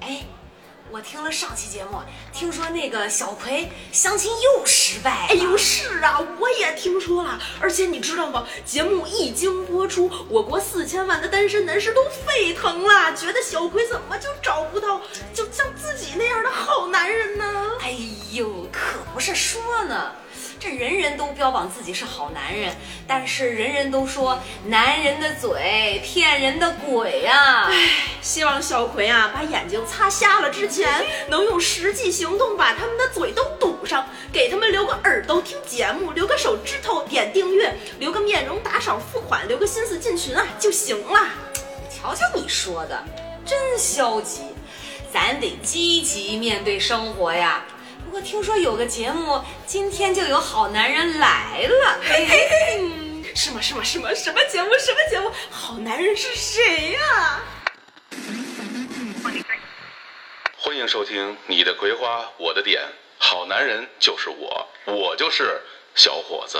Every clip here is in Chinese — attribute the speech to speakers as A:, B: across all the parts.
A: 哎我听了上期节目，听说那个小葵相亲又失败了。
B: 哎呦，是啊，我也听说了。而且你知道吗？节目一经播出，我国四千万的单身男士都沸腾了，觉得小葵怎么就找不到就像自己那样的好男人呢？
A: 哎呦，可不是说呢，这人人都标榜自己是好男人，但是人人都说男人的嘴骗人的鬼呀、
B: 唉，希望小葵啊，把眼睛擦瞎了之前，能用实际行动把他们的嘴都堵上，给他们留个耳朵听节目，留个手指头点订阅，留个面容打赏付款，留个心思进群啊就行了。
A: 瞧瞧你说的，真消极。咱得积极面对生活呀。不过听说有个节目，今天就有好男人来了。
B: 嘿嘿嘿 是吗？是吗？是吗？什么节目？什么节目？好男人是谁呀、
C: 欢迎收听《你的葵花我的点》，好男人就是我，我就是小伙子。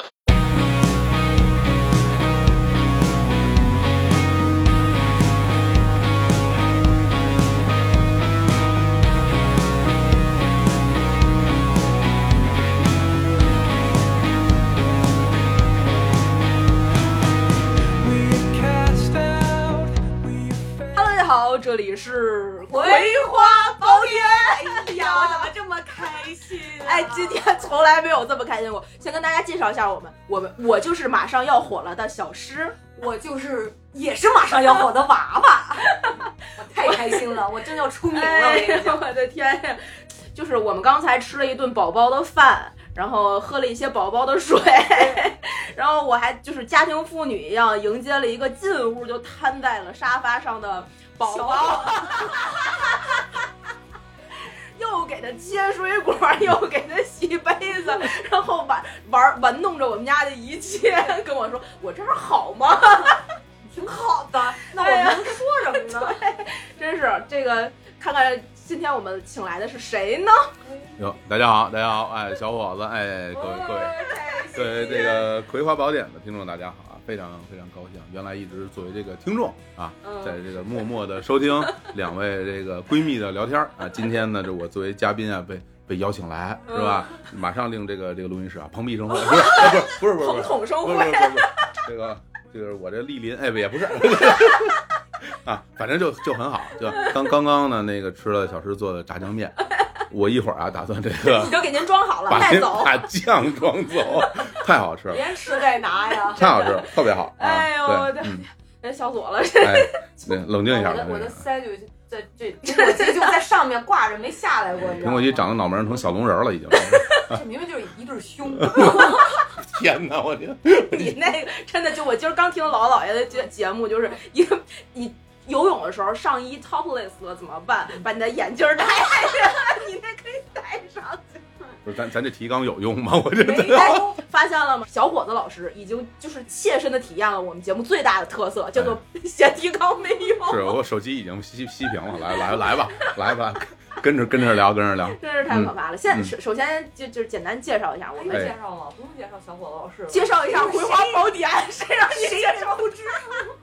B: h e l l o 大家好，这里是葵
D: 花宝典。
B: 哎呀，我怎么这么开心、
D: 哎，今天从来没有这么开心过。先跟大家介绍一下我们，我们我就是马上要火了的小诗。
A: 我就是也是马上要火的娃娃，我太开心了，我真要出名了。我
D: 哎
A: 跟你
D: 呀，
A: 讲
D: 我的天呀！就是我们刚才吃了一顿宝宝的饭，然后喝了一些宝宝的水，然后我还就是家庭妇女一样迎接了一个进屋就瘫在了沙发上的宝
A: 小
D: 宝。 又给他切水果，又给他洗杯 子，然后玩玩玩弄着我们家的一切，跟我说：“我这样好吗？”
A: 挺好的，那
D: 哎
A: 我
D: 呀
A: 能说什么呢？
D: 真是这个，看看今天我们请来的是谁呢？
C: 哟，大家好，大家好，哎，小伙子，哎，各位各位各位这个《葵花宝典》的听众，大家好啊，非常非常高兴，原来一直作为这个听众啊，
D: 嗯
C: 在这个默默的收听两位这个闺蜜的聊天儿啊，今天呢，这我作为嘉宾啊，被被邀请来是吧？马上令这个这个录音室啊蓬荜生辉，不是不是不是不是
D: 蓬
C: 不
D: 头
C: 是
D: 生
C: 不
D: 辉
C: 是不是不是不是这个就是我这莅临，哎，也不是。啊，反正就就很好，就刚刚刚呢，那个吃了小师做的炸酱面，我一会儿啊打算这个
D: 你就给您装好了，
C: 把
D: 带
C: 那
D: 走，
C: 把酱装走， 太好吃了，
A: 连吃带拿呀。
C: 太好吃了，特别好。啊、
D: 哎呦我的
C: 对， 嗯，
D: 哎，小左了，
C: 哎，对，冷静一下
A: 我的
C: 吧。
A: 我的
C: 这个
A: 腮就在这苹果肌就在上面挂着没下来过，你知
C: 苹
A: 道吗
C: 果肌长到脑门上成小龙人了，已经。
A: 这明明就是一对胸。
C: 天哪，我天！
D: 你那个真的就我今儿刚听老老爷的节节目， 就是一个你游泳的时候上衣 topless 了怎么 办？把你的眼镜儿 戴上，你那可以戴上去。
C: 不是，咱咱这提纲有用吗？我这
A: 没
D: 哎
A: 有，
D: 发现了吗？小伙子老师已经就是切身的体验了我们节目最大的特色，叫做
C: 哎
D: 写提纲没用。
C: 是我手机已经熄熄屏了，来来来吧，来吧，跟着跟着聊，跟着聊。
D: 真是太可怕了！现在
C: 嗯
D: 首首先就就是简单介绍一下，我
A: 我
D: 们
A: 们介绍吗？不用介绍小伙子老师了。
D: 介绍一下《葵花宝典》，谁让你
A: 谁
D: 介绍不知？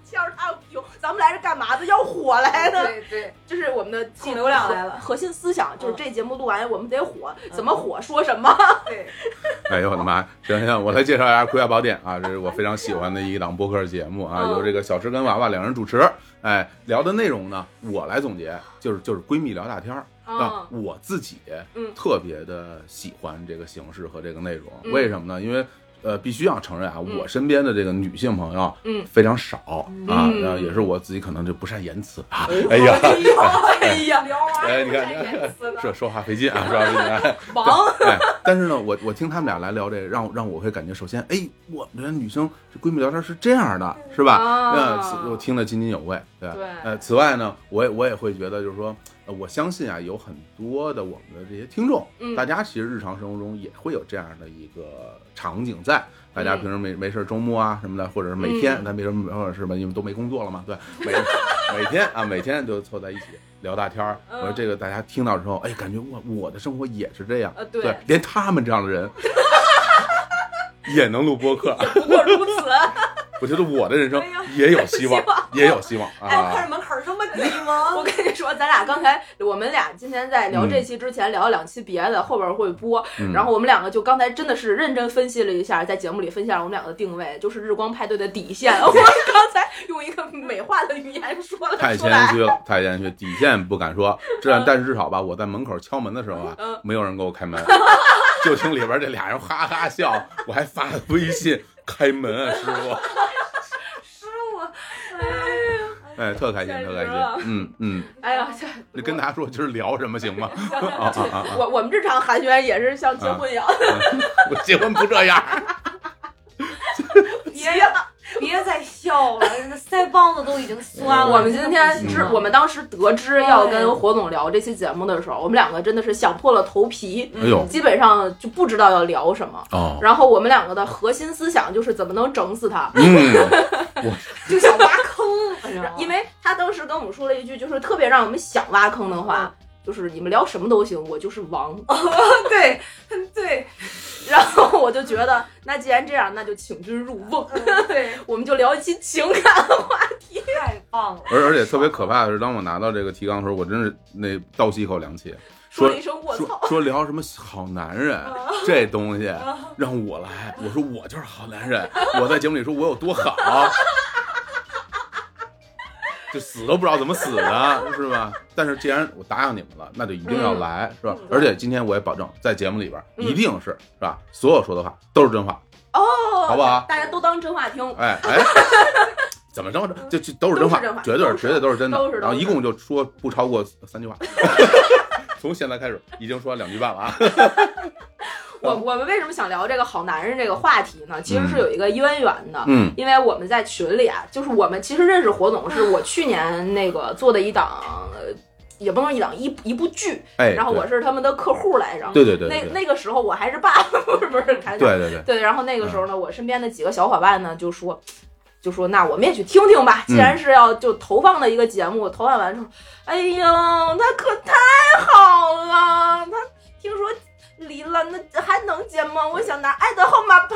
D: 介绍他有，咱们来是干嘛的？要火来的，
A: 对对，
D: 就是我们的
A: 蹭流量来了
D: 核心思想就是
A: 嗯
D: 这节目录完我们得火，
A: 嗯
D: 怎么火说什么。
A: 对，
C: 哎呦我的妈！行行，我来介绍一下《葵花宝典》啊，这是我非常喜欢的一档播客节目啊，
D: 嗯
C: 由这个小石跟娃娃两人主持。哎，聊的内容呢，我来总结，就是就是闺蜜聊大天儿。啊，
D: 嗯
C: 我自己
D: 嗯
C: 特别的喜欢这个形式和这个内容，
D: 嗯
C: 为什么呢？因为呃，必须要承认啊，
D: 嗯
C: 我身边的这个女性朋友，
D: 嗯
C: 非常少啊，
D: 嗯哦
C: 然后也是我自己可能就不善言辞啊，哎呀，
D: 哎呀，
A: 聊完
C: 哎，你看，这说话费劲啊，说话费劲啊。
D: 王，
C: 对， 哎但是呢，我我听他们俩来聊这，个，让让我会感觉，首先，哎，我们这女生这闺蜜聊天是这样的，是吧？
D: 啊
C: 那我听得津津有味，对。
D: 对
C: 呃，此外呢，我也我也会觉得，就是说，呃我相信啊，有很多的我们的这些听众，
D: 嗯
C: 大家其实日常生活中也会有这样的一个场景在。大家
D: 嗯
C: 平时没没事儿周末啊什么的，或者是每天，
D: 嗯
C: 咱别说或者是吧，因为都没工作了嘛，对，每每天啊每天就凑在一起聊大天儿。
D: 嗯
C: 我说这个大家听到之后，哎，感觉我我的生活也是这样，
D: 呃对
C: 连他们这样 的人也能录播客，
D: 不过如此。
C: 我觉得我的人生
D: 哎呀
C: 也有希望
D: 希望，
C: 也有希望
A: 哎，我看
C: 啊
A: 着！门槛儿这么低，你吗
D: 我？跟你说，咱俩刚才我们俩今天在聊这期之前聊了两期别的，后边会播。
C: 嗯
D: 然后我们两个就刚才真的是认真分析了一下，在节目里分析了我们两个的定位，就是日光派对的底 线。我刚才用一个美化的语言说了
C: 太
D: 出
C: 谦
D: 来。
C: 虚了，太谦虚，底线不敢说，这样但是至少吧，我在门口敲门的时候啊
D: 嗯，
C: 没有人给我开门，就听里边这俩人哈哈笑，我还发了微信开门啊，师傅，
A: 师傅，哎呀
C: 哎，特开心，特开心，嗯 嗯，
D: 哎呀，这
C: 你跟大家说今儿聊什么行 吗？啊啊啊！啊
D: 我我们日常寒暄也是像结婚一样，
C: 嗯我结婚不这样，
A: 别别再笑了，那腮帮子都已经酸了。
D: 我们今天知，
C: 嗯
D: 我们当时得知要跟火总聊这期节目的时候，我们两个真的是想破了头皮，
C: 哎呦
D: 基本上就不知道要聊什么。
C: 哦，
D: 然后我们两个的核心思想就是怎么能整死他，
C: 嗯，
A: 就想挖坑，哎呀
D: 因为他当时跟我们说了一句，就是特别让我们想挖坑的话，就是你们聊什么都行，我就是王。
A: 对对
D: 哦然后我就觉得，那既然这样，那就请君入瓮，
A: 对，
D: 我们就聊一期情感。
A: 太棒了。
C: 而而且特别可怕的是，当我拿到这个提纲的时候，我真是那倒吸一口凉气，
D: 说
C: 说
D: 了一声我
C: 说
D: 操，嗯
C: 说聊什么好男人这东西，让我来，我说我就是好男人，我在节目里说我有多好，就死都不知道怎么死的，是吧？但是既然我答应你们了，那就一定
D: 嗯
C: 要来，是吧？而且今天我也保证，在节目里边一定是是吧？所有说的话都是真话，
D: 哦，
C: 好不好
D: 大家都当真话听。
C: 哎 哎，怎么着着就就都是真话
D: 都是真话，
C: 绝对
D: 都是
C: 绝对都是真的。
D: 都是都是
C: 然后一共就说不超过三句话， 从现在开始已经说两句半了啊。
D: 我我们为什么想聊这个好男人这个话题呢？其实是
C: 嗯
D: 有一个渊源的。
C: 嗯
D: 因为我们在群里啊，就是我们其实认识火总，是我去年那个做的一档，呃也不能一档一一部剧，
C: 哎，
D: 然后我是他们的客户来着。
C: 对对对对
D: 那
C: 对
D: 那个时候我还是爸， 不是不是开玩笑
C: 对嗯对对，
D: 对，然后那个时候呢，我身边的几个小伙伴呢就说，就说那我们也去听听吧，既然是要就投放的一个节目，投放完之后，哎呦，他可太好了，他听说离了，那还能接吗？我想拿爱的号码牌。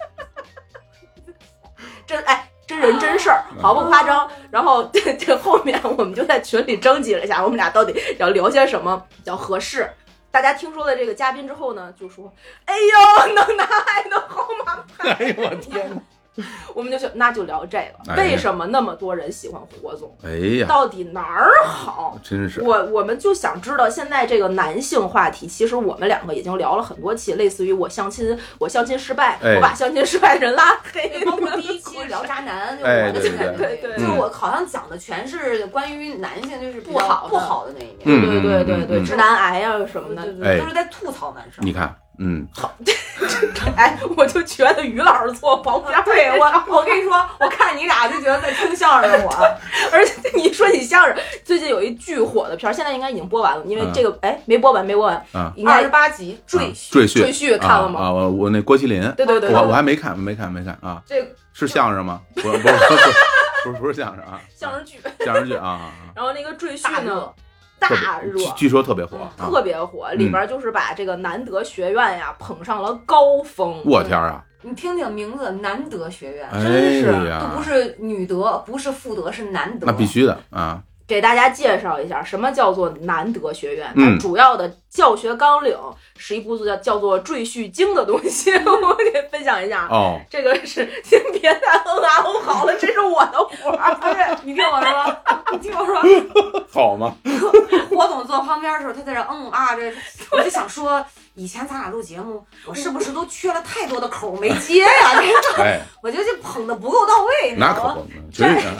D: 真哎，真人真事儿，毫不夸张。然后这这后面我们就在群里征集了一下，我们俩到底要聊些什么比较合适。大家听说了这个嘉宾之后呢，就说：“哎呦，能拿爱的号码牌。”
C: 哎呦我天哪！
D: 我们就想，那就聊这个，
C: 哎
D: 为什么那么多人喜欢火总？
C: 哎呀，
D: 到底哪儿好？
C: 真是啊
D: 我我们就想知道，现在这个男性话题，其实我们两个已经聊了很多期，类似于我相亲，我相亲失败，
C: 哎嗯
D: 我把相亲失败的人拉黑，
A: 包括第一期聊渣男，就
C: 哎
A: 我的
C: 对
A: 情感
D: 对对
A: 就是
C: 嗯
A: 我好像讲的全是关于男性就是比较
D: 不好的
A: 不好的那一面，
C: 嗯
D: 对对对对，
C: 嗯
D: 直男癌啊什么
A: 对
D: 的
A: 对。
C: 哎
A: 对，都是在吐槽男生
C: 你。看，嗯，
D: 哎，我就觉得于老师坐我旁边，
A: 啊对我，我跟你说，我看你俩就觉得在听相声，我
D: 而且你说你相声，最近有一巨火的片儿，现在应该已经播完了，因为这个哎没播完，没播完
C: 嗯，
D: 应
A: 二
D: 该
A: 十八集赘
C: 赘
A: 婿，
C: 赘婿
D: 赘婿看了吗
C: 啊啊，啊我我那郭麒麟，
D: 对对对，
C: 我我
D: 对
C: 还没看，没看，没看啊。
D: 这个
C: 是相声吗？不是不是不是不是不是相声啊，
D: 相声剧，
C: 相声剧啊啊，啊
D: 然后那个赘
A: 大
D: 婿呢
A: 热，
D: 大
C: 特别
D: 热。嗯
C: 据据说特别火啊。
D: 特别火，里边就是把这个南德学院呀捧上了高峰。
C: 我天啊！
A: 你听听名字，南德学院，
C: 哎
A: 真是
C: 呀
A: 都不是女德，不是妇德，是男德，
C: 那必须的啊！
D: 给大家介绍一下，什么叫做南德学院？它
C: 嗯
D: 主要的教学纲领是一部叫叫做《赘婿经》的东西， 我给分享一下。
C: 哦，
D: 这个是先别再嗯啊嗯好了，这是我的活儿。
A: 你听我说，你听我说，
C: 好吗？
A: 火总坐旁边的时候，他在这嗯啊这，我就想说，以前咱俩录节目，我是不是都缺了太多的口儿没接呀、
C: 哎，
A: 我觉得这捧的不够到位，你知
C: 那
A: 道
C: 可
A: 吗？
C: 不，绝对啊。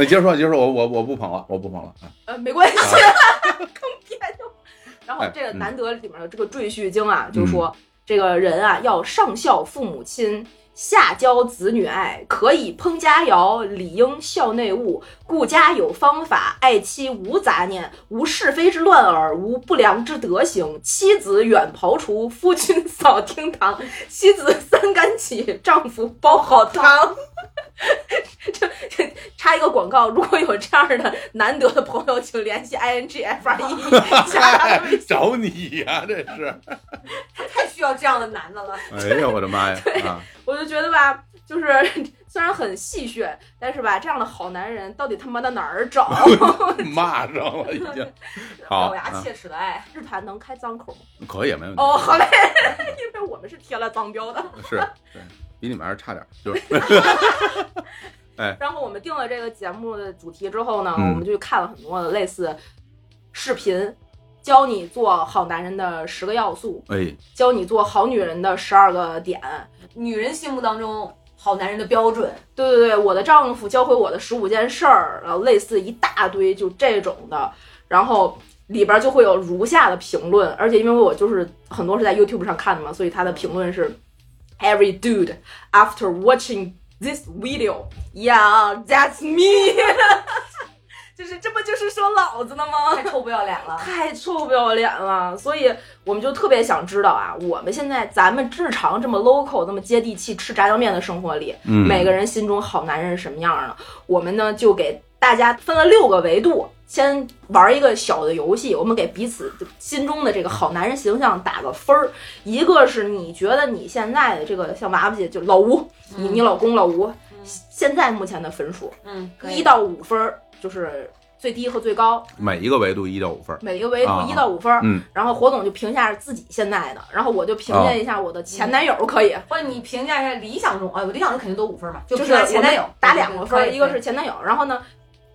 C: 那接着说，接着说，我我我不捧了，我不捧 了。啊
D: 呃，没关系，
C: 啊
D: 然后这个
C: 哎嗯嗯
D: 难得里面的这个《赘婿经》啊，就说这个人啊要上孝父母亲，下交子女爱，可以烹佳肴，理应孝内务，顾家有方法，爱妻无杂念，无是非之乱耳，无不良之德行，妻子远庖厨，夫君扫厅堂，妻子三竿起，丈夫煲好汤。 这这插一个广告，如果有这样的难得的朋友，请联系 i n g f r e 加他
C: 哎
D: 的微信。
C: 找你呀，这是。
A: 太需要这样的男的了。
C: 哎呀，我的妈呀！啊，
D: 我就觉得吧，就是虽然很戏谑，但是吧，这样的好男人到底他妈的哪儿 找？
C: 骂上了已经。 好
A: 咬，牙
C: 嗯
A: 切齿的爱。
D: 日坛能开脏口吗？
C: 可以，没问题。
D: 哦，好嘞， 因为我们是贴了脏标的。
C: 是，对，比你们还是差点儿，就是
D: 然后我们定了这个节目的主题之后呢，
C: 嗯
D: 我们就看了很多的类似视频，教你做好男人的十个要素，
C: 哎，
D: 教你做好女人的十二个点。
A: 女人心目当中好男人的标准，
D: 对对对，我的丈夫教会我的十五件事儿，然后类似一大堆就这种的，然后里边就会有如下的评论，而且因为我就是很多是在 YouTube 上看的嘛，所以他的评论是 Every dude after watching this video, yeah, that's me，就是这不就是说老子的吗？
A: 太臭不要脸了。
D: 太臭不要脸了，所以我们就特别想知道啊，我们现在咱们日常这么 local、这么接地气吃炸酱面的生活里，
C: 嗯
D: 每个人心中好男人是什么样呢？我们呢就给大家分了六个维度，先玩一个小的游戏，我们给彼此心中的这个好男人形象打个分儿。一个是你觉得你现在的这个像娃娃姐就老吴，你你老公老吴，现在目前的分数
A: 嗯，
D: 一到五分儿就是最低和最高，
C: 每一个维度一到五分儿，
D: 每一个维度
C: 啊
D: 一到五分儿，
C: 嗯啊
D: 然后火总就评价自己现在的，然后我就评价一下我的前男友，可以，
A: 或者你评价一下理想中啊，我理想中肯定都五分嘛，就
D: 就
A: 评
D: 是
A: 价前男
D: 我
A: 友
D: 们打两个分儿，
A: 对对对
D: 一个是前男友，然后呢，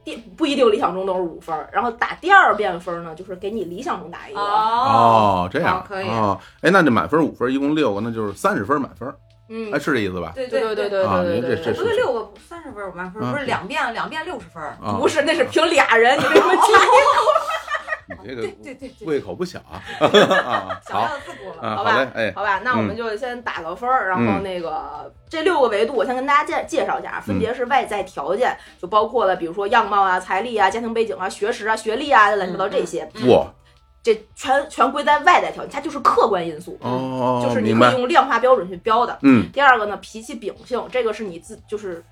D: 第不一定理想中都是五分儿，然后打第二遍分儿呢，就是给你理想中打一个，
A: 哦，
C: 哦，这样
A: 哦可以
C: 哦，哎，那这满分五分，一共六个，那就是三十分满分，
D: 嗯
C: 哎，，是这意思吧？
A: 对
D: 对对对
A: 对
D: 对
C: 啊
D: 对
C: 您
D: 对
C: 这
D: 对
C: 这
A: 我
D: 对
A: 不是六个三十分儿满分，不是两遍两遍六十分儿。
C: 啊，
D: 不是，那是评俩人，你为什么加？
C: 你这
A: 对
C: 个
A: 对对对，
C: 胃口不小啊 啊，
A: 想
C: 好
A: 要自古了。
C: 啊，
D: 好
C: 好
D: 吧
C: 嘞，哎，
D: 好吧，那我们就先打个分儿，然后
C: 嗯
D: 那个这六个维度，我先跟大家介介绍一下，啊分别是外在条件，就包括了比如说样貌啊、财力啊、家庭背景啊、学识啊、学历啊，乱七八糟这些，
C: 哇
D: 这全全归在外在条件，它就是客观因素，
C: 哦，
D: 嗯就是你
C: 明
D: 可以
C: 白，
D: 用量化标准去标的。
C: 嗯
D: 第二个呢，脾气秉性，这个是你自就是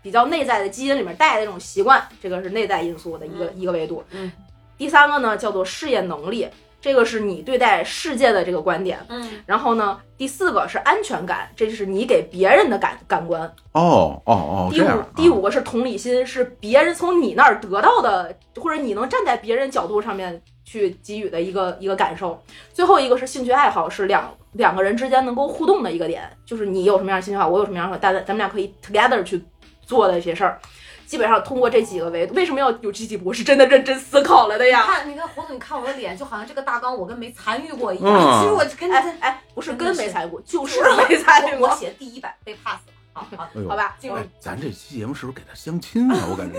D: 比较内在的基因里面带的这种习惯，这个是内在因素的一个、一个维度。
A: 嗯，
D: 第三个呢叫做事业能力，这个是你对待世界的这个观点。
A: 嗯，
D: 然后呢，第四个是安全感，这是你给别人的感感官。
C: 哦哦哦，
D: 第
C: 这
D: 五
C: 样啊
D: 第五个是同理心，是别人从你那儿得到的，或者你能站在别人角度上面去给予的一个一个感受。最后一个是兴趣爱好，是两两个人之间能够互动的一个点，就是你有什么样的兴趣爱好，我有什么样的，大家咱们俩可以 together 去做的一些事儿。基本上通过这几个维度，为什么要有这几步？我是真的认真思考了的
A: 你
D: 呀。
A: 看你看胡总，你看我的脸，就好像这个大纲我跟没参与过一
C: 嗯
A: 样。其实我跟
D: 哎
A: 你
D: 哎，不是跟没参与过，就是
A: 我
D: 没参与
A: 我我
D: 过，
A: 写第一版被 pass 了。好好，
C: 哎呦
D: 好，吧？
A: 进入
C: 哎，咱这期节目是不是给他相亲啊？我 感觉，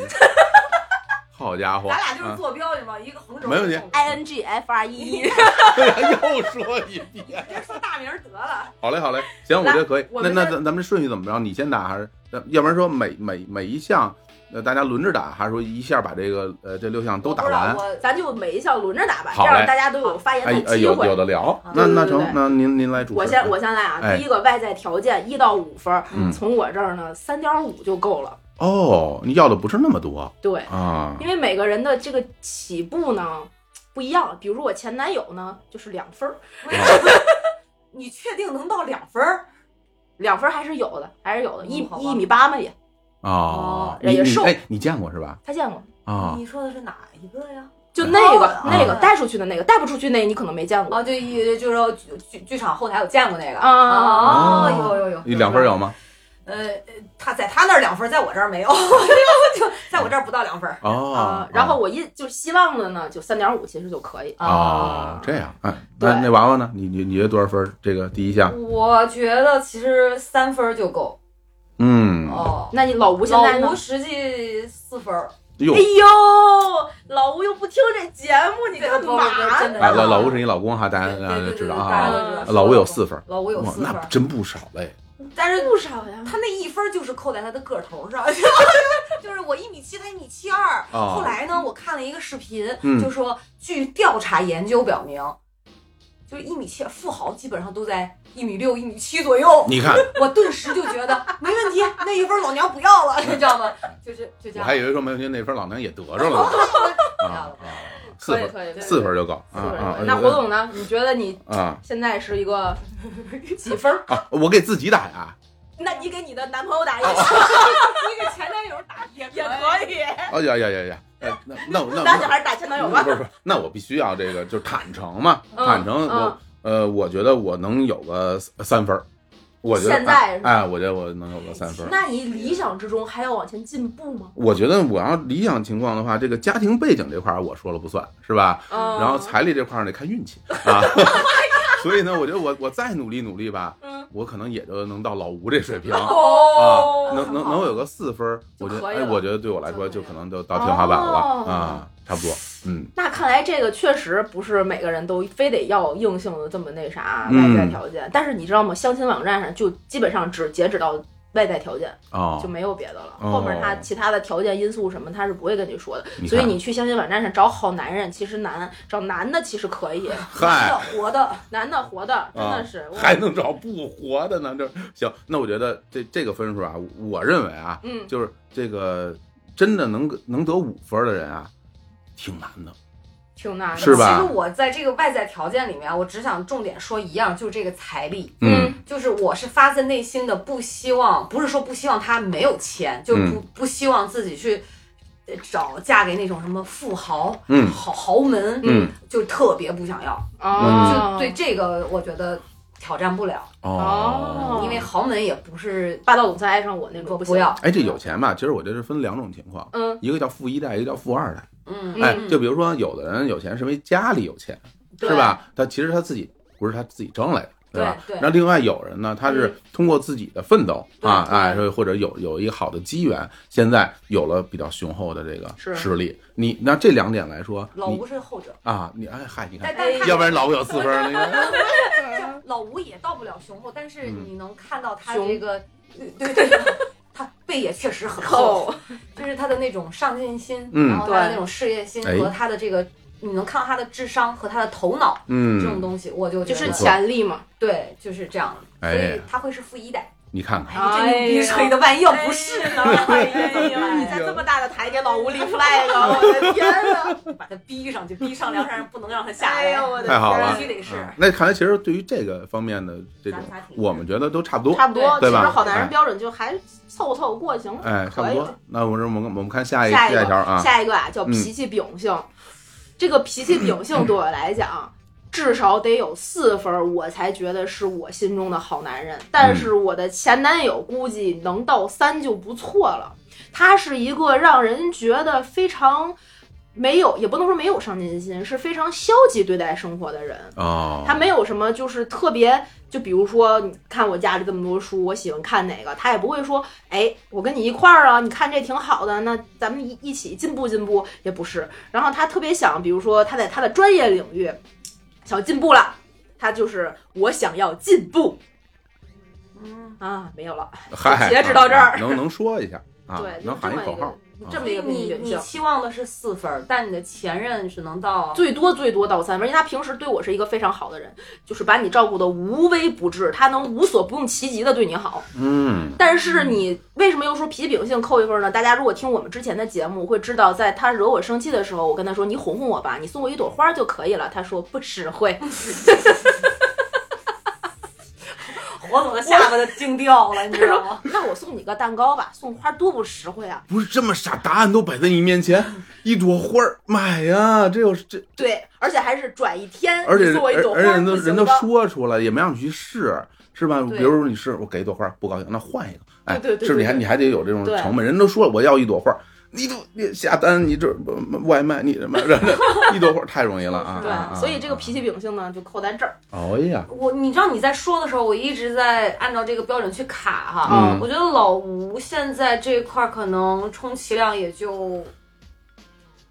C: 好家伙，
A: 咱俩就是
C: 啊
A: 坐标，你知道吗？一个横轴，
C: 没问题
A: 一个纵轴
D: i n g f r e e。
C: 哎又说一遍。
A: 别说大名儿得了。
C: 好嘞，好嘞，行，我觉得可以。
D: 我
C: 那
D: 们
C: 那
D: 这
C: 咱咱们顺序怎么着？你先打还是？要要不然说每每每一项，呃，大家轮着打，还是说一下把这个呃这六项都打完嗯
A: 我？不知道
D: 咱就每一项轮着打吧，
C: 好
D: 这
C: 嘞
D: 样大家都有发言
C: 哎
D: 的
C: 哎，
D: 机
C: 有
D: 会。
C: 有的聊
A: 啊。
C: 那
D: 对
C: 那
D: 对对
C: 成，那您您来主持。
D: 我先我先来啊，
C: 哎
D: 第一个外在条件一到五分儿，
C: 嗯
D: 从我这儿呢三点五就够了。
C: 哦，你要的不是那么多
D: 对，
C: 啊
D: 因为每个人的这个起步呢不一样，比如说我前男友呢就是两分儿，
A: 你确定能到两分儿？
D: 两分儿还是有的，还是有的，
A: 嗯
D: 一
A: 好吧
D: 一米八嘛也，
C: 哦
A: 哦，
C: 你
D: 也
C: 你
D: 瘦
C: 哎，你见过是吧？
D: 他见过，
C: 啊，
A: 你说的是哪一个呀？
D: 就那个、
A: 哦
D: 那个
A: 哦
D: 带出去的那个，带不出去那个你可能没见过。
A: 哦，对，一就是说剧剧剧场后台有见过那个
D: 啊
A: 哦，
C: 哦
A: 有有有，
C: 你两分有吗？
A: 呃，呃他在他那儿两分，在我这儿没有， 就在我这儿不到两分。
C: 哦
D: 啊，，然后我一就希望的呢，就三点五其实就可以。
C: 啊哦
A: 啊
C: 这样，哎，那
D: 对
C: 那娃娃呢？你你你觉得多少分？这个第一
A: 哦
C: 项，
A: 我觉得其实三分就够
C: 嗯，
A: 哦。
D: 那你老吴现在呢
A: 老吴？实际四分，
C: 哟
D: 哎，呦，老吴又不听这节目，你干
A: 不不不
D: 嘛
A: 真的
D: 呢？
C: 哎，老老吴是你老公哈，大家大
A: 对
C: 家
A: 对
C: 知
A: 对，
C: 道
A: 大
C: 哈
A: 家。都知道
C: 老吴有四分，
A: 老吴有
C: 哇，
A: 四
C: 那
A: 分，
C: 真不少嘞。
A: 但是
D: 不少呀。
A: 他那一分就是扣在他的个头上， 就是我一米七，他一米七二。
C: 哦
A: 后来呢，我看了一个视频，
C: 嗯
A: 就说据调查研究表明，就是一米七富豪基本上都在一米六、一米七左右。
C: 你看，
A: 我顿时就觉得没问题，那一分老娘不要了，你知道吗？就是就这
C: 我
A: 样
C: 还。以为说没问题，那分老娘也得着了呢。 啊啊，四分，
D: 可以，可以
C: 四分就够啊
D: 四分
C: 啊
D: 儿。那
C: 呃
D: 胡总呢？你觉得你
C: 啊
D: 现在是一个几分儿？
C: 啊！我给自己打呀，
D: 那你给你的男朋友打
C: 哦
D: 也行， 你给前男友打也
B: 也
D: 可
B: 可以。
C: 哎呀呀呀呀！哎，那那 我那
D: 打小孩打前男友
C: 不是
D: 吧
C: 嗯不。是，那我必须要这个，就是坦诚嘛，
D: 嗯
C: 坦诚。
D: 嗯
C: 我呃，我觉得我能有个三三分儿，我觉得
D: 现在是吧
C: 哎，哎我觉得我能有个三分儿。
D: 那你理想之中还要往前进步吗？
C: 我觉得我要理想情况的话，这个家庭背景这块儿我说了不算，是吧？
D: 嗯
C: 然后财力这块儿得看 运气啊。所以呢，我觉得我我再努力努力吧，
D: 嗯
C: 我可能也就能到老吴这水平。
D: 哦
C: 啊，能能能有个四分儿，
D: 就
C: 我觉得
D: 可以
C: 哎，
D: 了
C: 我觉得对我来说就
A: 就可以
C: 可能就到天花板了
D: 哦
C: 啊，差不多，嗯，
D: 那看来这个确实不是每个人都非得要硬性的这么那啥
C: 嗯
D: 外在条件，但是你知道吗？相亲网站上就基本上只截止到外在条件，就
C: 哦，
D: 没有别的了。
C: 哦
D: 后面他其他的条件因素什么，他是不会跟你说的。
C: 你看
D: 所以你去相亲网站上找好男人其实难，找男的其实可 以，
A: 男
C: 嗨
A: 的，活的，
D: 男的活的真的是、我
C: 啊还能找不活的呢？这行，那我觉得这这个分数啊，我认为啊，
D: 嗯
C: 就是这个真的能能得五分的人啊，挺难的。
D: 挺难的，
C: 是吧
A: 其实我在这个外在条件里面，我只想重点说一样，就是这个财力。
D: 嗯
A: 就是我是发自内心的不希望，不是说不希望他没有钱，就
C: 嗯
A: 不不希望自己去呃找嫁给那种什么富豪、
C: 嗯
A: 豪豪门，
C: 嗯，
A: 就特别不想要。
D: 哦
A: 就对这个，我觉得挑战不了，
D: 哦
C: 嗯
A: 因为豪门也不是
D: 霸道总裁爱上我那种
A: 不
D: 不
A: 不要，
C: 哎，这有钱吧？其实我这是分两种情况，
D: 嗯
C: 一个叫富一代，一个叫富二代。
A: 嗯，
C: 哎
D: 嗯，
C: 就比如说有的人有钱是因为家里有钱，
D: 对
C: 是吧？他其实他自己不是他自己挣来的。对吧？
A: 对对
C: 那另外有人呢，他
D: 嗯
C: 是通过自己的奋斗、啊，
A: 对对
C: 哎，或者有有一个好的机缘，现在有了比较雄厚的这个
D: 是
C: 实力。你那这两点来说，
A: 老
C: 你
A: 吴是后者，
C: 啊，你哎嗨，你看
A: 但，但他
C: 要不然老吴有四分儿，那 个
A: 老吴也到不了雄厚，但是
C: 嗯
A: 你能看到他
D: 雄
A: 这个， 对对对，他背也确实很厚，
D: 扣
A: 就是他的那种上进心，
C: 嗯
A: 然后他的
D: 对
A: 那种事业心
C: 哎
A: 和他的这个，你能看到他的智商和他的头脑这种
C: 嗯，
A: 东西，我就
D: 就
A: 觉
D: 是
A: 得
C: 钱
D: 潜力嘛，
A: 对，就是这样的，所
C: 哎
A: 以，他会是富一代。
C: 你看看，
A: 哎，这牛逼吹的，万一要不是呢？
D: 哎呀，你在这么大的台给老吴立 flag，我的天啊 呐！
A: 把他逼上去，逼上梁山，不能让他下
D: 哎
A: 来。
D: 呦，我的
C: 太好了
A: 必须得是
C: 嗯那看来其实对于这个方面的这种
A: 咱仨挺，
C: 我们觉得都差不多，
D: 差不多，其
C: 对
D: 实
C: 吧
D: 好男
C: 哎
D: 人标准就还凑凑过行了。
C: 哎，差
D: 可
C: 不
D: 以
C: 多。那我们我们我们看下一
D: 下一
C: 一条
D: 个，
C: 啊，
D: 下一个啊，叫
C: 嗯
D: 脾气秉性。这个脾气秉性对我来讲，至少得有四分儿，我才觉得是我心中的好男人。但是我的前男友估计能到三就不错了。他是一个让人觉得非常没有，也不能说没有上进心，是非常消极对待生活的人。
C: 哦，
D: 他没有什么就是特别，就比如说，你看我家里这么多书，我喜欢看哪个，他也不会说，哎，我跟你一块儿啊，你看这挺好的，那咱们一一起进步进步，也不是。然后他特别想，比如说他在他的专业领域想进步了，他就是我想要进步
A: 嗯，
D: 啊，没有了，
C: 嗨，
D: 截止到这儿
C: 啊能能说一下啊，
D: 对，就
C: 能喊
D: 这么
C: 口
D: 一个嗯
C: 号，啊
D: 这
A: 所
D: 么一
A: 以
D: 个
A: 你
D: 秉
A: 你
D: 性。
A: 期望的是四分儿，但你的前任是能到
D: 最多最多到三分，因为他平时对我是一个非常好的人，就是把你照顾的无微不至，他能无所不用其极的对你好。
C: 嗯，
D: 但是你为什么又说脾气秉性扣一分呢？大家如果听我们之前的节目，会知道，在他惹我生气的时候，我跟他说：“你哄哄我吧，你送我一朵花就可以了。”他说：“不实 惠。
A: 火总的下巴都惊掉了，你”
D: 他
A: 知道
D: 说
A: 吗？：“
D: 那我送你个蛋糕吧，送花多不实惠啊
C: 不是这么傻，答案都摆在你面前，
D: 嗯
C: 一朵花儿，买呀，这有这，！”
D: 对，而且还是转一天，
C: 而且
D: 你送我一
C: 而
D: 朵花
C: 而且人都
D: 不行
C: 人都
D: 吗
C: 说出来，也没让你去试，是吧？
D: 对
C: 比如说你试，我给一朵花儿不高兴，那换一个，哎，
D: 对对对
C: 是不是你还
D: 对对
C: 你还得有这种
D: 对
C: 成本，人都说了我要一朵花儿。你都你下单，你这外卖，你什么 一朵花儿太容易了啊！
D: 对，
C: 啊
D: 所以这个脾，气秉性呢，就扣在这儿。
C: 啊啊哎呀，
A: 我，你知道你在说的时候，我一直在按照这个标准去卡哈。
C: 嗯
A: 我觉得老吴现在这块儿可能充其量也就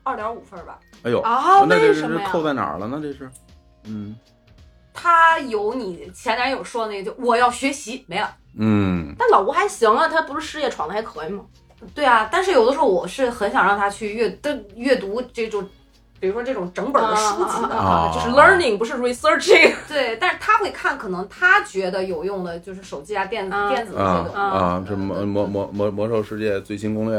A: 二点五分儿吧。
C: 哎呦，
D: 啊
C: 那
D: 为
C: 这是
D: 什
C: 这
D: 么呀？
C: 扣在哪儿了呢？这是，嗯
A: 他有你前男友说的那句“我要学习”没了。
C: 嗯，
D: 但老吴还行啊，他不是事业闯的还可以吗？
A: 对啊，但是有的时候我是很想让他去阅，但阅读这种
D: 比如说这种整本的书籍的
C: 啊
D: 就是 learning 不是 researching，
A: 对，但是他会看，可能他觉得有用的就是手机啊、电子、
D: 嗯
A: 电子的这
C: 啊
A: 种。
C: 啊，这魔魔魔魔魔兽世界最新 攻略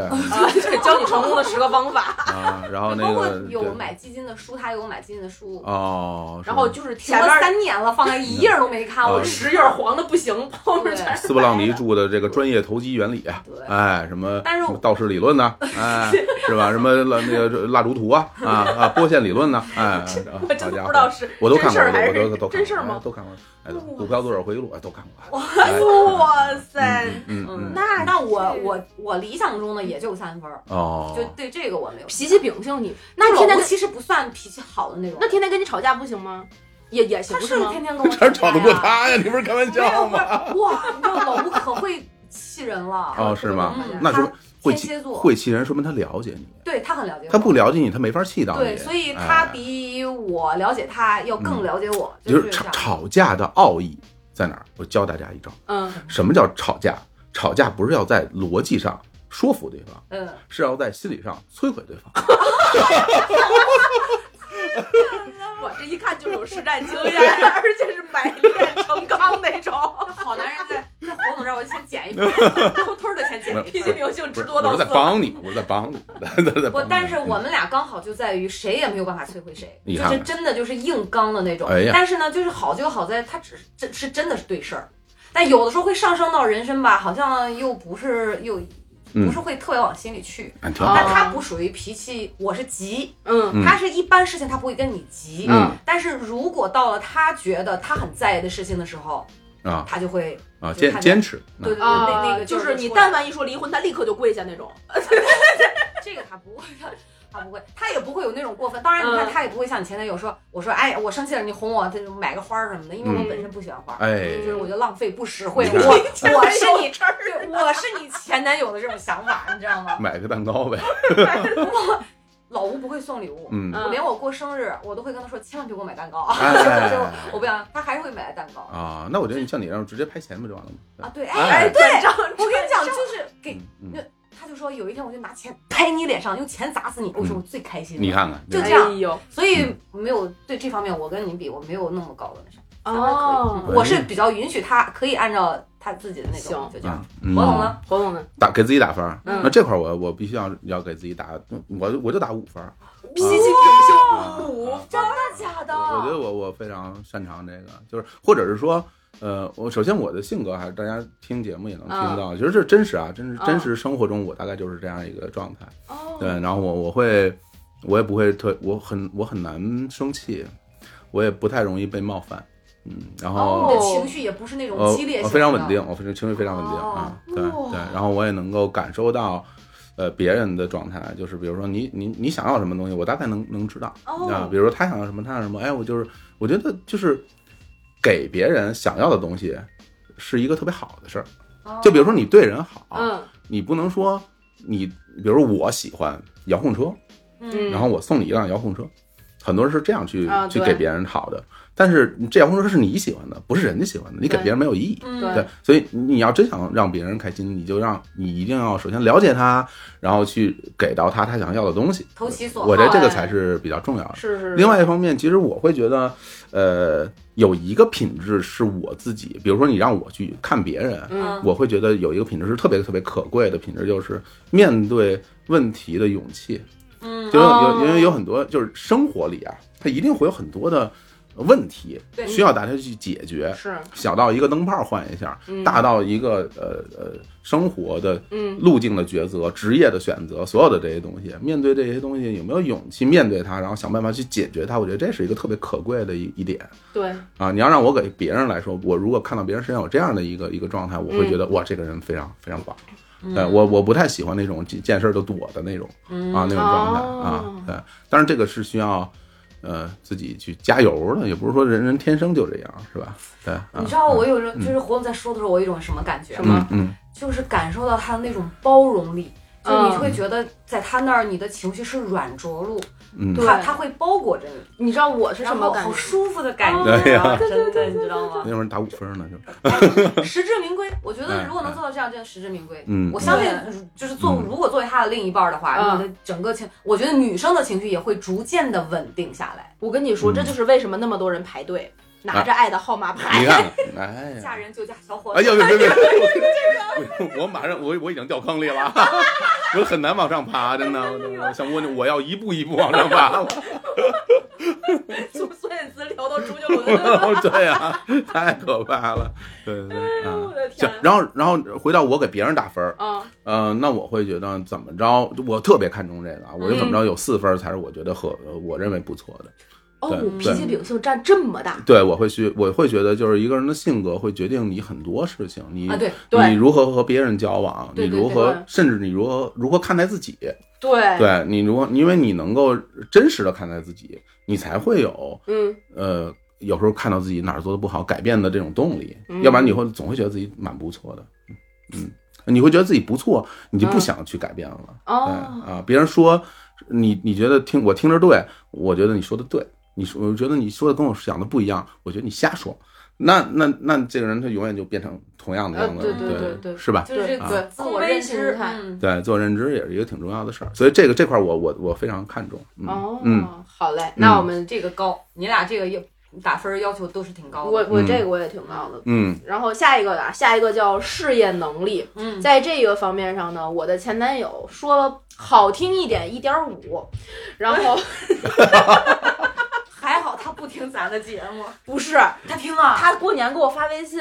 D: 对，教你成功的十个方法。
C: 啊，然后那
A: 包括
C: 个
A: 有
C: 对
A: 买基金的书，他有买基金的书，
C: 哦，
A: 然后
C: 是
A: 就是停了
D: 前面
A: 三年了，放在一页都没看，
C: 嗯
A: 我就
D: 十页儿黄的不行，后面全是
C: 斯布朗尼著的这个专业投机原理，
A: 对
C: 哎，什么
A: 但是
C: 什么道氏理论 呐，哎，是吧？什么蜡那个蜡烛图啊，啊啊，波线理论呐， 哎，
D: 我真
C: 好
D: 的
C: 家
D: 不
C: 伙
D: 知道是
C: 我都看
D: 真事
C: 过，
D: 儿还
C: 我
D: 是
C: 都我都都看过
D: 真事儿
C: 哎
D: 吗？
C: 都看过，哎，股票多少回忆录，哎，都看过。哎
D: 哇塞！
C: 嗯嗯嗯，
A: 那那我
D: 是
A: 我我理想中的也就三分儿，
C: 哦
A: 就，对这个我没有。
D: 脾气秉性你，
A: 那
D: 那
A: 天
D: 天
A: 天
D: 天
A: 其实不算脾气好的那种，
D: 那天天跟你吵架不行吗？也也行
A: 他
D: 不
A: 是
D: 吗？
A: 天天跟我
C: 哪儿吵得过
A: 架呀
C: 他呀？你不是开玩
A: 没有
C: 笑
A: 不
C: 吗？
A: 是哇，你知道老吴可会气人了。
C: 哦，是吗
A: 嗯？
C: 那说
A: 他
C: 会
A: 天
C: 气
A: 蝎座
C: 会气人，说明他了解你。
A: 对他很了解我，
C: 他不了解你，他没法气到你。
A: 对，所以他
C: 哎嗯
A: 比我了解他要更了解我，
C: 就是
A: 是这
C: 吵
A: 样。
C: 吵架的奥义在哪儿？我教大家一招，
D: 嗯，
C: 什么叫吵架？吵架不是要在逻辑上说服对方，
A: 嗯，
C: 是要在心理上摧毁对
A: 啊
C: 方。
D: 我这一看就是有实战经验，而且是百炼成钢那 种。
A: 好男人在在侯总这儿，我先减一分，偷偷的先减一分。
D: 脾气秉性
C: 不
D: 之
C: 是，
D: 多
C: 我
D: 到
C: 是在
D: 死。
C: 帮你，我是在帮你， 在在帮
A: 不
C: 你，
A: 但是我们俩刚好就在于谁也没有办法摧毁谁，
C: 你
A: 就
C: 看
A: 是
C: 看
A: 真的就是硬刚的那种。
C: 哎呀
A: 但是呢，就是好就好在他只是真是真的是对事儿，但有的时候会上升到人参吧，好像又不是又
C: 嗯
A: 不是啊会特别往心里去。
C: 俺挺
D: 哦
C: 好。
A: 但他不属于脾气，我是急，
D: 嗯
C: 嗯
A: 他是一般事情他不会跟你急，
C: 嗯
A: 但是如果到了他觉得他很在意的事情的时候，
C: 啊
A: 他就会
C: 啊，
A: 就
C: 坚
A: 看见
C: 坚持，
A: 对对对，
D: 啊，
A: 那那个
D: 就是
A: 是
D: 你
A: 出来
D: 但凡一说离婚，他立刻就跪下那种。
A: 这个他不会， 他他不会，他也不会有那种过分。当然，你看
D: 嗯
A: 他也不会像你前男友说，我说哎，我生气了，你哄我，他就买个花儿什么的，因为我
C: 嗯
A: 本身不喜欢花儿，
C: 哎，
A: 就是我就浪费不实惠。
C: 你看
A: 我我是你，
D: 这儿
A: 对我是你前男友的这种想法，你知道吗？
C: 买个蛋糕呗，
A: 我老吴不会送礼物。
C: 嗯，
A: 我连我过生日，我都会跟他说，千万别给我买蛋糕，
C: 哎
A: 啊就是 我不想，他还是会买蛋糕
C: 啊，那我觉得你像你这样直接拍钱不就完了吗？
A: 啊。对，
C: 哎
A: 哎，对，
D: 对，
A: 我跟你讲，就是给
C: 嗯嗯
A: 那，他就说有一天我就拿钱拍你脸上，用钱砸死你，我说我最开心了。
C: 嗯你看嗯看，
A: 就
C: 对
A: 这样
D: 哎呦，
A: 所以没有对这方面，我跟你比，我没有那么高的那啥。
D: 哦
C: 对
A: 我是比较允许他可以按照他自己的那种，
D: 行
A: 就这样
C: 啊。，嗯
A: 我懂了，
D: 侯总呢？
C: 打给自己打分儿。
D: 嗯
C: 那这块儿我我必须要要给自己打，我我就打五分儿。
D: 脾气秉性
C: 啊
D: 五
C: 啊
A: 哦真的假的？
C: 我我觉得我我非常擅长这个，就是或者是说，呃，我首先我的性格还是大家听节目也能听
A: 嗯
C: 到，其实这真实啊，真是
D: 嗯
C: 真实生活中我大概就是这样一个状态。
D: 哦
C: 对，然后我我会，我也不会特，我很我很难生气，我也不太容易被冒犯，嗯，然
A: 哦，
C: 后
A: 你的情绪也不是那种
C: 呃
A: 激烈
C: 我
A: 型，
C: 非常稳。定，我非常情绪非常稳定
D: 哦
C: 啊，对对，然后我也能够感受到。呃，别人的状态就是，比如说你你你想要什么东西，我大概能能知道，啊，
D: 哦，
C: 比如说他想要什么，他想要什么，哎，我就是我觉得就是给别人想要的东西是一个特别好的事儿。
A: 哦
C: 就比如说你对人好，
D: 哦嗯
C: 你不能说你，比如说我喜欢遥控车，
D: 嗯，
C: 然后我送你一辆遥控车，很多人是这样去、
D: 啊
C: 去
D: 对
C: 给别人好的，但是这遥控车是你喜欢的，不是人家喜欢的，你给
D: 对
C: 别人没有意义。
A: 嗯，
D: 对
C: 对，所以你要真想让别人开心，你就让你一定要首先了解他，然后去给到他他想要的东西。
A: 投其所好
C: 我觉得这个
D: 哎
C: 才是比较重要的。
D: 是是，
C: 另外一方面，其实我会觉得，呃，有一个品质是我自己，比如说你让我去看别人，
D: 嗯
A: 嗯
C: 我会觉得有一个品质是特别特别可贵的品质，就是面对问题的勇气。
A: 嗯
C: 就有
D: 哦
C: 有因为有很多就是生活里啊，它一定会有很多的问题
A: 对
C: 需要大家去解决，
D: 是
C: 小到一个灯泡换一下，
D: 嗯
C: 大到一个呃呃生活的呃
D: 嗯
C: 路径的抉择、职业的选择，所有的这些东西，面对这些东西有没有勇气面对它，然后想办法去解决它，我觉得这是一个特别可贵的一一点
D: 对，
C: 啊！你要让我给别人来说，我如果看到别人身上有这样的一个一个状态，我会
D: 嗯
C: 觉得、哇，这个人非常非常棒。
A: 嗯
C: 对我我不太喜欢那种见见事儿就躲的那种啊那种状态、
D: 哦
C: 啊，对，当然这个是需要。呃，自己去加油的，也不是说人人天生就这样，是吧？对，啊
A: 你知道我有时候就是胡总在说的时候，我有一种什么感觉
D: 什
A: 吗？
D: 么
C: 嗯嗯
A: 就是感受到他的那种包容力。就
D: 嗯
A: 你会觉得在他那儿你的情绪是软着陆，
C: 嗯，
D: 对
A: 他他会包裹着你，
D: 你知道我是什
A: 然
D: 么
A: 后
D: 感
A: 好
D: 觉？
A: 舒服的感
C: 哦对
A: 觉
C: 呀
A: 啊，真的，你知道吗？
C: 那会儿打五分呢，就
A: 实至名归，我觉
C: 哎
A: 得如果能做到这样，真的实至名归。
C: 嗯
A: 我相信
D: 对，
A: 就是做
C: 嗯
A: 如果作为他的另一半的话，
D: 嗯
A: 你的整个情，我觉得女生的情绪也会逐渐的稳定下来。
D: 我跟你说，
C: 嗯啊
D: 这就是为什么那么多人排队，拿着爱的号码牌。
C: 你看，哎
A: 嫁
C: 呀，
A: 人就嫁小伙
C: 哎
A: 子，
C: 呦，别别别，我我马上我我已经掉坑里了， 我很难往上爬，真的，我想我我要一步一步往上爬，
D: 从孙燕姿聊到周杰伦，
C: 对呀，太可怕了，对对对，啊
D: 我。的天
C: 行，，然后然后回到我给别人打分儿，
D: 啊，
C: 呃，那我会觉得怎么着，我特别看重这个啊，我就怎么着有四分儿才是我觉得合，我认为不错的。
D: 哦，
C: 对
D: 我脾
C: 对
D: 气秉性占这么大，
C: 对，我会去，我会觉得就是一个人的性格会决定你很多事情，你、
A: 啊，对
D: 对
C: 你如何和别人交往，
A: 对对
C: 你如何
D: 对
C: 甚至你如何如何看待自己，
D: 对，
C: 对你如何，因为你能够真实的看待自己，你才会有
D: 嗯，
C: 呃有时候看到自己哪儿做的不好改变的这种动力，
D: 嗯
C: 要不然你会总会觉得自己蛮不错的，嗯，嗯你会觉得自己不错，你就
D: 嗯
C: 不想去改变了。
D: 哦，
C: 哎啊，别人说你你觉得听我听着对，我觉得你说的对，你说我觉得你说的跟我想的不一样，我觉得你瞎说。那那那这个人他永远就变成同样的
D: 呃
C: 样子，
D: 对
A: 对
C: 对
D: 对对
C: 是吧？
A: 就是这
C: 啊
A: 个自我认知
D: 自我认知，
A: 嗯
C: 对，自我认知也是一个挺重要的事儿，所以这个这块儿我我我非常看重。嗯、
D: 哦，
C: 嗯，
D: 好嘞，那我们
A: 这个高，你俩这个要打分要求都是挺高的。
D: 我我
C: 嗯
D: 这个我也挺高的。
C: 嗯
D: 然后下一个啊，下一个叫事业能力，
A: 嗯，
D: 在这个方面上呢，我的前男友说了好听一点一点五，然后
A: 还好他不听咱的节 目，
D: 不是啊
A: 他听了，
D: 他过年给我发微信，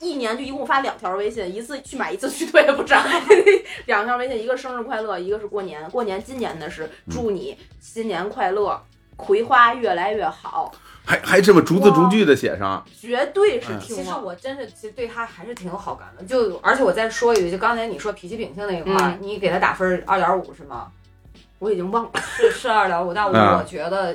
D: 一年就一共发两条微信，一次去买一次去退，不 知道两条微信，一个生日快乐，一个是过年。过年今年的是祝你新年快乐，葵花越来越好，
C: 还还这么逐字逐句的写上，
D: 绝对是
C: 嗯
A: 其
D: 听
A: 实
D: 了。
A: 我真是其实对他还是挺有好感的。就而且我再说一句，就刚才你说脾气秉性那一块
D: 嗯
A: 儿，你给他打分二点五是吗？
D: 我已经忘了，
A: 是是二点五，但
C: 嗯
A: 我觉得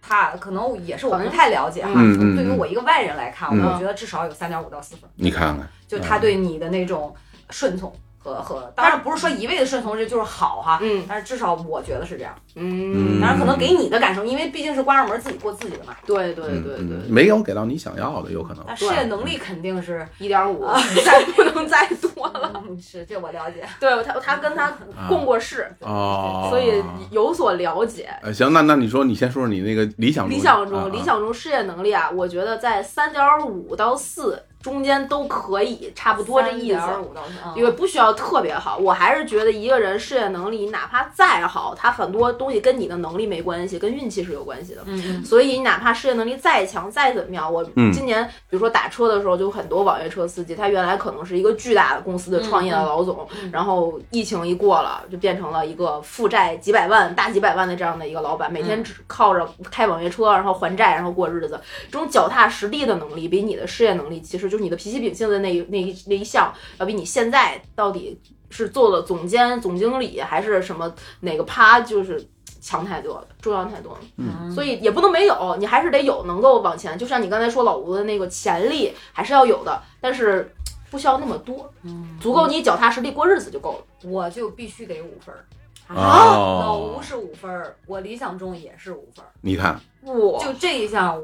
A: 他可能也是我
D: 好
A: 不
D: 像
A: 太了解哈。
C: 嗯嗯
A: 对于
C: 嗯
A: 我一个外人来看，
C: 嗯
A: 我觉得至少有三点五到四分。
C: 你看看，
A: 就他对你的那种顺从和和，当然不是说一味的顺从，这就是好哈。
D: 嗯
A: 但是至少我觉得是这样，
D: 嗯，
A: 当然可能给你的感受，因为毕竟是关上门自己过自己的嘛。
D: 对对
C: 嗯
D: 对对
C: 嗯，没有给到你想要的，有可能
A: 但事业能力肯定是，
D: 一点五，再 不能再多了。
A: 嗯是这我了解。
D: 对他，他跟他共过事，
C: 嗯啊哦，
D: 所以有所了解。
C: 呃行，那那你说你先说说你那个理想
D: 理想
C: 啊啊
D: 中，理想中事业能力啊，我觉得在三点五到四中间都可以，差不多这意思。
A: 五到嗯三
D: 因为不需要特别好，我还是觉得一个人事业能力哪怕再好，他很多东西跟你的能力没关系，跟运气是有关系的。
A: 嗯
D: 所以你哪怕事业能力再强，再怎么样，我
C: 嗯
D: 今年比如说打车的时候，就很多网约车司机，他原来可能是一个巨大的公司的创业的老总，
A: 嗯嗯
D: 然后疫情一过了，就变成了一个负债几百万、大几百万的这样的一个老板，每天只靠着开网约车，然后还债，然后过日子。这种脚踏实地的能力，比你的事业能力，其实就是你的脾气秉性的那一那一那一项，要比你现在到底是做了总监、总经理还是什么哪个趴，就是强太多了，重要太多了。
A: 嗯
D: 所以也不能没有，你还是得有能够往前。就像你刚才说老吴的那个潜力还是要有的，但是嘖不需要那么多，
C: 嗯
D: 足够你脚踏实地过日子就够了。
A: 我就必须得五分儿。
D: 啊
A: 老
C: 哦
A: 吴，是五分儿，我理想中也是五分儿。
C: 你看，
D: 我
A: 就这一项，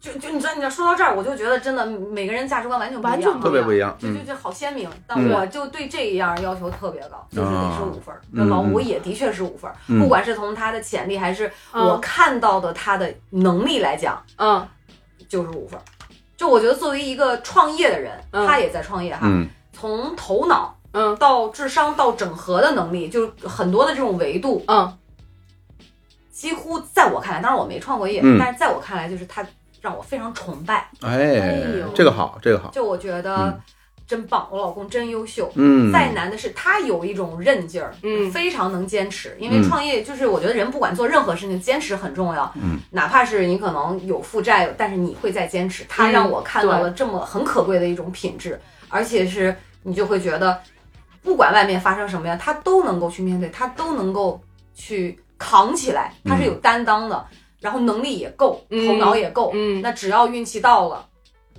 A: 就就你知道，你知道说到这儿，我就觉得真的每个人价值观完全不一
D: 完全
A: 样啊，
C: 特别不一样，
A: 就
C: 嗯
A: 就，就好鲜明，但
C: 嗯
A: 我就对这一样要求特别高，就是得是五分儿。
C: 嗯
A: 那老吴也的确是五分儿，
C: 嗯
A: 不管是从他的潜力还是
D: 嗯
A: 我看到的他的能力来讲，
D: 嗯
A: 就是五分儿。就我觉得作为一个创业的人，
D: 嗯
A: 他也在创业哈，
C: 嗯
A: 从头脑
D: 嗯
A: 到智商到整合的能力，就是很多的这种维度，
D: 嗯，
A: 几乎在我看来，当然我没创过业，
C: 嗯
A: 但是在我看来，就是他让我非常崇拜。
C: 哎
D: 哎呦，
C: 这个好，这个好，
A: 就我觉得
C: 嗯
A: 真棒，我老公真优秀。
C: 嗯，
A: 再难的是他有一种韧劲儿，
D: 嗯
A: 非常能坚持。因为
C: 嗯
A: 创业就是我觉得人不管做任何事情，坚持很重要。
C: 嗯，
A: 哪怕是你可能有负债，但是你会再坚持。他
D: 嗯
A: 让我看到
D: 对
A: 了这么很可贵的一种品质，而且是你就会觉得，不管外面发生什么样，他都能够去面对，他都能够去扛起来，他
C: 嗯
A: 是有担当的，然后能力也够，
D: 嗯
A: 头脑也够。
D: 嗯
A: 那只要运气到了，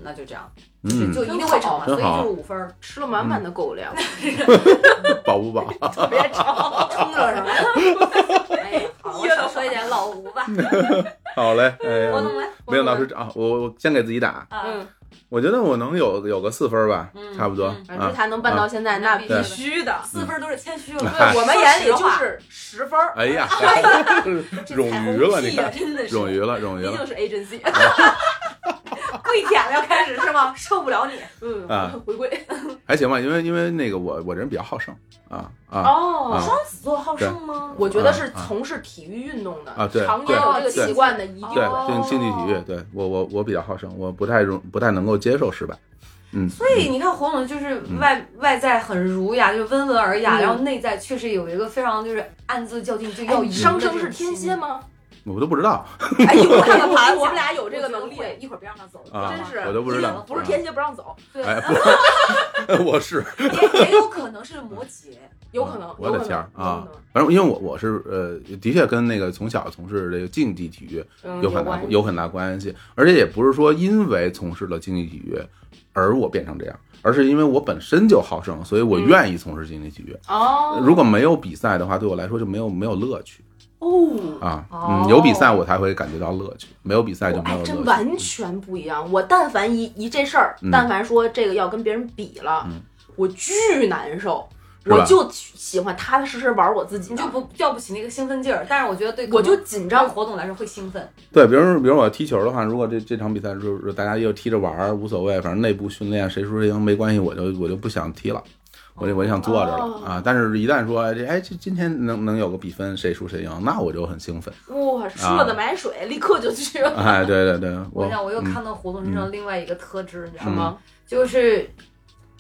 D: 那就这样，
C: 嗯，
A: 就一定会吵嘛，
C: 真
A: 所以就
C: 好
A: 是五分儿，
D: 吃了满满的狗粮，
C: 饱不饱？
D: 别吵。
A: 撑着什么？ 哎呀，好，我少 说一点老吴吧，
C: 好嘞，哎呀
A: 我，弄来，
C: 没想到是这啊，我我先给自己打，
A: 啊，
D: 嗯，
C: 我觉得我能有有个四分吧，
A: 嗯
C: 差不多
A: 嗯
D: 反正
C: 啊。
D: 他能办到现在，那
A: 对
D: 必须的。
A: 四分儿都是谦虚了，
C: 嗨
D: 我们眼里就是十分儿，
C: 哎呀，
A: 这
C: 冗
D: 啊
A: 彩虹
C: 余了，
A: 屁
C: 你
A: 呀
C: 看，
A: 真的是
C: 冗余啊了，冗余
D: 一定
C: 了。
D: 是 agency。跪舔了要开始是吗？受不了你，嗯
C: 啊，
D: 回归
C: 还行吧，因为因为那个我我这人比较好胜啊啊
D: 哦
C: 啊
A: 双子座好胜吗？
D: 我觉得是从事体育运动的
C: 啊对
D: 常年有这个
C: 对
D: 习惯的，一定
C: 对，
D: 会
C: 竞竞技体育，对我我我比较好胜，我不太容不太能够接受失败。嗯，
A: 所以你看，火总就是外、外在很儒雅，就是温文尔雅，
D: 嗯
A: 然后内在确实有一个非常就是暗自较劲就要
D: 哎
A: 赢。
D: 上升是天蝎？ 吗？
C: 嗯我都不知道
D: 哎呦，我看看
A: 爬
D: 盘，
A: 起
D: 我们俩有这个能力，
A: 我觉得会一会儿别让他走，
C: 啊
D: 真是，
C: 我都不知道啊
D: 一定不是天蝎不让走，
A: 对，
C: 哎，不， 我是
A: 也也有可能是摩羯，
D: 有可能，
C: 我的天儿
D: 有可能
C: 啊！反正因为我我是呃，的确跟那个从小从事这个竞技体育
D: 嗯
C: 有
D: 有
C: 很大
D: 关系
C: 有很大关系，而且也不是说因为从事了竞技体育而我变成这样，而是因为我本身就好胜，所以我
D: 嗯
C: 愿意从事竞技体育。
D: 哦
C: 如果没有比赛的话，对我来说就没有没有乐趣
D: 哦。
C: 啊。
A: 哦
C: 嗯，有比赛我才会感觉到乐趣，没有比赛就没有
D: 哎，
C: 乐趣。
D: 真完全不一样。我但凡一一这事儿
C: 嗯，
D: 但凡说这个要跟别人比了
C: 嗯，
D: 我巨难受。
C: 是吧
D: 我就喜欢踏踏实实玩我自己
A: 你
D: 的，
A: 就不吊不起那个兴奋劲儿。但是我觉得对，
D: 我就紧张。
A: 火总来说会兴奋，
C: 对，比如说比如我踢球的话，如果这这场比赛就是大家又踢着玩儿，无所谓，反正内部训练谁输谁赢没关系，我就我就不想踢了，我就我就想坐着了、
D: 哦
C: 啊。但是，一旦说这哎这今天能能有个比分，谁输谁赢，那我就很兴奋。
D: 哇，输了的买水，立刻就去了。
C: 哎，对对对，
A: 我
C: 我
A: 跟你讲，我又
C: 嗯
A: 看到火总身上另外一个特质，你知道
D: 什
A: 吗？
D: 么？
A: 就是，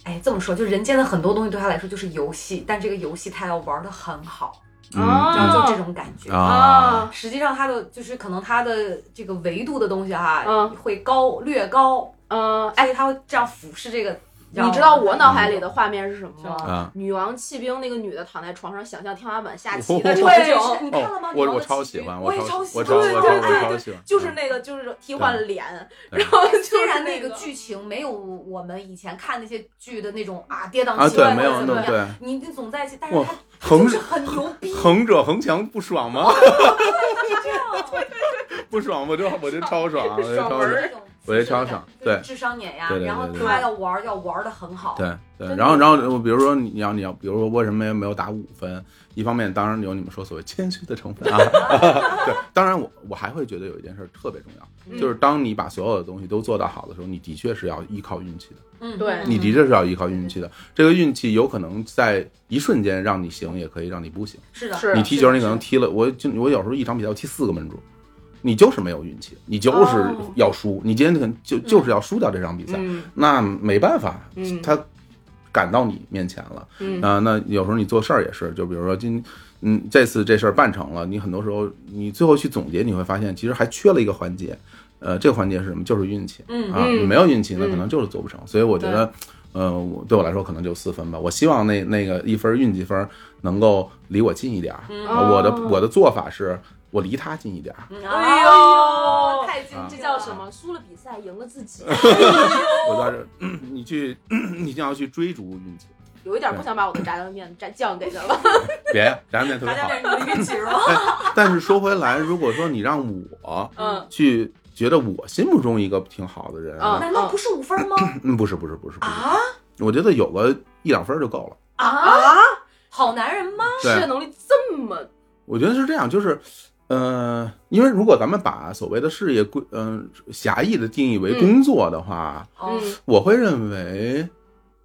A: 哎，这么说，就人间的很多东西对他来说就是游戏，但这个游戏他要玩的很好，
C: 嗯
D: 啊
A: 然后就这种感觉。
C: 啊，
A: 实际上，他的就是可能他的这个维度的东西哈、
D: 嗯
A: 会高略高，
D: 嗯，
A: 哎，他会这样俯视这个。
D: 你知道我脑海里的画面是什么
A: 是
D: 吗？
C: 啊
D: 女王弃兵那个女的躺在床上，想象天花板下棋
C: 哦
D: 的
A: 对，
D: 场景，
A: 是你看了吗
C: 哦？，
A: 你
C: 我
A: 玩
C: 我
A: 的
C: 超
A: 棋
C: 喜欢，
A: 我也
C: 超
A: 超
C: 我
A: 喜
C: 超
A: 欢，
C: 我超
D: 对
C: 我
D: 对
C: 超
D: 对
C: 喜欢，
D: 就是
C: 嗯
D: 那个就是替换脸，
C: 对
D: 然后就是
A: 虽然那
D: 那
A: 个
D: 个
A: 剧情没有我们以前看那些剧的那种啊跌宕
C: 啊
A: 起伏
C: 对，没有
A: 怎么
C: 那
A: 样，
C: 对。
A: 你你总在一起，但是
C: 哇
A: 他
C: 横
A: 就是很牛逼，
C: 横者恒强不爽吗？
A: 这样
C: 不爽，我就我就超爽，我就超
D: 爽文
C: 爽
D: 儿。
C: 我觉得超爽
A: 就是
C: 对
A: 智商碾压
C: 对对，对
A: 然后
C: 对
A: 他要玩儿要玩儿的很好，
C: 对对，
D: 真
C: 然后
D: 的
C: 然后我比如说你你要你要，比如说为什么没有打五分？一方面当然有你们说所谓谦虚的成分啊，对，当然我我还会觉得有一件事儿特别重要，
D: 嗯
C: 就是当你把所有的东西都做到好的时候，你的确是要依靠运气的，
A: 嗯，
D: 对
C: 你的确是要依靠运气的。这个运气有可能在一瞬间让你行，也可以让你不行。
A: 是的，
D: 是啊
C: 你踢球，你可能踢了，我就我有时候一场比赛我踢四个门柱，你就是没有运气，你就是
D: 哦
C: 要输，你今天可能就就是要输掉这场比赛。
D: 嗯
C: 那没办法，
D: 嗯
C: 他赶到你面前了。
D: 嗯
C: 啊、那有时候你做事儿也是，就比如说今，嗯，这次这事儿办成了，你很多时候你最后去总结，你会发现其实还缺了一个环节，呃，这个环节是什么？就是运气
A: 嗯
C: 啊，
D: 嗯
C: 没有运气那
D: 嗯
C: 可能就是做不成。所以我觉得，呃，我对我来说可能就四分吧。我希望那那个一分运气分能够离我近一点儿、
A: 嗯
C: 啊我的
D: 哦
C: 我的做法是我离他近一点儿。
A: 嗯
D: 哎呦
A: 太精
C: 啊
A: 致
D: 这
A: 了
D: 叫什？么？输了比赛，赢了自 己，
C: 我倒是，嗯你去， 你就要去追逐运气，
D: 有一点不想把我的炸酱面蘸酱给他了。
C: 别呀，咱们特别
A: 大家
C: 好。
A: 变成一个节了，
C: 但是说回来，如果说你让我
D: 嗯，
C: 去觉得我心目中一个挺好的人，
D: 嗯
A: 难道不是五 分吗？
C: 嗯，不是不是不是不是，
A: 啊
C: 我觉得有个一两分儿就够了。
A: 啊，
D: 啊，
A: 好男人吗？
D: 世界
C: 对，
D: 能力这么
C: 我觉得是这样，就是，呃，因为如果咱们把所谓的事业归，嗯、狭义的定义为
D: 嗯
C: 工作的话，
A: 哦，
D: 嗯
C: 我会认为，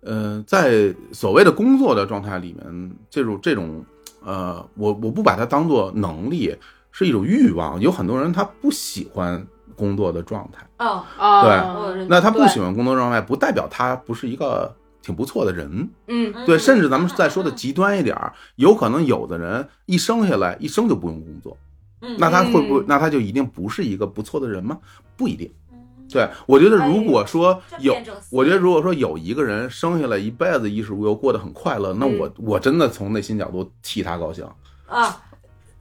C: 呃，在所谓的工作的状态里面，这种这种，呃，我我不把它当做能力，是一种欲望。有很多人他不喜欢工作的状态。
A: 哦，
D: 啊，
A: 对
C: 嗯那他不
D: 对
C: 喜欢工作状态，不代表他不是一个挺不错的人。
D: 嗯
C: 对，甚至咱们再说的极端一点儿，有可能有的人一生下来一生就不用工作，
A: 嗯，
C: 那他会不会
D: 嗯？
C: 那他就一定不是一个不错的人吗？不一定。对，我觉得如果说
A: 嗯这
C: 有
A: 辩证思维，
C: 我觉得，如果说有一个人生下来一辈子衣食无忧，过得很快乐，那我我真的从内心角度替他高兴，
A: 啊，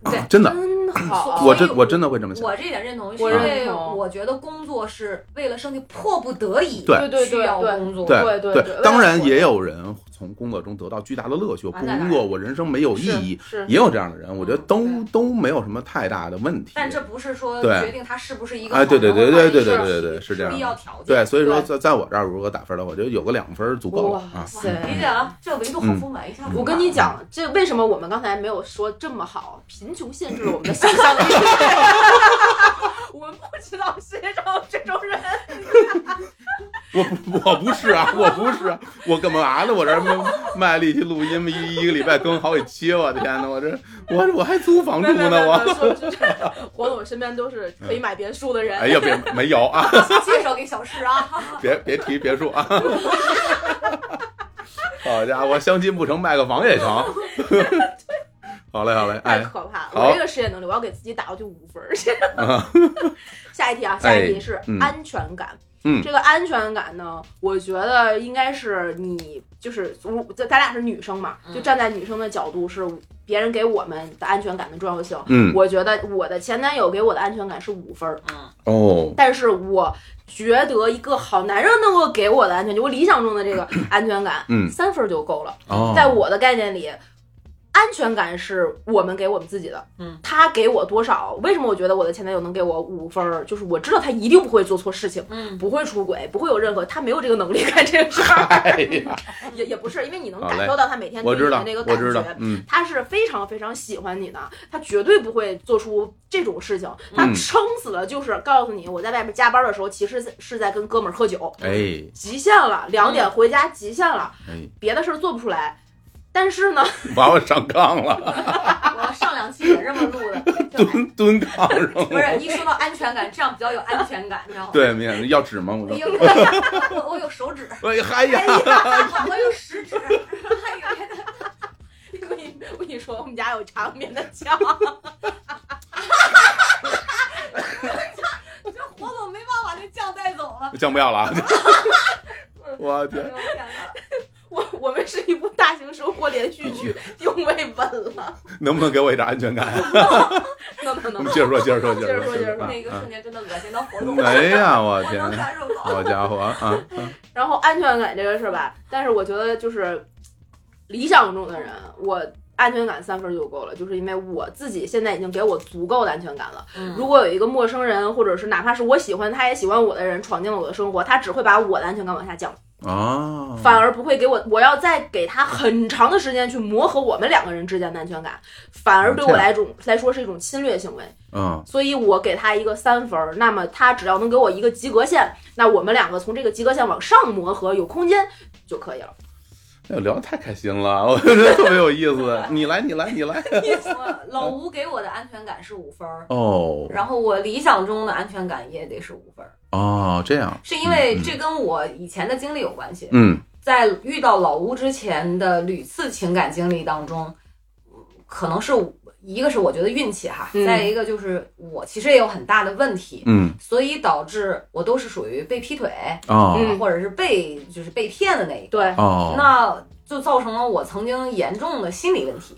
A: 对
C: 真的
D: 真好。
C: 我真我真的会这么想。
A: 我这点认同，是
D: 嗯
A: 因
D: 我
A: 为
D: 认同
A: 我觉得工作是为了生计，迫不得已
C: 对
D: 对对
A: 需
D: 对
A: 要
D: 对
A: 工作。
C: 对
D: 对对
C: 当然也有人从工作中得到巨大的乐趣，
A: 完蛋
C: 工作我人生没有意义，
D: 是
C: 也有这样的人，我觉得都
A: 嗯
C: 都没有什么太大的问题。
A: 但这不是说
C: 对
A: 决定他是不是一个
C: 哎对
A: 好的
C: 对对
A: 老
C: 对
A: 板
C: 对
A: 是
C: 对对对是这样的
A: 必要条件。
C: 对，所以说
D: 对
C: 在在我这儿如果打分的话，我觉得有个两分足够了啊。
A: 哇
D: 塞
A: 理解了，这维度好丰满，一下子
D: 嗯我跟你讲，这为什么我们刚才没有说这么好？贫穷限制了我们的想象力，我们不知道世界上有这种人。
C: 我不我不是啊，我不是啊，我干嘛呢？我这儿卖卖力气录音，一一个礼拜更好几期，我天哪！我这我我还租房
D: 没
C: 住
D: 有没有没
C: 呢，
D: 有，
C: 我
D: 说就是火总身边都是可以买别墅的人。
C: 哎呀，别没有啊，
A: 介绍给小诗 啊，
C: 别别提别墅啊！ 好家伙，相亲不成卖个房也成。 好嘞好嘞，
D: 太
C: 哎，
D: 可怕了！
C: 好
D: 我这个实验能力，我要给自己打过去五分儿。
C: 啊
D: 下一题啊，下一
C: 哎
D: 题是
C: 嗯
D: 安全感。
C: 嗯
D: 这个安全感呢，我觉得应该是你就是我，咱咱俩是女生嘛，
A: 嗯
D: 就站在女生的角度，是别人给我们的安全感的重要性。
C: 嗯
D: 我觉得我的前男友给我的安全感是五分儿，
A: 嗯，
C: 哦，
D: 但是我觉得一个好男人能够给我的安全，就我理想中的这 个安全感，
C: 嗯
D: 三分儿就够了。
C: 哦，
D: 在我的概念里，安全感是我们给我们自己的。
A: 嗯，
D: 他给我多少？为什么我觉得我的前男友能给我五分儿？就是我知道他一定不会做错事情，
A: 嗯，
D: 不会出轨，不会有任何，他没有这个能力干这个事 儿。
C: 哎呀，
D: 也也不是，因为你能
C: 好
D: 感
C: 嘞
D: 受到他每天
C: 我
D: 对你
C: 知
D: 的
C: 道
D: 那个，
C: 我
D: 感
C: 知道
D: 觉，。
C: 嗯，
D: 他是非常非常喜欢你的，他绝对不会做出这种事情。他
C: 嗯
D: 撑死了就是告诉你，我在外面加班的时候，其实是在跟哥们儿喝酒，
C: 哎
D: 极限了，两点回家极限了，
C: 哎，
D: 别的事儿做不出来。但是呢，
C: 把我上杠了，
A: 我上两期也这么录的，就
C: 蹲蹲杠上
A: 不
C: 了。
A: 是一说到安全感，这样比较有安全感，你知道吗？
C: 对面要纸吗？我
A: 哎
C: 说，
A: 呦，我我有手指，
C: 哎嗨呀，
A: 我有食指，哎呦，
D: 我跟你我跟你说，我们家有长棉的墙，
A: 这火总没办法把那酱带走了。
C: 酱不要了啊！我
A: 哎
C: 天，
A: 呦天哪
D: 我我们是一部大型生活连续剧，定位稳 了，
C: 能不能给我一点安全感？
D: 能能
C: 我
D: 能
C: 们。接着说，接着说，
D: 接着
C: 说，
D: 说
C: 接
D: 接
C: 着
D: 着
C: 说
D: 说
A: 那个瞬
C: 啊。
A: 间真的恶心到火总，
C: 啊哎呀，我
A: 我能
C: 天，
A: 感受到。
C: 好家伙啊！
D: 然后安全感这个事儿吧，但是我觉得就是理想中的人，我安全感三分儿就够了，就是因为我自己现在已经给我足够的安全感了。如果有一个陌生人，或者是哪怕是我喜欢他也喜欢我的人闯进了我的生活，他只会把我的安全感往下降，
C: 啊，
D: 反而不会给我，我要再给他很长的时间去磨合我们两个人之间的安全感，反而对我来种来说是一种侵略行为。
C: 嗯，
D: 所以我给他一个三分儿，那么他只要能给我一个及格线，那我们两个从这个及格线往上磨合，有空间就可以了。
C: 哎呦聊得太开心了， 我觉得特别有意思。你来，你来，你来。
A: 我老吴给我的安全感是五分儿，
C: 哦
A: 然后我理想中的安全感也得是五分儿，
C: 哦，这样，
A: 是因为这跟我以前的经历有关系。
C: 嗯
A: 在遇到老吴之前的屡次情感经历当中，可能是一个是我觉得运气哈，
D: 嗯
A: 再一个就是我其实也有很大的问题，
C: 嗯
A: 所以导致我都是属于被劈腿，
C: 哦
D: 嗯
A: 或者是被就是被骗的那一个，
D: 对，
C: 哦，
A: 那就造成了我曾经严重的心理问题。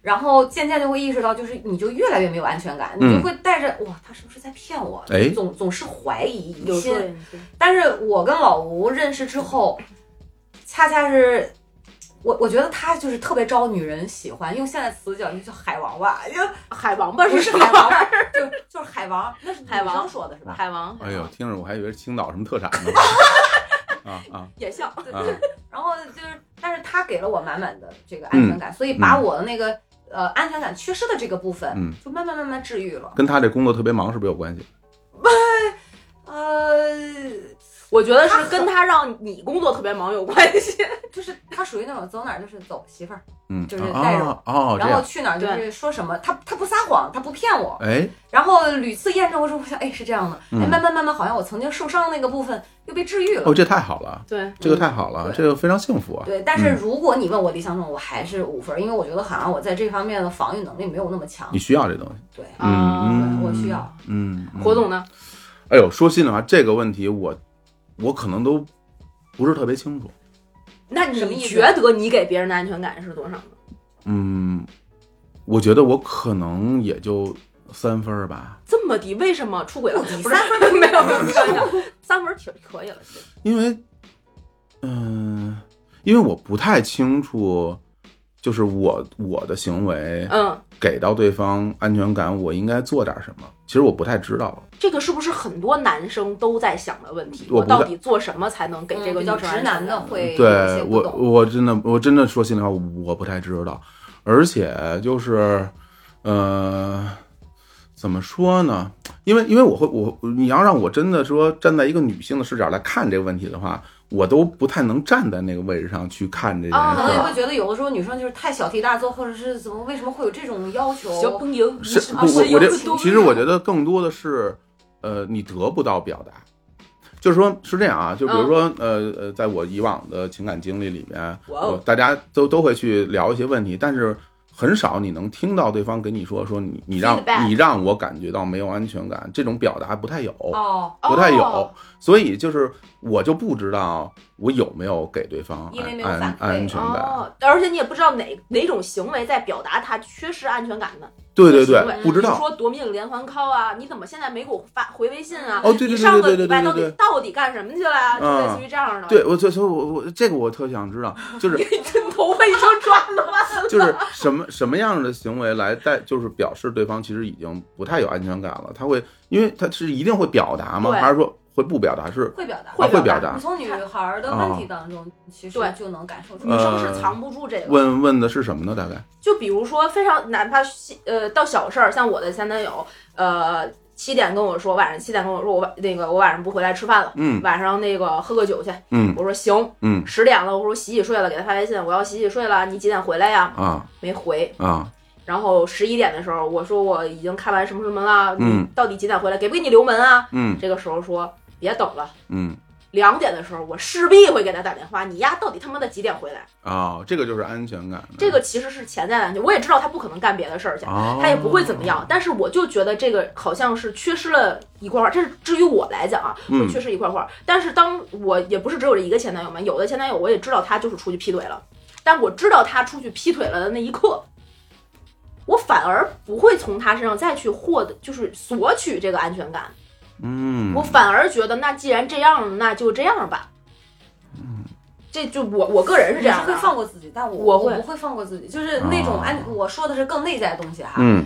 A: 然后渐渐就会意识到，就是你就越来越没有安全感，你
C: 嗯
A: 就会带着哇，他是不是在骗我？
C: 哎
A: 总总是怀疑疑
D: 有
A: 心。
D: 对
A: 但是我跟老吴认识之后，恰恰是我我觉得他就是特别招女人喜欢，用现在词讲就叫海王吧，就
D: 海王八
A: 不
D: 是
A: 是
D: 什
A: 海
D: 么？
A: 王， 就就是海王， 那是女
D: 海王
A: 生说的是吧？
D: 海王
C: 哎呦，听着我还以为是青岛什么特产呢。啊啊
D: 也像
A: 对
C: 啊！
A: 然后就是，但是他给了我满满的这个安全
C: 嗯
A: 感，所以把我的那个呃安全感缺失的这个部分，
C: 嗯
A: 就慢慢慢慢治愈了。
C: 跟他这工作特别忙是不是有关系？
A: 呃，
D: 我觉得是跟他让你工作特别忙有关系。
A: 就是他属于那种走哪儿就是走媳妇儿，
C: 嗯，
A: 就是带着
C: 啊哦，这
A: 然后
C: 样，
A: 去哪儿就是
D: 对
A: 说什么，他他不撒谎，他不骗我，
C: 哎，
A: 然后屡次验证过之后，我想，哎，是这样的，哎，
C: 嗯
A: 慢慢慢慢，好像我曾经受伤那个部分又被治愈了。
C: 哦，这太好了，
D: 对，
C: 这个太好了，
A: 嗯对
C: 这个非常幸福啊。
A: 对，但是
C: 嗯
A: 如果你问我理想中，我还是五分儿，因为我觉得好像我在这方面的防御能力没有那么强
C: 你。需要这东西。
A: 对，
D: 啊
C: 嗯，嗯
A: 我需要。
C: 嗯，嗯
D: 火总呢？
C: 哎呦，说心里话，这个问题我我可能都不是特别清楚。
D: 那
A: 什么意
D: 你
A: 思
D: 觉得你给别人的安全感是多少呢？
C: 嗯，我觉得我可能也就三分儿吧，
D: 这么低，为什么出轨了？
A: 不低
D: 不是
A: 三
D: 没有没有，开玩笑三分儿挺可以了。其实
C: 因为，嗯、因为我不太清楚，就是我我的行为
D: 嗯，
C: 给到对方安全感，我应该做点什么。其实我不太知道，
D: 这个是不是很多男生都在想的问题？
C: 我
D: 我
C: 不在
D: 到底做什么才能给这个
A: 嗯
D: 叫
A: 直男的会有
C: 对
A: 些不
C: 我
A: 懂，
C: 我真的我真的说心里话，我不太知道，而且就是，呃，怎么说呢？因为因为我会我你要让我真的说站在一个女性的视角来看这个问题的话，我都不太能站在那个位置上去看这件事
A: 可能也
C: 儿。
A: 会觉得有的时候女生就是太小题大做，或者是怎么为什么会有这种要求？
D: 小朋友，
C: 是
D: 你
C: 不
D: 吗
C: 我
D: 是
C: 我
D: 有
C: 这
D: 个东
C: 其实我
D: 西啊
C: 觉得更多的是，呃，你得不到表达，就是说是这样啊，就比如说、呃呃，在我以往的情感经历里面，
D: 哇哦
C: 我大家都都会去聊一些问题，但是很少你能听到对方给你说说你你让
D: Feedback
C: 你让我感觉到没有安全感，这种表达不太有。
A: 哦，
C: 不太有，
D: 哦
C: 所以就是我就不知道我有没有给对方
A: 因为没有
C: 安安
A: 反馈
C: 安全感，
D: 哦，而且你也不知道哪哪种行为在表达他缺失安全感呢？
C: 对对
D: 行
C: 对
D: 为，
C: 不知
D: 比如
C: 道，
D: 说夺命连环 call 啊，你怎么现在没给我发回微信啊？
C: 哦对对对
D: 你上个
C: 对对对
D: 礼拜到底
C: 对对嗯
D: 到底干什么去了啊？就类似于这样的。
C: 对，我所以所以我我这个我特想知道，就是
D: 头发已经抓了吧？
C: 就是什么什么样的行为来代，就是表示对方其实已经不太有安全感了。他会，因为他是一定会表达吗？
D: 对
C: 还是说会不表达？是
A: 会表达，
C: 啊
D: 会
C: 会
D: 表
C: 表
D: 达
A: 你
C: 达？
A: 从女孩儿的问题当中，其实
D: 对
A: 就能感
C: 呃
A: 受出
C: 嗯
D: 女
A: 来。
D: 生是藏不住这个。
C: 问问的是什么呢？大概
D: 就比如说，非常哪怕细呃到小事儿，像我的前男友，呃七点跟我说，晚上七点跟我说，我晚那个我晚上不回来吃饭了，
C: 嗯
D: 晚上那个喝个酒去。
C: 嗯
D: 我说行，
C: 嗯
D: 十点了，我说洗洗睡了，给他发微信，我要洗洗睡了，你几点回来呀？
C: 啊
D: 没回，
C: 啊
D: 然后十一点的时候，我说我已经看完什么什么了，
C: 嗯
D: 你到底几点回来？给不给你留门啊？
C: 嗯
D: 这个时候说别等了，
C: 嗯
D: 两点的时候我势必会给他打电话，你丫到底他妈的几点回来？
C: 啊，这个就是安全感的。
D: 这个其实是潜在的安全，我也知道他不可能干别的事儿去。
C: 啊，
D: 他也不会怎么样，但是我就觉得这个好像是缺失了一块块。这是至于我来讲啊，
C: 嗯
D: 会缺失一块块。但是当我也不是只有这一个前男友嘛，有的前男友我也知道他就是出去劈腿了，但我知道他出去劈腿了的那一刻，我反而不会从他身上再去获得，就是索取这个安全感。
C: 嗯，
D: 我反而觉得，那既然这样，那就这样吧。
C: 嗯
D: 这就我我个人是这
A: 你是
D: 样的
A: 会
D: 啊。
A: 放过自己，但
D: 我
A: 我
D: 会
A: 不会放过自己，就是那种
C: 哦
A: 安，我说的是更内在的东西哈。
C: 嗯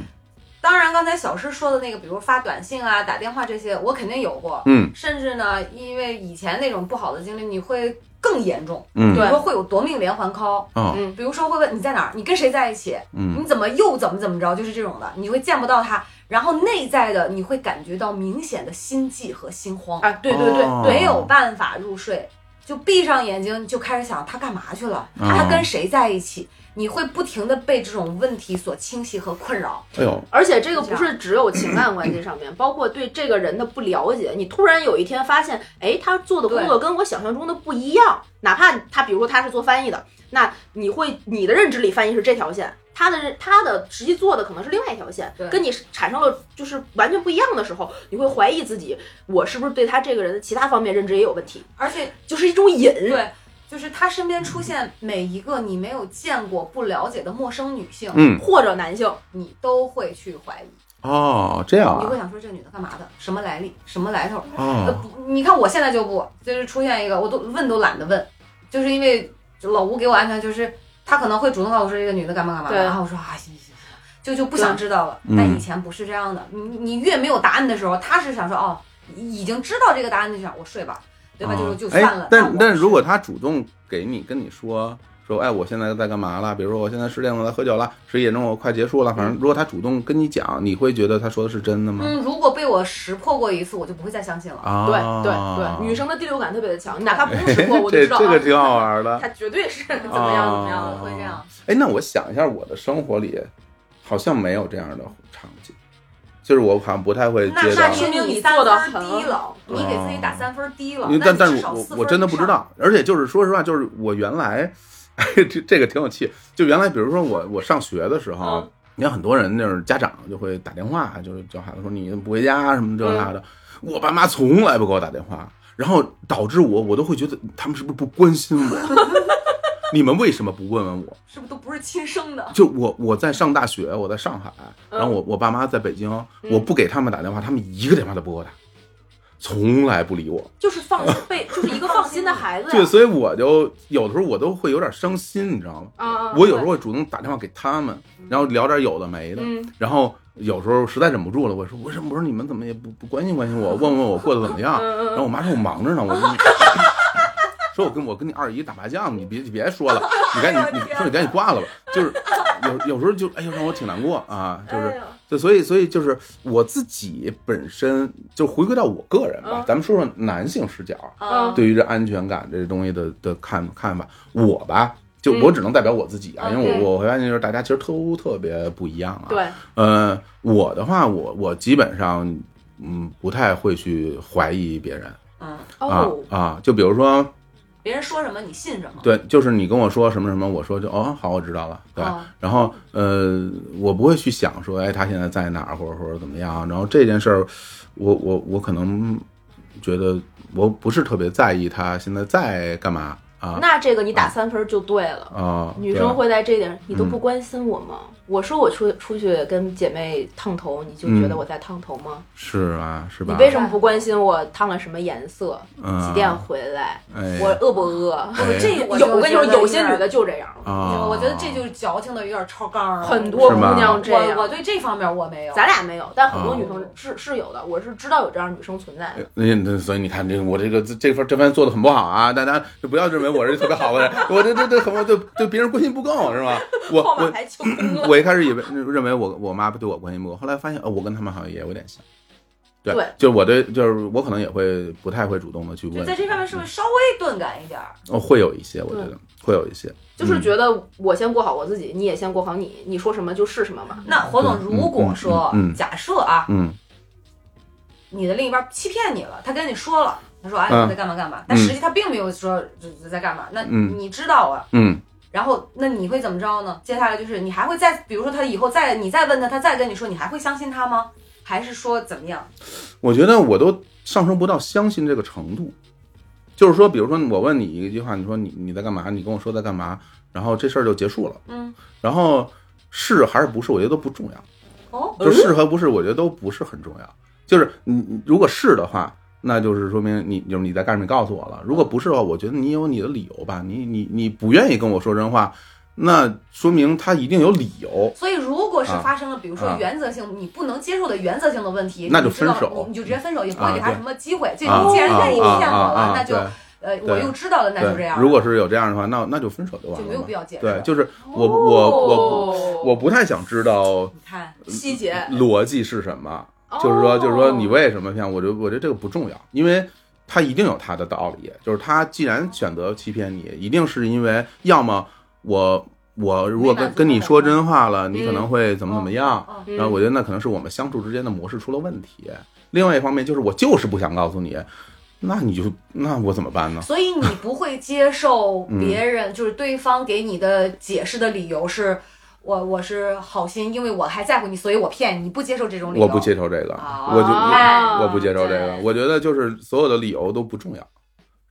A: 当然，刚才小诗说的那个，比如发短信啊、打电话这些，我肯定有过。
C: 嗯
A: 甚至呢，因为以前那种不好的经历，你会更严重，
C: 嗯
A: 比
D: 对
A: 如说会有夺命连环 call，
C: 哦
D: 嗯
A: 比如说会问你在哪儿，你跟谁在一起，
C: 嗯
A: 你怎么又怎么怎么着，就是这种的，你会见不到他，然后内在的你会感觉到明显的心悸和心慌，
D: 啊，对对对，
C: 哦
A: 没有办法入睡，就闭上眼睛就开始想他干嘛去了，
C: 哦
A: 他跟谁在一起，你会不停的被这种问题所侵袭和困扰。
C: 哎呦
D: 而且这个不是只有情感关系上面， 包括对这个人的不了解。你突然有一天发现，哎，他做的工作跟我想象中的不一样。哪怕他，比如说他是做翻译的，那你会你的认知里翻译是这条线，他的认他的实际做的可能是另外一条线
A: 对，
D: 跟你产生了就是完全不一样的时候，你会怀疑自己，我是不是对他这个人的其他方面认知也有问题？
A: 而且
D: 就是一种瘾。
A: 对，就是他身边出现每一个你没有见过、不了解的陌生女性，
C: 嗯
D: 或者男性，
A: 你都会去怀疑，
C: 哦，这样
A: 你
C: 啊
A: 会想说这女的干嘛的，什么来历，什么来头。呃，
C: 哦，
A: 不你看我现在就不，就是出现一个我都问都懒得问，就是因为就老吴给我安全，就是他可能会主动告诉我说这个女的干嘛干嘛，
D: 对
A: 然后我说啊行行行，就就不想知道了。
C: 嗯
A: 但以前不是这样的，你你越没有答案的时候，他是想说哦，已经知道这个答案就想我睡吧，对吧？
C: 哦
A: 就就
C: 哎
A: 算了。
C: 但
A: 那我
C: 但如果他主动给你跟你说说，哎，我现在在干嘛了？比如说我现在十点我在喝酒了，十一点钟我快结束了。
D: 嗯
C: 反正如果他主动跟你讲，你会觉得他说的是真的吗？
A: 嗯，如果被我识破过一次，我就不会再相信了。
C: 啊，
D: 对对对，女生的第六感特别的强，哪怕不用
C: 嘿
D: 识破，我就
C: 这
D: 知 道
C: 这个
D: 啊，
C: 啊挺好玩的。
D: 他绝对是怎么样怎么样的。
A: 会这样。
C: 哎，那我想一下，我的生活里好像没有这样的场景，就是我好像不太会
A: 那
C: 接
A: 那
C: 到。
A: 说明
D: 你
A: 三
D: 做得
A: 分低
D: 很
A: 了，你给自己打
C: 哦
A: 三分低了。
C: 因为
A: 那
C: 但
A: 你
C: 但
A: 至
C: 是
A: 少
C: 我
A: 四
C: 我
A: 分
C: 真的
A: 以
C: 不知
A: 上。
C: 道，而且就是说实话，就是我原来，哎，这这个挺有趣。就原来比如说我我上学的时候
D: 嗯，
C: 你看很多人就是家长就会打电话，就是叫孩子说你怎么不回家啊什么这那的。
A: 嗯
C: 我爸妈从来不给我打电话，然后导致我我都会觉得他们是不是不关心我。 你们为什么不问问我？
D: 是不是都不是亲生的？
C: 就我我在上大学，我在上海，
A: 嗯
C: 然后我我爸妈在北京，我不给他们打电话，他们一个电话都不给我打，从来不理我。
D: 就是放心被，就是一个放心的孩子
C: 对，
D: 呀。
C: 所以我就有的时候我都会有点伤心，你知道吗？
D: 啊啊！
C: 我有时
D: 对
C: 候会主动打电话给他们，然后聊点有的没的，
D: 嗯
C: 然后有时候实在忍不住了，我说我说我说你们怎么也不不关心关心我，问问我过得怎么样？
D: 嗯嗯嗯
C: 然后我妈说我忙着呢，我说你 说我跟我跟你二姨打麻将，你别别 说了，你赶紧你说你赶紧挂了吧，就是有有时候就哎呦让我挺难过啊，就
D: 哎
C: 是
D: 呦
C: 就所以所以就是我自己本身就回归到我个人吧
D: 嗯，
C: 咱们说说男性视角，啊
A: 嗯
C: 对于这安全感这东西的的看看法，我吧，就我只能代表我自己啊，
D: 嗯
C: 因为
D: 对
C: 我我会发现就是大家其实都特别不一样啊。，
D: 对，
C: 呃，我的话，我我基本上嗯不太会去怀疑别人
A: 嗯，
C: 啊
D: 哦，
C: 啊，就比如说
A: 别人说什么你信什么。
C: 对，就是你跟我说什么什么，我说就哦好，我知道了，对。
A: 哦
C: 然后呃，我不会去想说，哎，他现在在哪儿，或者或者怎么样。然后这件事儿，我我我可能觉得我不是特别在意他现在在干嘛啊
D: 那这个你打三分就对了。
C: 啊。
D: 女
C: 对
D: 生会在这点，你都
C: 嗯
D: 不关心我吗？我说我出出去跟姐妹烫头，你就觉得我在烫头吗？
C: 是啊，嗯是吧？
D: 你为什么不关心我烫了什么颜色？
C: 嗯
D: 几点回来？
C: 哎
D: 我饿不饿？
C: 哎
A: 这个我
D: 有，我跟你说，
A: 就觉得
D: 有些
A: 点
D: 女的就这样，
C: 啊？
A: 我觉得这就是矫情的有点超纲了。
D: 很多
C: 是
D: 姑
C: 吗
D: 娘这
A: 我我
D: 样。
A: 对这方面我没有。
D: 咱俩没有，但很多
C: 啊
D: 女生是是有的，我是知道有这样女生存在的。
C: 哎那那所以你看，这个我这个这这份这番做的很不好啊！大家就不要认为我是特别好的人，我这这这很对对别人关心不够是吧？我
D: 号码
C: 我
D: 牌清空了。
C: 我一开始以为认为我我妈对我关心不够，后来发现哦，我跟他们好像也有点像。对，
D: 对
C: 就是我对，就是我可能也会不太会主动的去
A: 就
C: 问，
A: 在这方面是
C: 嗯
A: 不是稍微钝感一点儿？
C: 哦会有一些，我觉得会有一些，嗯
D: 就是觉得我先过好我自己，你也先过好你，你说什么就是什么嘛。
A: 那侯总，如果说
C: 嗯嗯嗯
A: 假设啊，
C: 嗯
A: 你的另一半欺骗你了，他跟你说了，他说哎
C: 嗯
A: 我在干嘛干嘛，但实际他并没有说这在干嘛，那
C: 嗯
A: 你知道啊，
C: 嗯
A: 然后那你会怎么着呢？接下来就是你还会再，比如说他以后再你再问他，他再跟你说，你还会相信他吗？还是说怎么样？
C: 嗯，我觉得我都上升不到相信这个程度，就是说，比如说我问你一句话，你说你你在干嘛？你跟我说在干嘛？然后这事儿就结束了，
A: 嗯，
C: 然后是还是不是，我觉得都不重要。
A: 哦，
C: 就、是和不是，我觉得都不是很重要。就是你你如果是的话，那就是说明你就是你在干什么，你告诉我了。如果不是的话，我觉得你有你的理由吧。你你你不愿意跟我说真话，那说明他一定有理由。
A: 所以如果是发生了，比如说
C: 啊
A: 原则性你不能接受的原则性的问题，
C: 那就
A: 你知道
C: 分手
A: 你你就直接分手，也不会给
C: 啊
A: 他
C: 对
A: 什么机会。这
C: 啊
A: 你既然愿意
C: 啊
A: 骗我
C: 啊
A: 了
C: 啊，
A: 那就
C: 对
A: 呃
C: 对
A: 我又知道了，那就这
C: 对
A: 样，。
C: 如果是有这样的话，那那就分手就完了
A: 就
C: 嘛。
A: 没有必要解释
C: 对，就是我我我
D: 哦
C: 我不太想知道
A: 你看，
D: 细节，哦
C: 逻辑是什么。
A: 哦
C: 就是说，就是说，你为什么骗我？我觉得，我觉得这个不重要，因为他一定有他的道理。就是他既然选择欺骗你，一定是因为要么我我如果
A: 没
C: 跟
A: 满足
C: 跟你
A: 他的
C: 说
A: 愿望
C: 真话了，你
D: 嗯
C: 可能会怎么怎么样。
A: 嗯
D: 嗯
C: 然后我觉得那可能是我们相处之间的模式出了问题。另外一方面就是我就是不想告诉你，那你就那我怎么办呢？
A: 所以你不会接受别
C: 嗯
A: 人，就是对方给你的解释的理由是，我我是好心，因为我还在乎你，所以我骗你，你不接受这种理由。
C: 我不接受这个，
A: 哦
C: 我就
A: 哎
C: 我不
D: 啊
C: 接受这个。
A: 对
C: 我觉得就是所有的理由都不重要，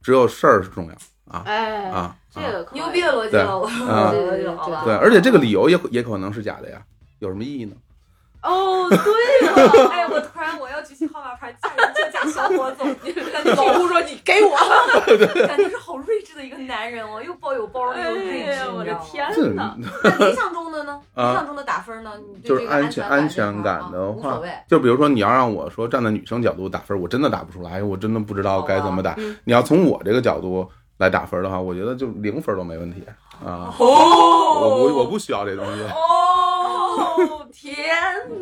C: 只有事儿是重要
D: 哎，
C: 啊。
D: 这
C: 啊
D: 个可以
A: 牛逼的逻辑了，我
C: 啊
A: 我觉得好吧
C: 对，而且这个理由也也可能是假的呀，有什么意义呢？
D: 哦， 对了，
A: 哎，我突然我要举起号码牌，嫁人就嫁小伙总， 感觉
D: 老吴说你给 我，
A: 感觉是好睿智的一个男人哦，又包有包容，又睿智。
D: 哎我的天
C: 这
D: 哪！
A: 那理想中的呢？理
C: 啊
A: 想中的打分呢？你
C: 就
A: 对
C: 是
A: 这个
C: 安全安全
A: 全
C: 感
A: 感
C: 的
A: 啊无所
C: 话
A: 谓。，
C: 就比如说你要让我说站在女生角度打分，我真的打不出来，我真的不知道该怎么打。
D: 嗯
C: 你要从我这个角度来打分的话，我觉得就零分都没问题啊。
D: 哦
C: 我不我不需要这东西，
D: 哦，天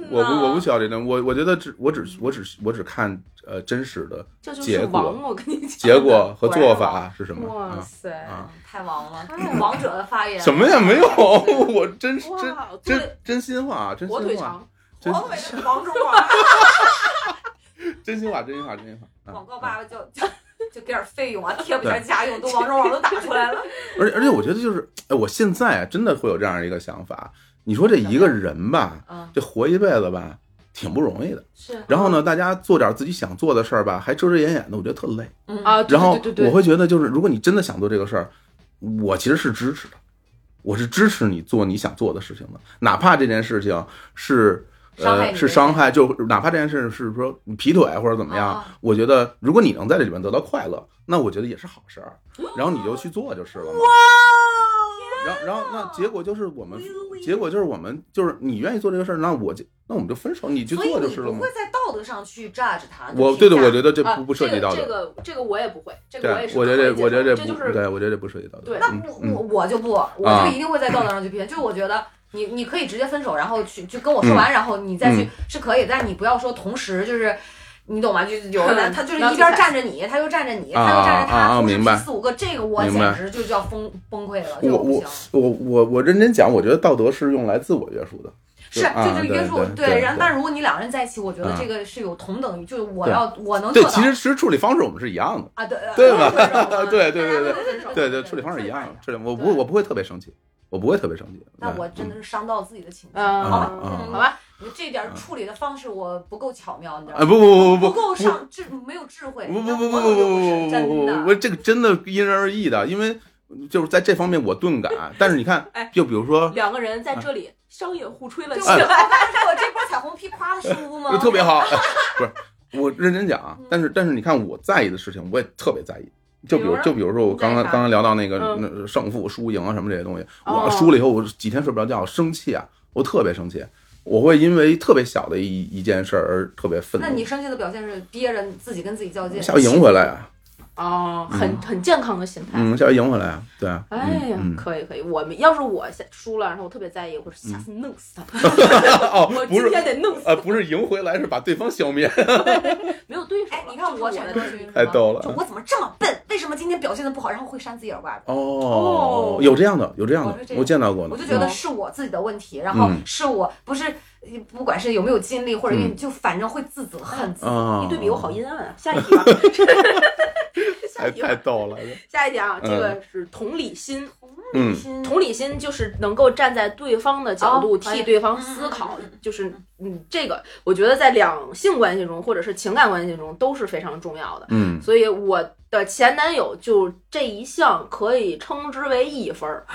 D: 哪！
C: 我不我不需要这东西，我我觉得只我只我只我只看呃真实的
D: 这就
C: 结
D: 是
C: 果
D: 王，我跟你讲，
C: 结果和
A: 果然是
C: 做法是什么
D: 哇
C: 啊？
D: 塞，
C: 啊
A: 哎太王了，王者的发言。
C: 什么呀？没有，我真真
D: 哇，我做了
C: 真真心话，啊真
D: 火腿
C: 心话，
D: 肠，
C: 真
A: 王伟的王 中王，
C: 真心话，真心话，真心话。啊
A: 广告爸爸就就就给点费用啊，贴不下家用，都王中王都打出来了。
C: 而且而且我觉得就是，哎，我现在真的会有这样一个想法。你说这一个人吧，
A: 嗯，
C: 这活一辈子吧，挺不容易的。
A: 是
D: 嗯
C: 然后呢，大家做点自己想做的事儿吧，还遮遮掩掩的，我觉得特累。
A: 嗯
D: 啊，对
C: 然后
D: 对对对
C: 我会觉得，就是如果你真的想做这个事儿，我其实是支持的，我是支持你做你想做的事情的，哪怕这件事情是。
A: 伤害
C: 呃，
A: 你
C: 是
A: 的
C: 伤害，就哪怕这件事是说你劈腿或者怎么样，
A: 哦
C: 我觉得如果你能在这里面得到快乐，那我觉得也是好事 儿，然后你就去做就是了嘛。然后，然后那结果就是我们，结果就是我们就是你愿意做这个事儿，那我就那我们就分手，你去
A: 所以
C: 做就
A: 你
C: 是了
A: 不
C: 嘛
A: 会。在道德上去 judge 他。
C: 我
A: 去
C: 对对，
A: 评价
C: 我觉得这
D: 啊
C: 不不涉及到
D: 这
C: 的，
D: 个这个我也不会，这
C: 对
D: 个我也，是
C: 我觉
D: 不
C: 得
D: 会接
C: 我觉
D: 受
C: 得不
D: 这就是
C: 对，我觉得这不涉及到的。
D: 对
A: 那
C: 嗯
A: 我
C: 嗯
A: 我我就不，我
C: 啊
A: 就一定会在道德上去批评，就是我觉得。你你可以直接分手，然后去就跟我说完，然后你再去、
C: 嗯
A: 是可以，但你不要说同时就是，你懂吗？就有的男
D: 嗯
A: 他就是
D: 了
A: 一
D: 解
A: 边站着你，他又站着你，
C: 啊
A: 他又站着他，
C: 啊啊
A: 同时
C: 明白
A: 批四五个，这个我
C: 明白
A: 简直就叫崩崩溃了，
C: 我
A: 这个不
C: 我
A: 行。
C: 我我我认真讲，我觉得道德是用来自我约束的。
A: 是，
C: 啊
A: 这就是
C: 对
A: 约束
C: 对对
A: 然后
C: 对
A: 但如果你两个人在一起，我觉得
C: 啊
A: 这个是有同等，就是我
C: 对
A: 要我能
C: 对
A: 做，到。
C: 其实其实处理方式我们是一样的。
A: 啊，对
C: 对
A: 我
C: 吧
A: 也会这么
C: 对对
A: 嗯大
C: 对
A: 家都
C: 对
A: 分手
C: 对对，处理方式一
A: 哎
C: 样，处理我不
D: 对
C: 我不会特别生气，我不会特别生气。
A: 那我
C: 对
A: 真的是伤到自己的情绪。
D: 嗯
A: 好吧，
C: 嗯
A: 嗯
D: 好吧，
A: 你这点处理的方式我不够巧妙，你知道
C: 啊
A: 吗？
C: 不不不
A: 不
C: 不
A: 够
C: 不不
A: 上智，没有智慧。
C: 不
A: 你知
C: 不
A: 道
C: 不
A: 吗
C: 不不
A: 我有
C: 不
A: 是
C: 不
A: 真
C: 不
A: 的
C: 不，这个真的因人而异的，因为就是在这方面我钝感，啊但是你看，
A: 哎
C: 就比如说。
D: 两个人在这
C: 啊
D: 里商业互吹了
A: 对，
D: 起
A: 我我
D: 来。
A: 当时我这波彩虹屁夸的舒服吗？
C: 哎 特别好，不是我认真讲啊，但是但是你看我在意的事情，我也特别在意。就比如
D: 比如呢
C: 就比如说我刚
D: 你在
C: 刚
D: 意啥
C: 刚刚聊到那个
D: 嗯
C: 那胜负输赢啊什么这些东西，
D: 哦
C: 我输了以后我几天睡不着觉，生气啊，我特别生气，我会因为特别小的一一件事儿而特别愤
A: 那你
C: 怒，
A: 生气的表现是憋着自己跟自己较劲。
C: 想要赢回来啊，
D: 哦，很很健康的心态。
C: 嗯，想要赢回来啊，对啊，嗯
D: 哎呀，
C: 嗯，
D: 可以可以，我们要是我下输了，然后我特别在意，我说下次弄死 他，
C: 哦
D: 我，
C: 不
D: 今
C: 是，
D: 天得弄死他，
C: 呃，不是赢回来，是把对方消灭，
D: 没有对手了。
A: 哎，你看我
D: 这
A: 选
D: 是
A: 择
D: 我的
A: 群是吧
C: 太逗了
A: 就我怎么这么笨？为什么今天表现的不好？然后会扇自己耳刮子。
C: 哦，有这样的，有这样
A: 我
C: 的
A: 是这，样
C: 我见到过的，
A: 我就觉得
D: 嗯
A: 是我自己的问题，然后
C: 嗯
A: 是我不是，呃不管是有没有尽力或者运
C: 嗯
A: 气，就反正会自责恨自己。
C: 啊，
D: 一对比我好阴暗啊！下一 题吧， 下
C: 太
D: 一题
C: 哎太
D: 吧，
C: 逗了，
D: 下一题啊，这
C: 嗯
D: 个是同理心。
C: 嗯
A: 心
D: 同理心就是能够站在对方的角度
A: 哦哎
D: 替对方思考，就是嗯，这个我觉得在两性关系中或者是情感关系中都是非常重要的。
C: 嗯。
D: 所以我的前男友就这一项可以称之为一分儿。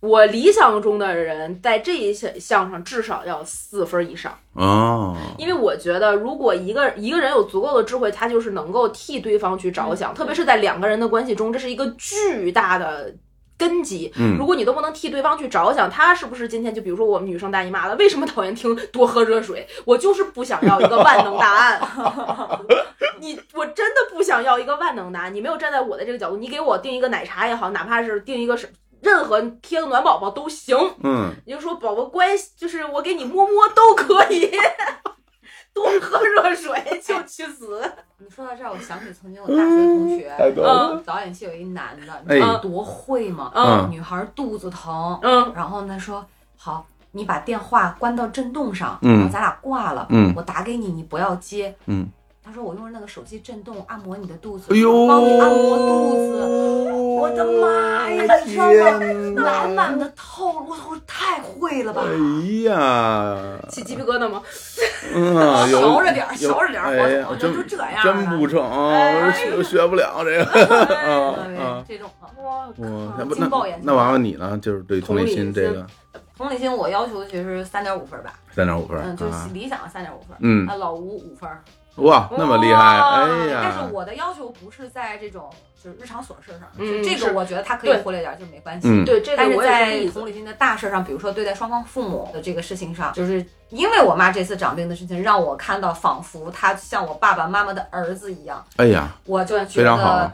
D: 我理想中的人在这一项项上至少要四分儿以上，
C: 哦，
D: 因为我觉得如果一个一个人有足够的智慧，他就是能够替对方去着想，特别是在两个人的关系中，这是一个巨大的根基。
C: 嗯
D: 如，果你都不能替对方去着想，他是不是今天就比如说我们女生大姨妈了，为什么讨厌听多喝热水？我就是不想要一个万能答案。 你我真的不想要一个万能答案。你没有站在我的这个角度，你给我订一个奶茶也好，哪怕是订一个是任何贴个暖宝宝都行。
C: 嗯，
D: 你就说宝宝乖，就是我给你摸摸都可以。 多喝热水就去死，
A: 你说到这儿，我想起曾经我大学同学，
C: 嗯太逗了，
A: 嗯导演系有一男的，你
C: 哎
A: 知道多会吗？
C: 嗯
A: 女孩肚子疼，
D: 嗯，
A: 然后呢说好，你把电话关到震动上，
C: 嗯
A: 然后咱俩挂了，
C: 嗯
A: 我打给你，你不要接，
C: 嗯。
A: 他说我用那个手机震动按摩你的肚子，
C: 哎呦，
A: 帮你按摩肚子，我的妈呀你
C: 哎
A: 知道吗
C: 天哪
A: 满满的套路，我操，太会了吧！
C: 哎呀，
D: 起鸡皮疙瘩吗？
A: 哎
C: 嗯，有
A: 收着点儿，
C: 有
A: 收着点儿，
C: 哎
A: 我
C: 呀
A: 怎，么
C: 真
A: 就这样
C: 真
A: 啊
C: 不成，我
D: 哎
C: 学学不了这个。
A: 对
C: 啊啊，
A: 这种的
D: 哇，
C: 我那
A: 啊
C: 不
A: 惊爆眼
C: 那
A: 球
C: 那娃娃你呢？就是对同理
D: 同理
C: 心
D: 心
C: 这个
A: 同理心，我要求其实三点五分吧，
C: 三点五分
A: 嗯，就是
C: 啊，
A: 理想三点五分。
C: 嗯，
A: 啊，老吴五分儿，
C: 哇，那么厉害，
D: 哇
C: 哎
A: 但是
C: 呀，
A: 我的要求不是在这种就是日常琐事上，
D: 嗯
A: 就这
D: 是
A: 个我觉得他可以
D: 对
A: 忽略点儿，就没关系。
C: 嗯，
D: 对这个
A: 但是
D: 我也
A: 在
D: 是
A: 同理心的大事上，比如说对待双方父母的这个事情上，就是因为我妈这次长病的事情，让我看到仿佛她像我爸爸妈妈的儿子一样，
C: 哎呀，
A: 我就觉
C: 非常好
A: 得
C: 啊，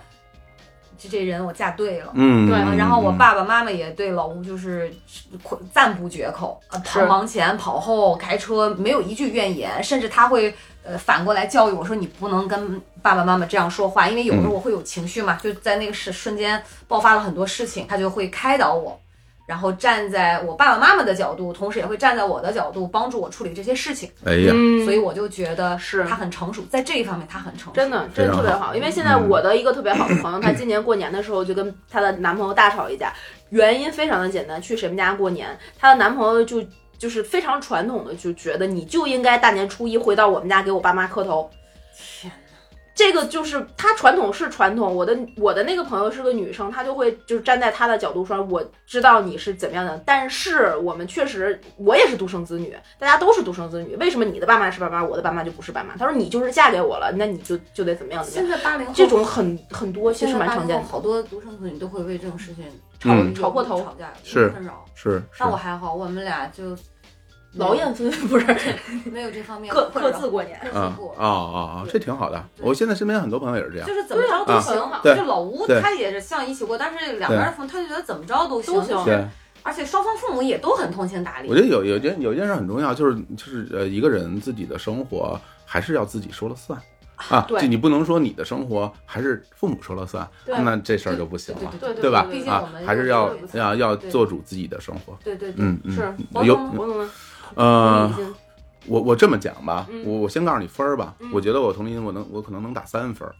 A: 这这人我嫁对了。
C: 嗯，
D: 对
A: 啊，
C: 嗯
A: 然后我，爸爸妈妈也对老吴就是夸赞不绝口，啊，跑
D: 是
A: 忙前跑后开车没有一句怨言，甚至他会呃反过来教育我说你不能跟爸爸妈妈这样说话，因为有时候我会有情绪
D: 嗯
A: 嘛，就在那个时瞬间爆发了很多事情，他就会开导我。然后站在我爸爸妈妈的角度，同时也会站在我的角度帮助我处理这些事情，
C: 嗯哎呀，
D: 嗯
A: 所以我就觉得
D: 是
A: 他很成熟，在这一方面他很成熟，
D: 真的，真
C: 非
D: 的
C: 常
D: 特别
C: 好嗯
D: 好。因为现在我的一个特别好的朋友，她今年过年的时候就跟她的男朋友大吵一架，原因非常的简单，去谁们家过年，她的男朋友就就是非常传统的就觉得你就应该大年初一回到我们家给我爸妈磕头。
A: 天哪，
D: 这个就是他传统是传统，我的我的那个朋友是个女生，她就会就是站在她的角度说，我知道你是怎么样的，但是我们确实我也是独生子女，大家都是独生子女，为什么你的爸妈是爸妈，我的爸妈就不是爸妈？她说你就是嫁给我了，那你就就得怎么样怎么样，
A: 现在八零后
D: 这种很很多，其实蛮常见的。
A: 啊好多独生子女都会为这种事情吵、
C: 嗯
D: 吵破头
A: 吵架，
C: 是
A: 困扰。
C: 是是
A: 但我还好，我们俩就
D: 劳燕分不 是
A: 没有这方面
D: 各
A: 困
D: 各
A: 扰
D: 自过年，
A: 各自
C: 啊
A: 过
C: 啊啊啊，这挺好的。我现在身边很多朋友也是这样，
A: 就是怎么着
D: 对
A: 都
D: 啊
A: 行。
C: 对
A: 就老吴
C: 对
A: 他也是像一起过，但是两边的朋友他就觉得怎么着都行，
D: 都行
A: 就是
C: 对。
A: 而且双方父母也都很通情达理。
C: 我觉得有有件有一件事很重要，就是就是呃，一个人自己的生活还是要自己说了算啊。
D: 对
C: 就你不能说你的生活还是父母说了算，
D: 对
C: 那这事儿就不行了，
A: 对
D: 对
C: 吧
A: 毕竟？我
C: 啊
A: 们，
C: 还是要
A: 有
C: 要要
A: 对
C: 做主自己的生活。
A: 对对对，
C: 嗯嗯，
D: 是
A: 王
C: 有
A: 总呢
D: 我懂了。
C: 呃
D: 已，经
C: 我我这么讲吧，
D: 嗯
C: 我我先告诉你分儿吧
D: 嗯，
C: 我觉得我同龄人我能我可能能打三分儿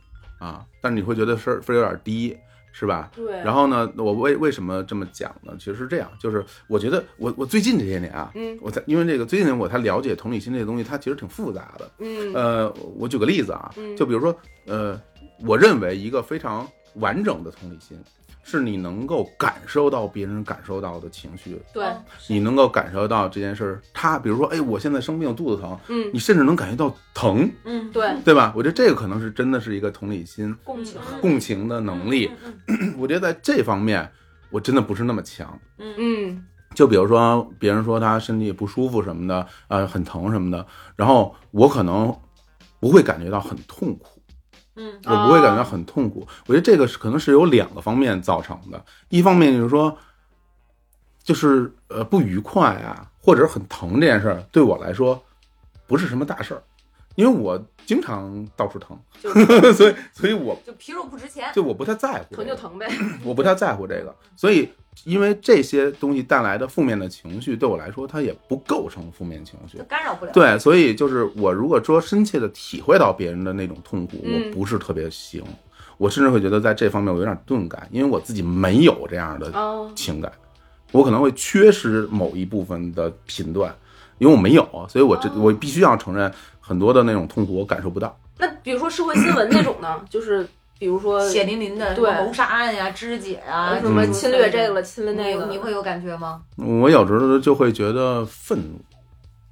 C: 啊，但是你会觉得分儿分儿有点低，是吧？
D: 对，
C: 然后呢，我为为什么这么讲呢？其实是这样，就是我觉得我我最近这些年啊，
D: 嗯
C: 我才因为这个最近我才了解同理心这个东西，它其实挺复杂的。
D: 嗯
C: 呃，我举个例子啊
D: 嗯，
C: 就比如说，呃，我认为一个非常完整的同理心，是你能够感受到别人感受到的情绪，
D: 对，
C: 你能够感受到这件事儿。他比如说，哎，我现在生病，肚子疼，
D: 嗯
C: 你甚至能感觉到疼，
A: 嗯，
D: 对，嗯
C: 对吧？我觉得这个可能是真的是一个同理心、
D: 共情
C: 共情的能力。
A: 嗯，
C: 我觉得在这方面，我真的不是那么强。
D: 嗯
C: 就比如说别人说他身体不舒服什么的，呃，很疼什么的，然后我可能不会感觉到很痛苦，
A: 嗯
C: 我不会感觉到很痛苦。我觉得这个是可能是有两个方面造成的，一方面就是说，就是呃不愉快啊，或者很疼这件事儿，对我来说不是什么大事儿，因为我经常到处疼， 所以所以我
A: 就皮肉不值钱。
C: 就我不太在乎、这
D: 疼
C: 个
D: 就。疼呗。
C: 我不太在乎这个，所以因为这些东西带来的负面的情绪，对我来说，它也不构成负面情绪
A: 就。干扰不了。
C: 对，所以就是我如果说深切的体会到别人的那种痛苦，
D: 嗯
C: 我不是特别行，我甚至会觉得在这方面我有点钝感，因为我自己没有这样的
D: 哦，
C: 情感，我可能会缺失某一部分的频段，因为我没有，啊所以我这我必须要承认，很多的那种痛苦我感受不到。
D: 那比如说社会新闻那种呢，就是比如说
A: 血淋淋的什么
D: 对
A: 谋杀案呀、肢解啊，
D: 什么
A: 嗯
D: 侵略这个了，侵略
A: 你
D: 那个了，
A: 你会有感觉吗？
C: 我有时候就会觉得愤怒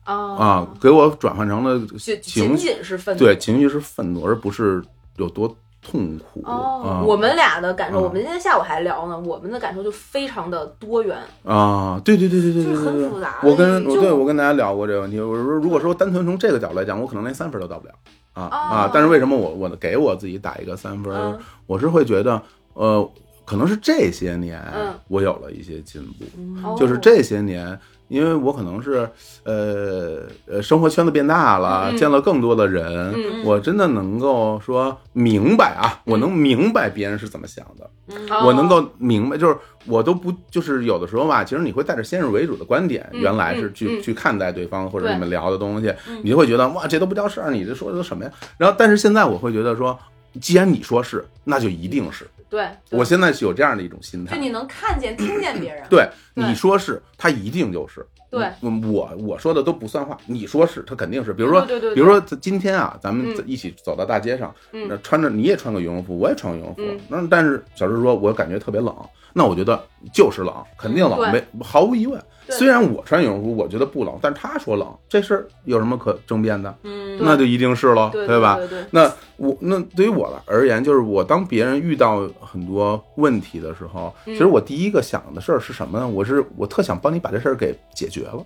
D: 啊
C: 啊，给我转换成了
D: 就仅
C: 情绪。
D: 仅是愤怒。
C: 对，情绪是愤怒，而不是有多痛苦。啊
D: 哦，我们俩的感受，
C: 嗯
D: 我们今天下午还聊呢，我们的感受就非常的多元。
C: 啊啊，对对对对对
A: 就
C: 对
A: 是
C: 对
A: 很
C: 对
A: 复杂
C: 我跟
A: 就
C: 我对我跟大家聊过这个问题，我说如果说单纯从这个角度来讲，我可能连三分都到不了啊、
D: 哦
C: 啊！但是为什么我我给我自己打一个三分，
D: 嗯
C: 我是会觉得呃，可能是这些年、
D: 嗯
C: 我有了一些进步，
D: 哦
C: 就是这些年。因为我可能是，呃呃，生活圈子变大了，
D: 嗯
C: 见了更多的人，
D: 嗯
C: 我真的能够说明白啊，我能明白别人是怎么想的，
D: 哦
C: 我能够明白，就是我都不就是有的时候吧，其实你会带着先入为主的观点，
D: 嗯
C: 原来是去、
D: 嗯嗯
C: 去看待对方或者
D: 对
C: 你们聊的东西，
A: 嗯
C: 你就会觉得哇，这都不叫事儿，你这说的都什么呀？然后，但是现在我会觉得说，既然你说是，那就一定是。
D: 对，对
C: 我现在是有这样的一种心
A: 就
C: 态，
A: 你能看见、听见别人。
C: 对，
D: 对
C: 你说是，他一定就是。
D: 对
C: 嗯，我我说的都不算话，你说是，他肯定是。比如说，
D: 对对对对
C: 比如说今天啊，咱们
D: 嗯
C: 一起走到大街上，
D: 嗯
C: 那穿着你也穿个羽绒服，我也穿个羽绒服
D: 嗯，
C: 那、但是小石说我感觉特别冷，那我觉得就是冷，肯定冷，
D: 嗯对
C: 没毫无疑问。
D: 对
C: 虽然我穿羽绒服，我觉得不冷，但是他说冷，这事儿有什么可争辩的？
A: 嗯，
D: 对
C: 那就一定是喽，
D: 对
C: 吧？
D: 对对，
C: 那我那对于我而言，就是我当别人遇到很多问题的时候，
D: 嗯
C: 其实我第一个想的事儿是什么呢？我是我特想帮你把这事儿给解决了。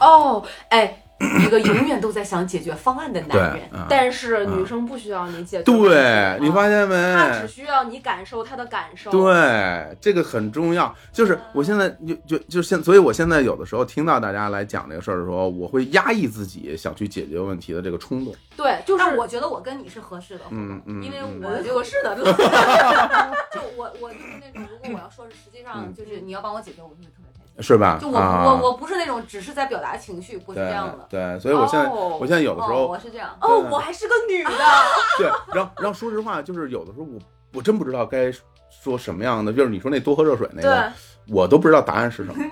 D: 哦，
C: 啊
D: 哎，
A: 一个永远都在想解决方案的
C: 对
A: 男人，，
C: 嗯
D: 但是
C: 嗯
D: 女生不需要你解决问题啊，
C: 对，你发现
A: 哦
D: 她只
C: 没？
D: 需要你感受她的感受。
C: 对，这个很重要。
A: 嗯
C: 就是我现在就就就现，所以我现在有的时候听到大家来讲这个事儿的时候，我会压抑自己想去解决问题的这个冲动。
D: 对，就是
A: 但我觉得我跟你是合适的，
C: 嗯嗯，
A: 因为
C: 嗯
A: 我就
D: 合适的，
A: 就我我就是那种，如果我要说是，实际上
C: 嗯
A: 就是你要帮我解决，我就会特别开心。
C: 是吧？
A: 就我
C: 啊
A: 我我不是那种只是在表达情绪，不是
C: 对
A: 这样的。
C: 对，所以我现在
D: 哦
C: 我现在嗯哎有的时
A: 哦，
C: 候
A: 我是这样。
D: 哦，我还是个女的，
C: 对，然后然后说实话，就是有的时候我我真不知道该说什么样的，就是你说那多喝热水那个，
D: 对，
C: 我都不知道答案是什么。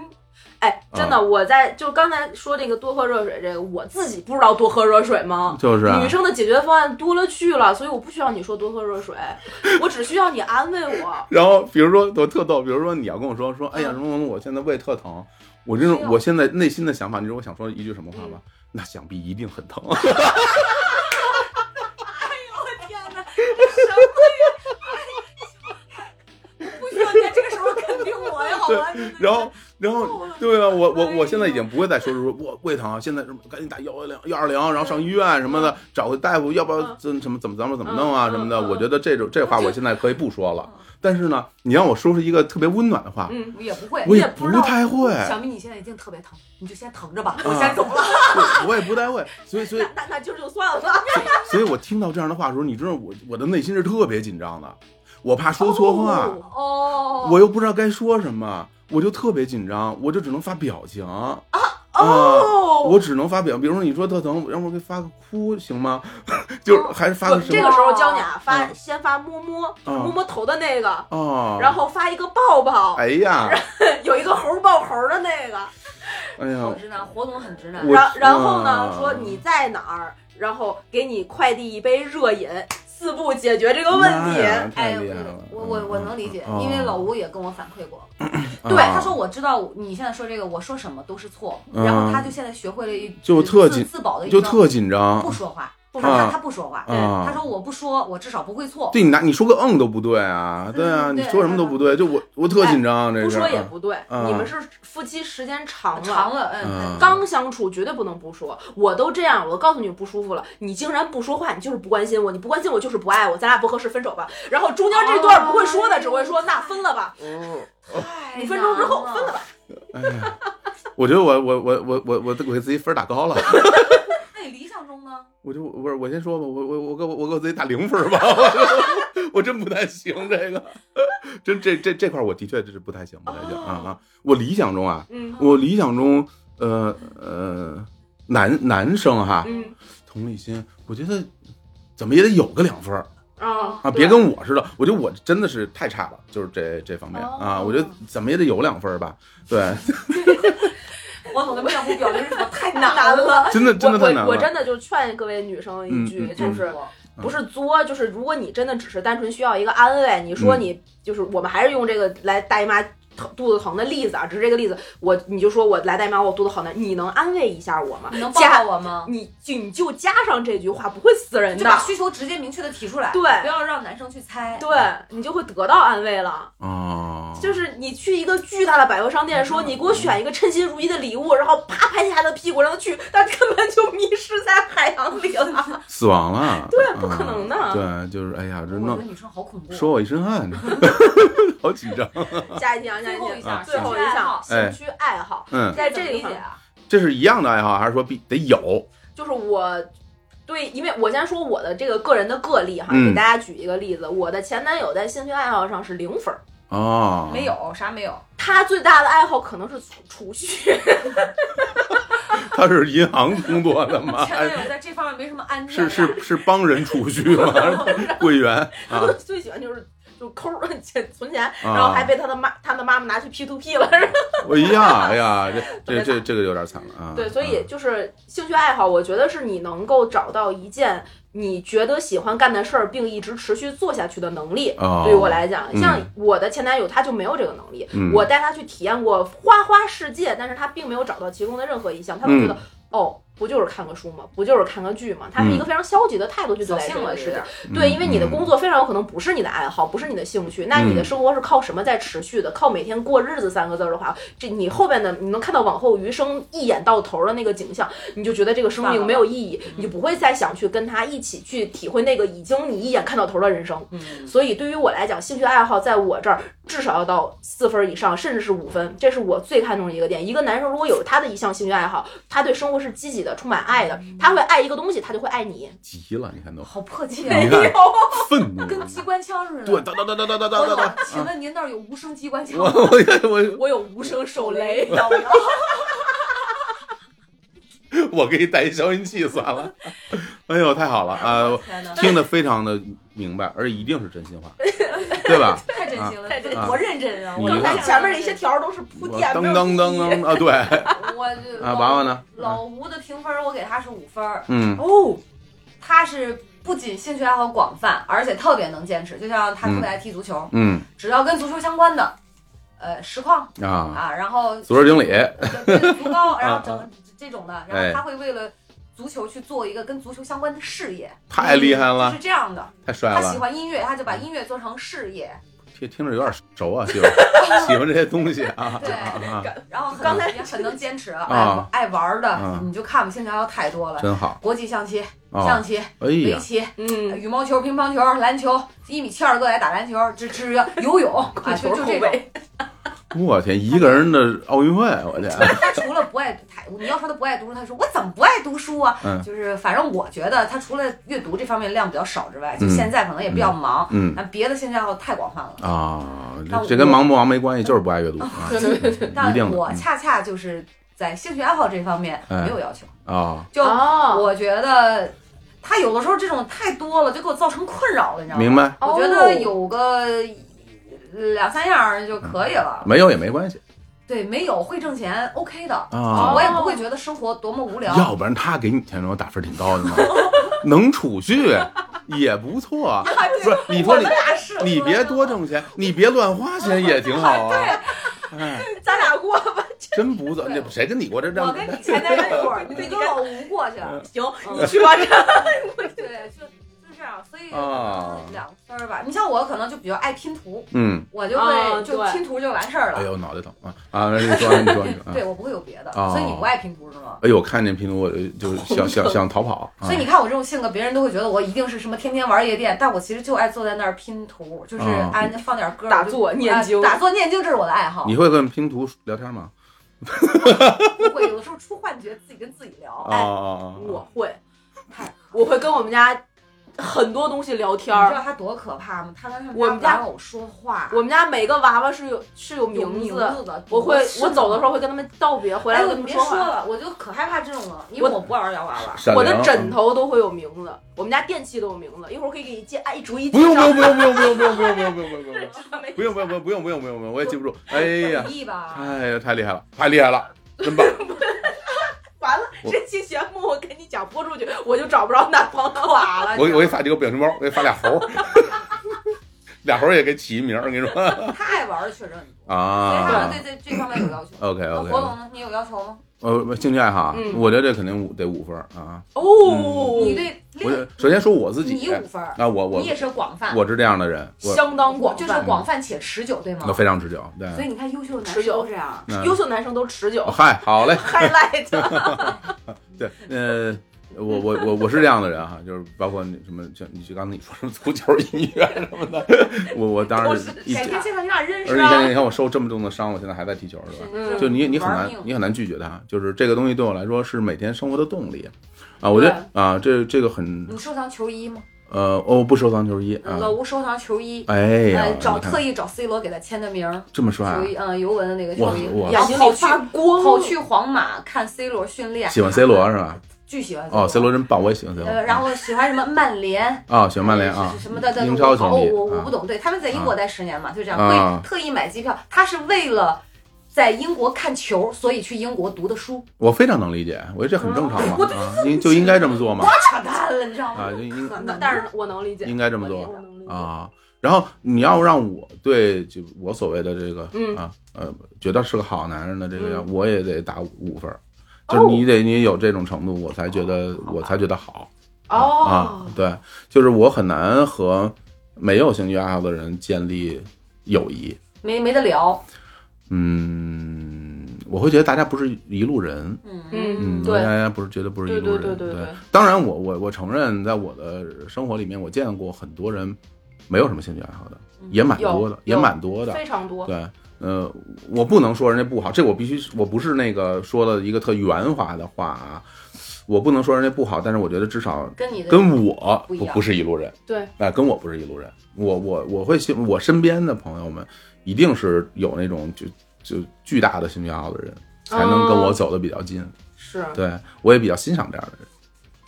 D: 哎，真的，我在就刚才说这个多喝热水，这个我自己不知道多喝热水吗？
C: 就是啊
D: 女，生的解决方案多了去了，所以我不需要你说多喝热水， 我只需要你安慰我。
C: 然后比如说我特逗，比如说你要跟我说说，
D: 嗯
C: 哎呀什么什么，我现在胃特疼，我这种
D: 是啊
C: 我现在内心的想法，你知道我想说一句什么话吗？
D: 嗯
C: 那想必一定很疼。
D: 我天哪，什么呀？不需要你在这个时候肯定我呀，好
C: 对
D: 吗？你，
C: 然 后，然
D: 哦
C: 后，对啊，我我我现在已经不会再说说我胃疼啊，现在什么赶紧打幺幺零幺二零，然后上医院什么的，找个大夫，要不要
D: 嗯
C: 怎什么怎么怎么怎么弄啊
D: 嗯
C: 什么的。
D: 嗯嗯
C: 我觉得这种这话我现在可以不说了，但是呢，你让我说出一个特别温暖的话，
D: 嗯，
A: 我也不会，
C: 我
A: 你
C: 也
A: 也
C: 不
A: 知道
C: 太会，啊
A: 小明，你现在一定特别疼，你就先疼着吧，我先走了。
C: 我我也不太会，所以所以
D: 那那那今儿就算了。
C: 所以我听到这样的话的时候，你知道我我的内心是特别紧张的，我怕说错话，
D: 哦，
C: 我又不知道该说什么，我就特别紧张，我就只能发表情啊。
D: 哦
C: 我只能发表，比如说你说特疼，让我给发个哭行吗？ 就是还是发
D: 不
C: 个什
D: 哦这
C: 么
D: 个时候教你啊，发
C: 嗯
D: 先发摸摸，就是
C: 嗯
D: 摸摸头的那个，
C: 哦，
D: 然后发一个抱抱，
C: 哎呀，
D: 有一个猴抱猴的那个，
C: 哎
A: 好
C: 呀，
A: 直男，火总很直男
C: 我。
D: 然然后呢
C: 啊
D: 说你在哪儿，然后给你快递一杯热饮，四步解决这个问
C: 妈呀
D: 题。
C: 太
A: 哎，
C: 厉害了嗯
A: 我，我我我能理解，因为老吴也跟我反馈过，
C: 对
A: 他说我知道你现在说这个，我说什么都是错，然后他就现在学会了一
C: 嗯就特
A: 自
C: 紧
A: 自保的一
C: 就
A: 招，
C: 特紧张
A: 不，说话，不
C: 啊
A: 说他他不说话，
C: 啊
A: 他说我不说，我至少不会错。
C: 对你拿你说个嗯都不对啊，对啊，
A: 嗯
C: 你
A: 对
C: 说什么都不对，就我我特紧张这
D: 不
C: 事
D: 说
C: 儿
D: 也不对，
C: 嗯
D: 你们是夫妻时间长了，
A: 长了，嗯
C: 嗯，
D: 刚相处绝对不能不说。我都这样了，我告诉你不舒服了，你竟然不说话，你就是不关心我，你不关心我就是不爱我，咱俩不合适，分手吧。然后中间这段不会说的，只会说那分了吧，
C: 哦嗯
A: 太
D: 五分钟之后
A: 难
D: 分了吧。
C: 哎呀，我觉得我我我我我我我给自己分儿打高了。
A: 那你理想中呢？
C: 我就不是我先说吧，我我我给我我给我自己打零分儿吧，我就我 真不太行这个， 真这这这块儿我的确就是不太行，不太行啊
D: 哦
C: 啊！我理想中啊，
D: 嗯
C: 我理想中呃呃男男生哈，
D: 嗯
C: 同理心，我觉得怎么也得有个两分儿
D: 啊
C: 啊，别跟我似的，我觉得我真的是太差了，就是这这方面啊，
D: 哦哎
C: 我觉得怎么也得有两分儿吧，对，
A: 我总的面部表情是什么？ 太
D: 难
A: 难了。
D: 了。
C: 真的真的太难
D: 我我我
C: 了
D: 真，的就劝各位女生一句，
C: 嗯嗯
D: 就
A: 就是是我
C: 嗯
D: 不是作，就是如果你真的只是单纯需要一个安慰，你说你就是我们还是用这个来大姨妈疼肚子疼的例子啊，只是这个例子，我你就说我来大姨妈我肚子好难，你能安慰一下我吗？
C: 嗯
A: 你能抱
D: 加
A: 抱我 吗？
D: 你就你就加上这句话，不会死人
A: 就
D: 的
A: 把。需求直接明确的提出来，
D: 对
A: 不要让男生去猜。
D: 对你就会得到安慰了，
C: 哦，
D: 就是你去一个巨大的百货商店，说你给我选一个称心如意的礼物，然后啪拍下他的屁股让他去，他根本就迷失在海洋里 了。
C: 死亡了，对
D: 不可能的
C: 对，就是哎呀，这
A: 我觉
C: 弄
A: 得。女生好恐怖。哦
C: 说我一身汗， 好紧张。
D: 下一题啊，下一
A: 最后一
D: 题，
A: 项，
D: 最后一
A: 兴趣爱
D: 项
A: 好
C: 哎
D: 兴趣爱好，
C: 嗯，
D: 在
A: 怎么
D: 这个
A: 理解
D: 方面
A: 啊，
C: 这是一样的爱好，还是说必得有？
D: 就是我对，因为我先说我的这个个人的个例哈，
C: 嗯
D: 给大家举一个例子，我的前男友在兴趣爱好上是零分儿。
C: 哦，
A: 没，有啥没有，
D: 他最大的爱好可能是储储蓄，
C: 他是银行工作的 吗？
A: 前男友在这方面没什么安全
C: 啊哎是
A: 感。
C: 是是帮人储 蓄吗？柜员啊，
D: 最喜欢就是就抠儿钱存钱，
C: 啊
D: 然后还被他的妈他的妈妈拿去 P to P 了。然后
C: 我一样，哎呀，这这这这个有点惨了啊。
D: 对，所以就是兴趣爱好，我觉得是你能够找到一件你觉得喜欢干的事儿，并一直持续做下去的能力。
C: 哦
D: 对于我来讲，
C: 嗯
D: 像我的前男友他就没有这个能力。
C: 嗯
D: 我带他去体验过花花世界，但是他并没有找到其中的任何一项，他会觉得、
C: 嗯
D: 哦，不就是看个书吗？不就是看个剧吗？他是
C: 嗯
D: 一个非常消极的态度去对
A: 扫
D: 待这
A: 兴
D: 个
A: 了有
D: 事情
A: 点。
D: 对，因为你的工作非常有可能不是你的爱好，不是你的兴趣，那你
C: 嗯
D: 的生活是靠什么在持续的？靠每天过日子三个字儿的话，这你后边的你能看到往后余生一眼到头的那个景象，你就觉得这个生
A: 算
D: 命
A: 了
D: 没有意义，你就不会再想去跟他一起去体会那个已经你一眼看到头的人生。
A: 嗯，
D: 所以对于我来讲，兴趣爱好在我这儿至少要到四分以上，甚至是五分，这是我最看重的一个点。一个男生如果有他的一项兴趣爱好，他对生活是积极的，充满爱的，他会爱一个东西，他就会爱你。
C: 急了，你看都
A: 好 迫切
C: 你
A: 啊，
C: 看愤怒，
A: 跟机关枪似的。
C: 对，哒哒哒哒哒哒
A: 我
C: 哒
A: 懂
C: 哒。
A: 了，请问您那儿有无声机关枪
C: 我
A: 吗？
C: 我我
D: 我有无声手雷，
A: 有有
C: 我给你带一消音器算了。哎呦，太好了啊！
A: 天哪！
C: 听得非常的明白，而且一定是真心话。对吧？
A: 太真心了，
D: 太真
C: 心了
A: 多认真啊！
C: 你
A: 我
D: 刚才
A: 想
D: 前面那些条儿都是铺
C: 我
D: 垫，
C: 噔
D: 没有
C: 噔噔
D: 意义
C: 噔啊，对 啊，
A: 我就
C: 娃娃呢？
A: 老吴的评分我给他是五分儿
C: 嗯
A: 哦，他是不仅兴趣爱好广泛，而且特别能坚持，就像他特别爱踢足球，
C: 嗯
A: 只要跟足球相关的，呃，实况
C: 啊，
A: 啊，然后
C: 足球经理，
A: 对对足高，然
C: 啊
A: 后整个这种的，然
C: 哎
A: 后他会为了足球去做一个跟足球相关的事业，
C: 太厉害
A: 嗯就
C: 了
A: 是，这样的。
C: 太帅
A: 他喜
C: 了，
A: 欢音乐，他就把音乐做成事业，
C: 听听着有点熟啊， 媳妇儿喜欢这些东西啊
A: 对
C: 啊，啊
A: 然后很
D: 嗯刚才
A: 也很能 坚持，哎
C: 啊
A: 爱爱玩的
C: 啊
A: 你就看吧，兴趣爱好太多了。
C: 真好
A: 国际象棋、
C: 啊
A: 象！棋、
C: 哎
A: 围
C: 呀，
A: 棋、
D: 嗯，
A: 羽毛球、乒乓球、篮球，一米七二个来打篮球，这这 游泳啊，就就这
D: 控
A: 种。
D: 卫
C: 我天，一个人的奥运会，我天，
A: 他除了不爱他，你要说他不爱读书，他说我怎么不爱读书啊？
C: 嗯
A: 就是反正我觉得他除了阅读这方面量比较少之外，就
C: 嗯
A: 现在可能也比较忙，
C: 嗯
A: 那别的兴趣爱好太广泛了。
C: 啊，
A: 那
C: 这
A: 我
C: 这跟忙不忙没关系，就是不爱阅读 啊，
D: 对 对
C: 一
A: 但
C: 定的
A: 我
C: 嗯
A: 恰恰就是在兴趣爱好这方面
C: 哎
A: 没有要求，
C: 啊，
A: 就
D: 哦
A: 我觉得他有的时候这种太多了，就给我造成困扰了，你知道吗？
C: 明白，
A: 我觉得有个呃两三样儿就可以了。
C: 没有也没关系
A: 对，没有会挣钱，OK 的。
C: 啊
A: 哦我也不会觉得生活多么无聊。
C: 要不然他给你填充打分挺高的 嘛，能储蓄也不 错。不是，你说你
A: 是
C: 你别多挣钱，你别乱花钱也挺好啊。哎，
D: 咱俩过吧，
C: 真不错，
A: 对
C: 这谁跟你过这账
A: 我？跟你前男友过 儿，你跟老吴过去，
D: 行，
A: 嗯
D: 你去吧，这
A: 对，就就这样。所以可
C: 嗯啊
A: 能两分儿吧。你像我可能就比较爱拼图，
C: 嗯，
A: 我就
D: 啊
A: 会就
D: 对
A: 拼图就完事儿
C: 哎
A: 了。
C: 呦，脑袋疼啊啊！你说你说你说啊
A: 对，我不会有别的，
C: 哦
A: 所以你不爱拼图是吗？
C: 哎呦，看见拼图我就就想想想逃跑啊
A: 所以你看我这种性格，别人都会觉得我一定是什么天天玩夜店，但我其实就爱坐在那儿拼图，就是
C: 啊
A: 安放点歌，
D: 打
A: 我就
D: 坐念经
A: 啊打坐念经，这是我的爱好
C: 你。会跟拼图聊天吗？
A: 不会，有的时候出幻觉，自己跟自己聊。
C: 啊啊
D: 我会
A: 太，
D: 我会跟我们家很多东西聊天
A: 你知
D: 儿。
A: 道他多可怕吗？他跟他
D: 嗯我们
A: 们
D: 家
A: 玩偶说话，
D: 我们家每个娃娃是有是有
A: 有
D: 名字，
A: 字的。
D: 我会
A: 是
D: 我走的时
A: 吗。
D: 候会跟他们道别，回来
A: 哎，
D: 跟
A: 我
D: 他们
A: 别
D: 说
A: 说
D: 话。
A: 了，我就可害怕这种了，因为
D: 我
A: 我不玩摇娃娃。
C: 闪
D: 我
C: 灵
D: 的
C: 啊
D: 枕头都会有名字，我们家电器都有名字，一会儿可以给你借，哎，逐一介
C: 不用不
D: 绍
C: 用不用不用不用不用不用不用不用不用不用。
D: 知道没
C: 不用不用不用不用不用不用，我也记不住。哎呀
A: 同，意吧？
C: 哎呀，太厉害了，太厉害了，真棒！
D: 完了，
C: 我
D: 这期节目我跟你讲播出去，我就找不着男朋友了。
C: 我给我给你发几个表情包，我给你发俩猴儿，俩猴儿也给起一名儿，我跟你说
A: 他爱玩的确实很多，所以他
C: 啊嗯
A: 们。对这这方面有要求。
C: OK
A: 那
C: OK，
A: 活动呢？你有要求吗？
C: 呃，兴趣爱好啊，
D: 嗯
C: 我觉得这肯定五得五分儿啊。
D: 哦，
A: 你对
C: 我
A: 另
C: 首先说我自己
A: 你，五分儿，
C: 啊，我我
A: 你也是广泛，
C: 我是这样的人，我
D: 相当广
A: 就是
D: 泛，
A: 广泛且持久，对吗
C: 那？非嗯常持久，对。
A: 所以你看，优秀的男
D: 持
A: 生
D: 久
A: 都这样。
C: 嗯
D: 优秀男生都持久
C: 哦嗨，好嘞，
D: ，highlight。
C: 对，呃，我我我我是这样的人哈，就是包括你什么，像你就刚才你说什么足球、音乐什 么的，我我当然是一
D: 改
C: 直，
D: 天介绍你俩认
C: 而且
D: 识
C: 你看
D: 啊。
C: 你看我受这么重的伤，我现在还在踢球，是吧？
D: 嗯
C: 就你你很难
A: 玩命
C: 你很难拒绝它，就是这个东西对我来说是每天生活的动力，啊，我觉得啊这这个很
A: 你收藏球衣吗？
C: 呃哦不收藏球衣啊，
A: 老吴收藏球衣，
C: 哎呀
A: 呃，，找
C: 你看
A: 特意找 C 罗给他签的名儿，
C: 这么帅啊
A: 球，衣，嗯，尤文的那个
C: 哇
A: 球衣
C: 哇，
A: 然
D: 眼
A: 后
D: 睛
A: 跑
D: 里
A: 去
D: 发光
A: 跑去皇马看 C 罗训练，
C: 喜欢 C 罗是吧？
A: 巨喜欢
C: 哦，C 罗。真棒，我也喜欢 C 罗。
A: 呃，然后喜欢什么曼联。
C: 啊，喜欢曼联啊
A: 是是，什么的，但
C: 英
A: 我
C: 超球
A: 哦
C: 迷
A: 我我
C: 啊
A: 不懂，对他们在英国待十年嘛，就这样，
C: 啊
A: 会特意买机票，他是为了在英国看球，所以去英国读的书，
C: 我非常能理解，我觉得这很正常嘛，啊，应就应该这么做嘛，
A: 扯淡了，你知道
C: 啊，
A: 吗？
C: 就应
A: 可能
D: 但是我能理解，
C: 应该这么做
D: 我能理解。
C: 啊。然后你要让我对就我所谓的这个
D: 嗯
C: 啊呃，觉得是个好男人的这个，
D: 嗯
C: 我也得打五分儿，
D: 哦
C: 就是你得你有这种程度，我才觉得我才觉得好啊
D: 哦，。
C: 对，就是我很难和没有兴趣爱好的人建立友谊，
A: 没没得聊，
C: 嗯，我会觉得大家不是一路人，
A: 嗯，
D: 嗯，
C: 嗯，
D: 对，
C: 大家不是觉得不是一
D: 对
C: 路
D: 对
C: 人。
D: 对对对，
C: 当然我我我承认，在我的生活里面，我见过很多人没有什么兴趣爱好的，
A: 嗯
C: 也蛮
D: 有
C: 多的，也
D: 有
C: 蛮多的。
D: 非常多。
C: 对，呃，我不能说人家不好，这我必须，我不是那个说了一个特圆滑的话啊，我不能说人家不好，但是我觉得至少
A: 跟你的嗯
C: 跟
D: 啊
C: 我
A: 不一
C: 不
A: 样
C: 不是一路人。
D: 对，
C: 哎，跟我不是一路人。我我我会信我身边的朋友们，一定是有那种就就巨大的兴趣爱好的人，才能跟
D: 哦
C: 我走的比较近。
D: 是
C: 对我也比较欣赏这样的人。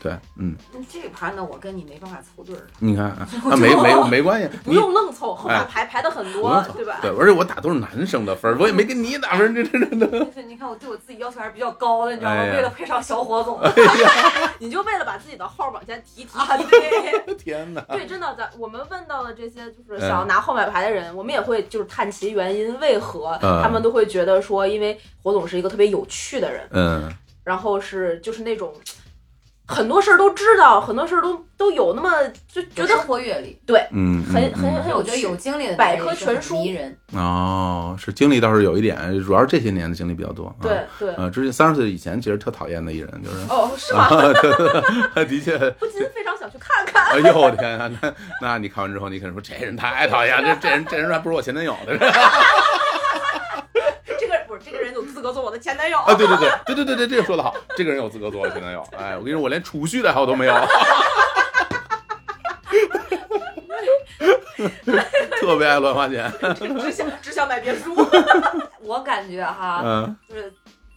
C: 对，嗯，
A: 但这一盘呢，我跟你没办法凑对儿 了。
C: 你看 啊，啊没没没关系，
D: 不
C: 你
D: 用愣凑，后
C: 哎
D: 面排排的很
C: 不
D: 多
C: 用，
D: 对吧？
C: 对，而且我打都是男生的分儿，我也没跟你打分儿，这这这这，
A: 就是你看，我对我自己要求还是比较高的，你知道吗？
C: 哎呀
A: 为了配上小火 总，
D: 你就为了把自己的号往前提提
C: 啊
D: 提。
C: 天 哪！
D: 对，真的，咱我们问到了这些
C: 嗯
D: 就是想要拿号码牌的人，我们也会就是探其原因为何，
C: 嗯
D: 他们都会觉得说，因为火总是一个特别有趣的人，
C: 嗯，
D: 然后是就是那种很多事儿都知道，很多事儿都都有那么就觉
A: 有
D: 得
A: 生活阅历，
C: 嗯，
D: 很
C: 嗯
D: 很
C: 嗯
A: 而且我觉得有经历的
D: 百
A: 男人
D: 科
A: 也是很
D: 全书
A: 迷人，
C: 哦，是经历倒是有一点，主要是这些年的经历比较多。
D: 对对。
C: 啊，之前三十岁以前其实特讨厌的一人，就是
D: 哦，是 吗？
C: 的确，
D: 不禁非常想去看看。
C: 哎呦我的天啊，那那你看完之后，你可能说这人太讨厌，这这人这人还不如我前男友的
D: 这个不是这个人有资格做我的前男友。
C: 啊！对对对对对对对，这个说的好，这个人有资格做我前男友。哎，我跟你说，我连储蓄的还我都没有， 特别爱乱花钱。
D: 只想只想买别 墅。
A: 我感觉哈，
C: 嗯，
A: 就是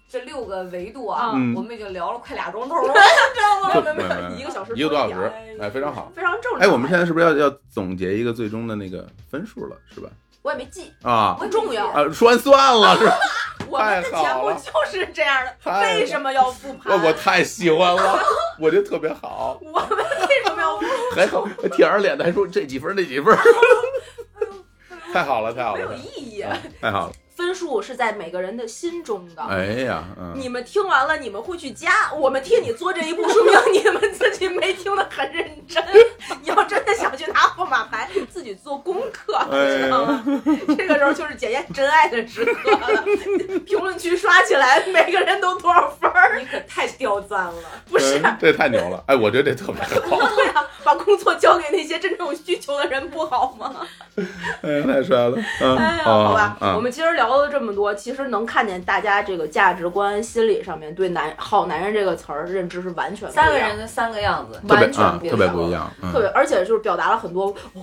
A: 这六个维度啊，
C: 嗯
A: 我们已经聊了快俩钟头了。
D: 没有没有没
C: 没有没
D: 有，
C: 有
D: 一个嗯小时
C: 一个多小时
D: 哎，
C: 哎，非常好。
D: 非常正常。
C: 哎，我们现在是不是要要总结一个最终的那个分数了，是吧？
D: 我也没记，
C: 啊
D: 我重要。
C: 啊，说完算 了，是吧？
D: 我们的
C: 太
D: 节
C: 好
D: 目
C: 了
D: 就是这样的，
C: 太好
D: 为什么要复盘？
C: 我我太喜欢了，我觉得特别好，
D: 我们为什么要复盘？
C: 还好还舔着脸的还说这几分那几分， 太好了，太好
D: 没
C: 了，
D: 有意义。
C: 太好了，
D: 分数是在每个人的心中的。
C: 哎呀，嗯，
D: 你们听完了，你们会去加。我们替你做这一步，说明你们自己没听得很认 真。你要真的想去拿号码牌，自己做功课，
C: 哎
D: 知道吗？这个时候就是检验真爱的时刻了。评论区刷起来，每个人都多少分儿？
A: 你可太刁钻了，
D: 不是，
C: 嗯这太牛了，哎，我觉得这特别好，
D: 对啊，把工作交给那些真正有需求的人不好
A: 哦
D: 吗？
C: 哎，太帅了，嗯，
D: 哎呀，
C: 哦
D: 好吧，
C: 嗯
D: 我们其实聊了这么多，其实能看见大家这个价值观、心理上面对男“好男人”这个词儿认知是完全不一样
A: 三个人的三个样子，
C: 特别
A: 完全
C: 啊，
A: 不一
C: 特
A: 样。
C: 别不一样，嗯
D: 特别，而且就是表达了很多哦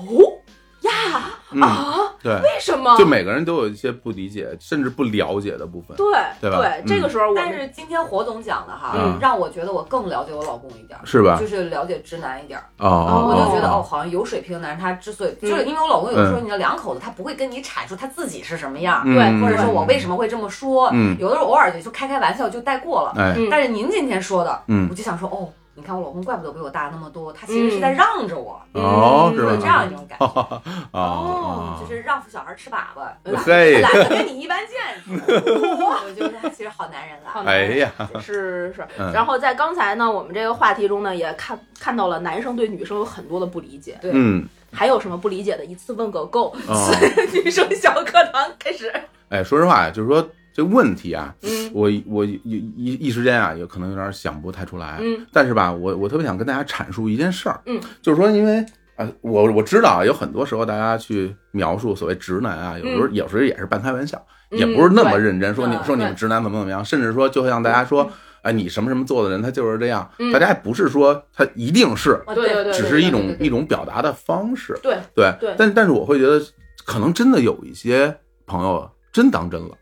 D: 呀
C: 嗯，
D: 啊，
C: 对，
D: 为什么？
C: 就每个人都有一些不理解甚至不了解的部分，
D: 对
C: 对吧嗯
D: 这个时候我
A: 但
D: 们
A: 是今天火总讲的哈，
C: 嗯
A: 让我觉得我更了解我老公一点儿，
C: 是吧
A: 就？是了解直男一点儿。
C: 哦，
A: 我就觉得
C: 哦
A: 哦，，好像有水平的男人，他之所以
D: 嗯
A: 就是因为我老公有的时候，
C: 嗯
A: 你的两口子他不会跟你阐述他自己是什么样，
C: 嗯
A: 或者说我为什么会这么说，
C: 嗯
A: 有的时候偶尔也就开开玩笑就带过了。
C: 哎，
D: 嗯
A: 但是您今天说的，
C: 嗯
A: 我就想说哦，你看我老公怪不得比我大那么多，他其实是在让着我，
D: 嗯
C: 哦，是
A: 有
C: 吧？
A: 这样一种感觉，
C: 啊
D: 哦
C: 啊，
A: 就是让小孩吃粑粑，
C: 嘿
A: 懒得跟你一般见识，我觉得他其实好男人啊
D: 好
A: 了。
D: 男
C: 哎
D: 人
C: 呀，
D: 是是是
C: 嗯。
D: 然后在刚才呢，我们这个话题中呢，也看看到了男生对女生有很多的不理解，
C: 嗯，
D: 还有什么不理解的，一次问个够。
C: 哦
D: 女生小课堂开始，
C: 哎，说实话呀，就是说这问题啊，
D: 嗯
C: 我我一一一时间啊，有可能有点想不太出来。
D: 嗯，
C: 但是吧，我我特别想跟大家阐述一件事儿。
D: 嗯，
C: 就是说，因为啊，我我知道啊，有很多时候大家去描述所谓直男啊，有时候、有时候也是半开玩笑，也不是那么
D: 嗯对嗯
C: 认真说你
A: 嗯
C: 说你们直男怎么怎么样，甚至说就像大家说，哎，你什么什么做的人，他就是这样。大家也不是说他一定是，
A: 哦
D: 对对嗯对
C: 只是一
A: 对
C: 种
A: 对对
C: 一种表达的方式。
D: 对
C: 对
D: 对
C: 但但是我会觉得，可能真的有一些朋友真当真了，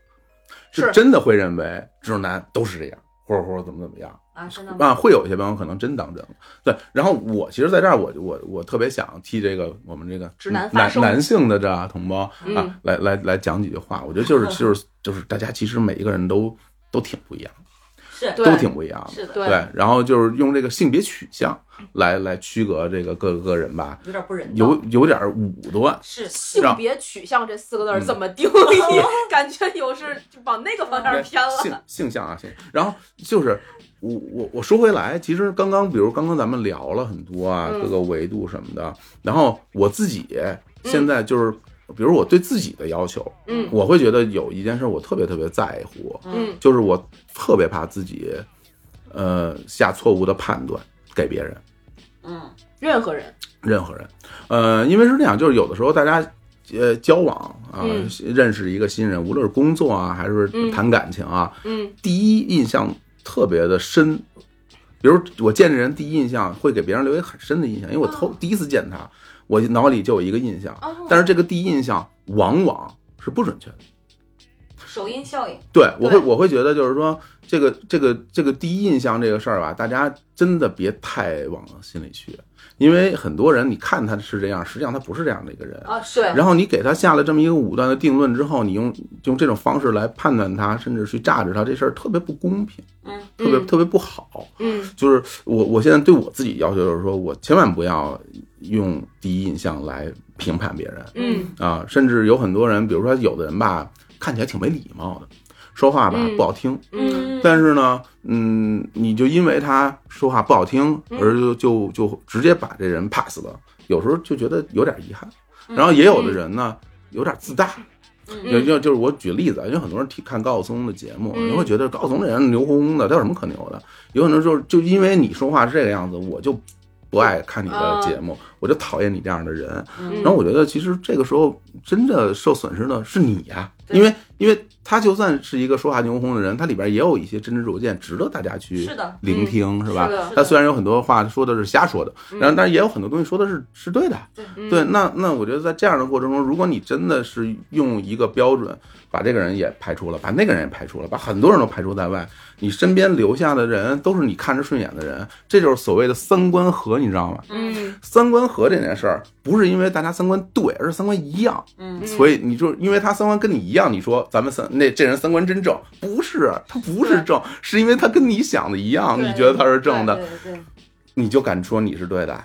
C: 就是真的会认为直男都是这样，或者或者怎么怎么样
A: 啊，真的
D: 嗯
A: 吗？
C: 啊，会有一些朋友可能真当真了。对，然后我其实在这儿我，我我特别想替这个我们这个
D: 直男发
C: 男
D: 声
C: 男性的这啊同胞啊，
D: 嗯
C: 来来来讲几句话。我觉得就是 就是就是大家其实每一个人都都挺不一样，
A: 是
D: 对
C: 都挺不一样的。
A: 是的，
D: 对
C: 对，然后就是用这个性别取向来来区隔这个各个人吧，
A: 有点不人道。
C: 有有点儿武断，
A: 是
D: 性别取向这四个字儿
C: 嗯
D: 怎么定义？感觉有是就往那个方
C: 嗯
D: 向偏了。
C: 性性向啊性。然后就是我我我说回来，其实刚刚比如刚刚咱们聊了很多啊，
D: 嗯
C: 各个维度什么的。然后我自己现在就是，比如我对自己的要求，
D: 嗯
C: 我会觉得有一件事我特别特别在乎，
A: 嗯
D: 嗯
C: 就是我特别怕自己，呃，下错误的判断给别人。
A: 嗯，
D: 任何人，
C: 任何人。呃，因为是这样，就是有的时候大家呃交往啊、
D: 嗯
C: 认识一个新人，无论是工作啊，还是
D: 嗯
C: 谈感情啊，
D: 嗯
C: 第一印象特别的深。比如我见这人第一印象会给别人留一个很深的印象，因为我头、第一次见他，我脑里就有一个印象，
D: 嗯哦
C: 但是这个第一印象往往是不准确的。
A: 首因效应，
C: 对，我会
D: 对
C: 我会觉得就是说，这个这个这个第一印象这个事儿吧，大家真的别太往心里去，因为很多人你看他是这样，实际上他不是这样的一个人。
A: 啊，对，
C: 然后你给他下了这么一个武断的定论之后，你用用这种方式来判断他，甚至去榨制他，这事儿特别不公平，
A: 嗯，
C: 特别、
D: 嗯
C: 特别不好。
D: 嗯，
C: 就是我我现在对我自己要求就是说，我千万不要用第一印象来评判别人。
D: 嗯
C: 啊，甚至有很多人，比如说有的人吧，看起来挺没礼貌的，说话吧、
D: 嗯
C: 不好听，
D: 嗯，
C: 但是呢，嗯，你就因为他说话不好听，
D: 嗯
C: 而就就就直接把这人 pass 了，有时候就觉得有点遗憾。
D: 嗯
C: 然后也有的人呢，有点自大。
A: 嗯
C: 就就就是我举例子啊，因为很多人听看高晓松的节目，
D: 嗯
C: 你会觉得高晓松这人牛哄哄的，他有什么可牛的？有可能就是就因为你说话是这个样子，我就不爱看你的
D: 啊
C: 节目，我就讨厌你这样的人。
A: 嗯
C: 然后我觉得，其实这个时候真的受损失的是你呀、
A: 对
C: 因为因为他就算是一个说话牛哄哄的人，他里边也有一些真知灼见，值得大家去
A: 是的嗯
C: 聆听，
D: 嗯
C: 是吧
A: 是？的嗯
C: 他虽然有很多话说的是瞎说的，然后但是也有很多东西说的是是对的。
D: 嗯
C: 对，那那我觉得在这样的过程中，如果你真的是用一个标准把这个人也排除了，把那个人也排除了，把很多人都排除在外，你身边留下的人都是你看着顺眼的人，这就是所谓的三观合，你知道吗？
D: 嗯
C: 三观合这件事儿，不是因为大家三观对，而是三观一样。
A: 嗯，
C: 所以你就因为他三观跟你一样，你说咱们三那这人三观真正不是，他不是正，是因为他跟你想的一样，
A: 对
C: 你觉得他是正的，
A: 对对对
C: 你就敢说你是对的，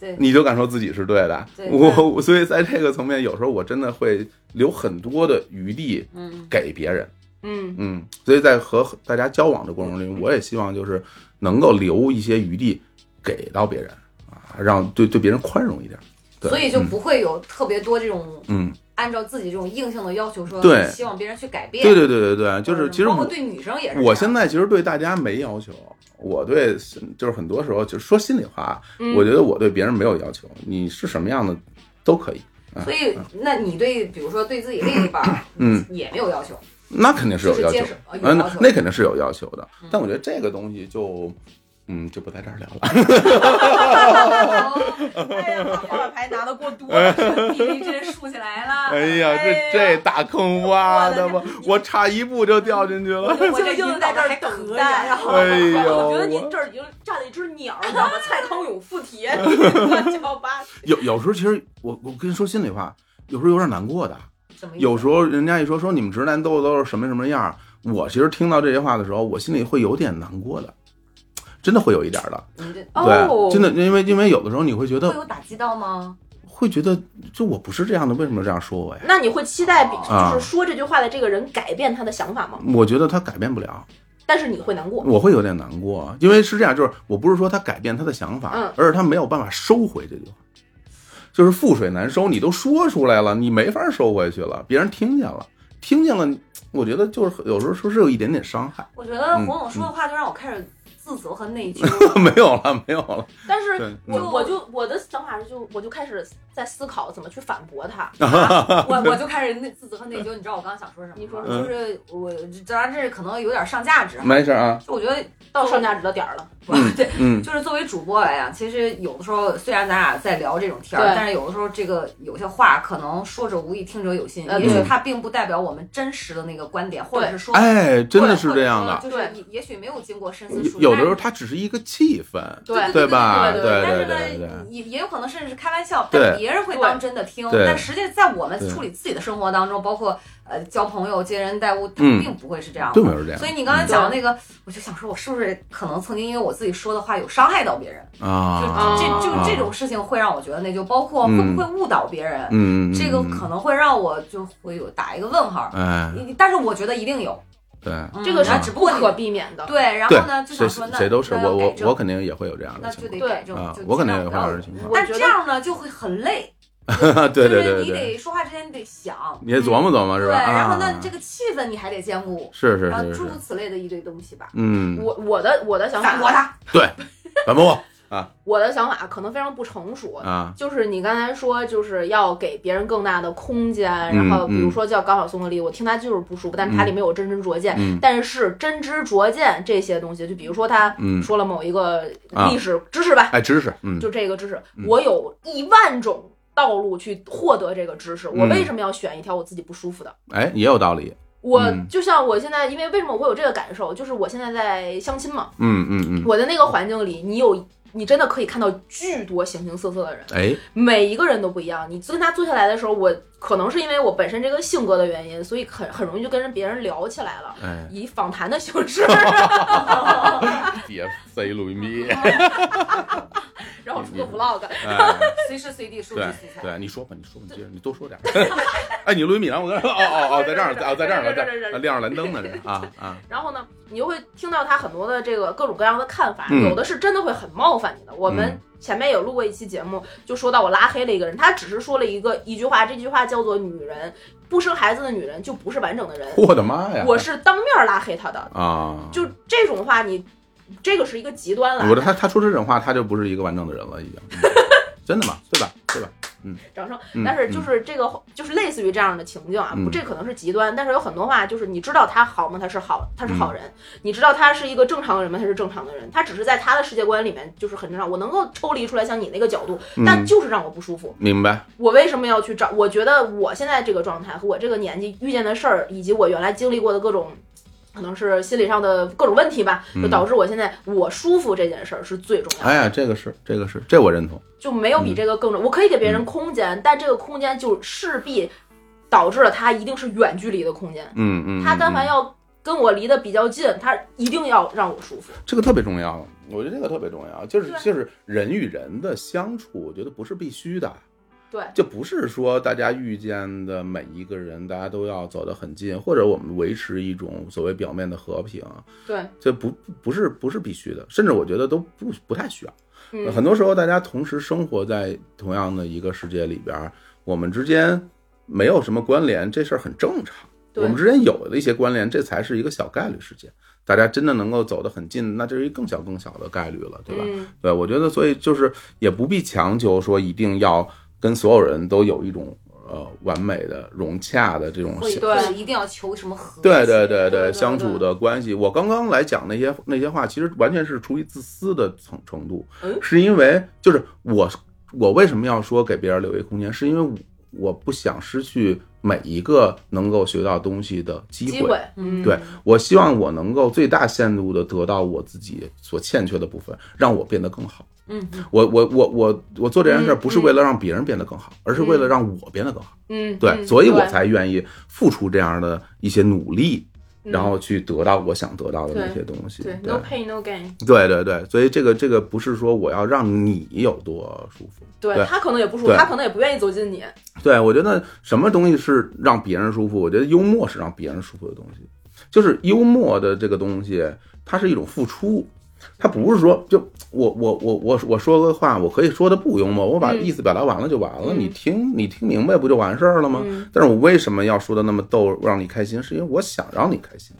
A: 对
C: 你就敢说自己是对的。
A: 对
C: 我我所以在这个层面，有时候我真的会留很多的余地
A: 嗯
C: 给别人。
D: 嗯
C: 嗯，所以在和大家交往的过程
A: 嗯
C: 中，我也希望就是能够留一些余地给到别人啊，让对对别人宽容一点。对
A: 所以就
C: 嗯
A: 不会有特别多这种
C: 嗯，
A: 按照自己这种硬性的要求说，
C: 对
A: 希望别人去改变，嗯
C: 对对对对对，就是其实
A: 包括
C: 我
A: 对女生也是这样，
C: 我现在其实对大家没要求，我对就是很多时候就是说心里话，
D: 嗯
C: 我觉得我对别人没有要求，你是什么样的都可以。
A: 所以那你对比如说对自己另一半儿，
C: 嗯，
A: 也没有要求，
C: 那肯定是有要求
A: 就是接受呃，有
C: 嗯
A: 要求，嗯
C: 那肯定是有要求的。但我觉得这个东西就，嗯，就不在这儿聊了。
D: 哎呀，把号码牌拿的过多了，弟弟这竖起来 了。
C: 哎呀，这这大坑挖的吧，我差一步就掉进去 了。
D: 我这已经在这儿等待啊了，
C: 哎呦
D: 我觉得你
C: 我
D: 这儿已经站了一只鸟，你知 道吗？蔡康永附 体，乱七八糟。
C: 有有时候其实我我跟你说心里话，有时候有点难过的。
A: 什么意 思
C: 有时候人家一说说你们直男都都是什么什么样儿，我其实听到这些话的时候，我心里会有点难过的，真的会有一点儿的。
A: 你这
D: 哦
C: 对，真的，因为因为有的时候你会觉
A: 会
C: 得
A: 有打击到吗？
C: 会觉得，就我不是这样的，为什么这样说我呀？
D: 那你会期待比
C: 啊
D: 就是说这句话的这个人改变他的想法吗？
C: 我觉得他改变不了，
D: 但是你会难过。
C: 我会有点难过，因为是这样，就是我不是说他改变他的想法，
D: 嗯
C: 而是他没有办法收回这句话，就是覆水难收。你都说出来了，你没法收回去了，别人听见了，听见了，我觉得就是有时候说是有一点点伤害，
A: 我觉得
C: 嗯
A: 黄总说的话就让我开始自责和内 疚，
C: 没有了，没有了。
D: 但是
C: 对，
D: 我
A: 嗯
D: 我就我的想法是，就我就开始在思考怎么去反驳他。
A: 我我就开始内自责和内疚。你知道我刚刚想说什么吗？
D: 你说
C: 什么
A: 就是我当然这可能有点上价值哈，
C: 嗯没事啊，
A: 就我觉得
D: 到上价值的点儿了，
A: 不对。
C: 嗯，
A: 就是作为主播来讲，其实有的时候虽然咱俩在聊这种天儿，
D: 对
A: 但是有的时候这个有些话可能说者无意，听者有心，
D: 呃
A: 也许
C: 对
A: 它并不代表我们真实的那个观点，或者是说，
C: 哎，真的
A: 或者
C: 是这样的，
A: 或者说就是也许没有经过深思熟虑，
C: 有的时候它只是一个气氛，
A: 但是
C: 对吧？
D: 对
C: 对
A: 但
C: 对
A: 是呢
C: 对对，
A: 也也有可能甚至是开玩笑，
C: 对
A: 但别人会当真的听。
C: 对
A: 但实际在我们
C: 对
A: 处理自己的生活当中，包括呃交朋友、接人待物，他
C: 嗯
A: 并不会是这样的。
C: 并没有这样
A: 啊所以你刚才讲的那个，我就想说，我是不是可能曾经因为我自己说的话有伤害到别人？就
C: 啊，
A: 这就
C: 啊
A: 这种事情会让我觉得内疚，包括会
C: 嗯
A: 不会误导别人，
C: 嗯，嗯
A: 这个可，能会让我就会有打一个问号。
C: 嗯哎，
A: 你但是我觉得一定有，
C: 对。
A: 嗯
D: 这个是
A: 然后只不过
D: 不
A: 你
D: 可避免的。
A: 对，然
C: 对
A: 后呢，就
C: 谁
A: 想说
C: 谁
A: 那
C: 谁都是
A: 那要
C: 我我
A: 改正
C: 我肯定也会有这样的
A: 那
C: 情
A: 就得
D: 对
A: 改正
C: 况啊，
A: 就
C: 我肯定
A: 尽
C: 也会
A: 量不要
C: 有这种情况，
D: 我
A: 但
D: 觉
A: 这
D: 得
A: 样呢就会很累，
C: 对对
A: 就是
C: 对
A: 你
C: 对，
A: 得说话之前你得想，
C: 你也琢磨琢磨是
A: 对，
C: 吧？
A: 然后
C: 啊
A: 呢这个气氛你还得兼顾，
C: 是是
A: 然后
C: 是
A: 诸
C: 是
A: 如，此类的一堆东西吧。
C: 嗯，
D: 我我的我的想法，
A: 反驳他，
C: 对，反驳我
D: 我的想法可能非常不成熟。
C: 啊，
D: 就是你刚才说，就是要给别人更大的空间，
C: 嗯
D: 然后比如说叫高晓松的例子，我听他就是不舒服，但是他
C: 嗯
D: 里面有真知灼见，
C: 嗯
D: 但是真知灼见这些东西，就比如说他
C: 嗯
D: 说了某一个
C: 啊
D: 历史知识吧，
C: 哎，知识，嗯，
D: 就这个知识，我有一万种道路去获得这个知识，我
C: 嗯
D: 为什么要选一条我自己不舒服的？
C: 哎，也有道理，
D: 我
C: 嗯
D: 就像我现在，因为为什么我会有这个感受，就是我现在在相亲嘛，
C: 嗯嗯嗯，
D: 我的那个环境里，你有你真的可以看到巨多形形色色的人，
C: 哎，
D: 每一个人都不一样。你跟他坐下来的时候，我可能是因为我本身这个性格的原因，所以很很容易就跟人别人聊起来了，
C: 哎，
D: 以访谈的形式，
C: 别塞录音笔，
D: 然后出个 vlog。
C: 哎，
A: 随时随地收集
C: 对
A: 素材。
C: 对，啊你说吧，你说吧，你接着，你多说点儿。 哎，你录音笔，然后我在这儿，哦哦哦，在这儿，哦在这儿，在这儿，亮着蓝灯呢，这是啊啊，
D: 然后呢，你就会听到他很多的这个各种各样的看法，
C: 嗯
D: 有的是真的会很冒犯你的。我们
C: 嗯
D: 前面有录过一期节目，就说到我拉黑了一个人，他只是说了一个一句话，这句话叫做“女人不生孩子的女人就不是完整的人
C: 我的妈”，呀！
D: 我是当面拉黑他的，
C: 啊，
D: 就这种话你。这个是一个极端了，
C: 我的他他说这种话，他就不是一个完整的人了，已经。嗯真的吗？对吧？对吧？
D: 掌声
C: 嗯。
D: 但是就是这个，就是类似于这样的情境啊，
C: 嗯
D: 不，这可能是极端，但是有很多话就是你知道他好吗？他是好，他是好
C: 嗯
D: 人，你知道他是一个正常人吗？他是正常的人，他只是在他的世界观里面就是很正常。我能够抽离出来，像你那个角度，但
C: 嗯，
D: 就是让我不舒服。
C: 明白。
D: 我为什么要去找？我觉得我现在这个状态和我这个年纪遇见的事儿，以及我原来经历过的各种。可能是心理上的各种问题吧，就
C: 嗯
D: 导致我现在我舒服这件事儿是最重要的。
C: 哎呀，这个是，这个是，这我认同。
D: 就没有
C: 嗯
D: 比这个更重。我可以给别人空间，但这个空间就势必导致了他一定是远距离的空间。
C: 嗯嗯，
D: 他但
C: 嗯
D: 凡要跟我离得比较近，他一定要让我舒服。
C: 嗯这个特别重要，我觉得这个特别重要，就是
D: 对
C: 就是人与人的相处，我觉得不是必须的，
D: 对
C: 就不是说大家遇见的每一个人，大家都要走得很近，或者我们维持一种所谓表面的和平，
D: 对，
C: 这不不是不是必须的，甚至我觉得都不不太需要。
D: 嗯
C: 很多时候大家同时生活在同样的一个世界里边儿，我们之间没有什么关联，这事儿很正常。我
D: 对
C: 们之间有的一些关联，这才是一个小概率事件。大家真的能够走得很近，那这是一更小更小的概率了，对吧？
D: 嗯，
C: 对，我觉得所以就是也不必强求说一定要跟所有人都有一种呃完美的融洽的这种
A: 会
D: 对
A: 会一定要求什么和
C: 对
A: 谐
C: 对
D: 对
C: 对
D: 对
C: 相处的关系，我刚刚来讲那些那些话，其实完全是出于自私的程程度，
D: 嗯
C: 是因为就是我我为什么要说给别人留一空间，是因为我我不想失去每一个能够学到东西的机
D: 机会，嗯，
C: 对我希望我能够最大限度的得到我自己所欠缺的部分，让我变得更好。
A: 嗯，
C: 我我我我我做这件事儿
D: 嗯
C: 不是为了让别人变得更好，而是为了让我变得更好。
D: 嗯，
C: 对，
D: 嗯
C: 所以我
D: 对
C: 才愿意付出这样的一些努力，
D: 嗯
C: 然后去得到我想得到的那些东西。
D: 对
C: 对
D: ，no pain no gain，
C: 对对对，所以这个这个不是说我要让你有多舒服，对
D: 对他可能也不舒服，
C: 对
D: 他可能也不愿意走近你，
C: 对我觉得什么东西是让别人舒服，我觉得幽默是让别人舒服的东西，就是幽默的这个东西，它是一种付出。它不是说就我我我我我说个话，我可以说的不幽默，我把
D: 嗯
C: 意思表达完了就完了，
D: 嗯
C: 你听你听明白不就完事儿了吗？
D: 嗯
C: 但是我为什么要说的那么逗，让你开心？是因为我想让你开心。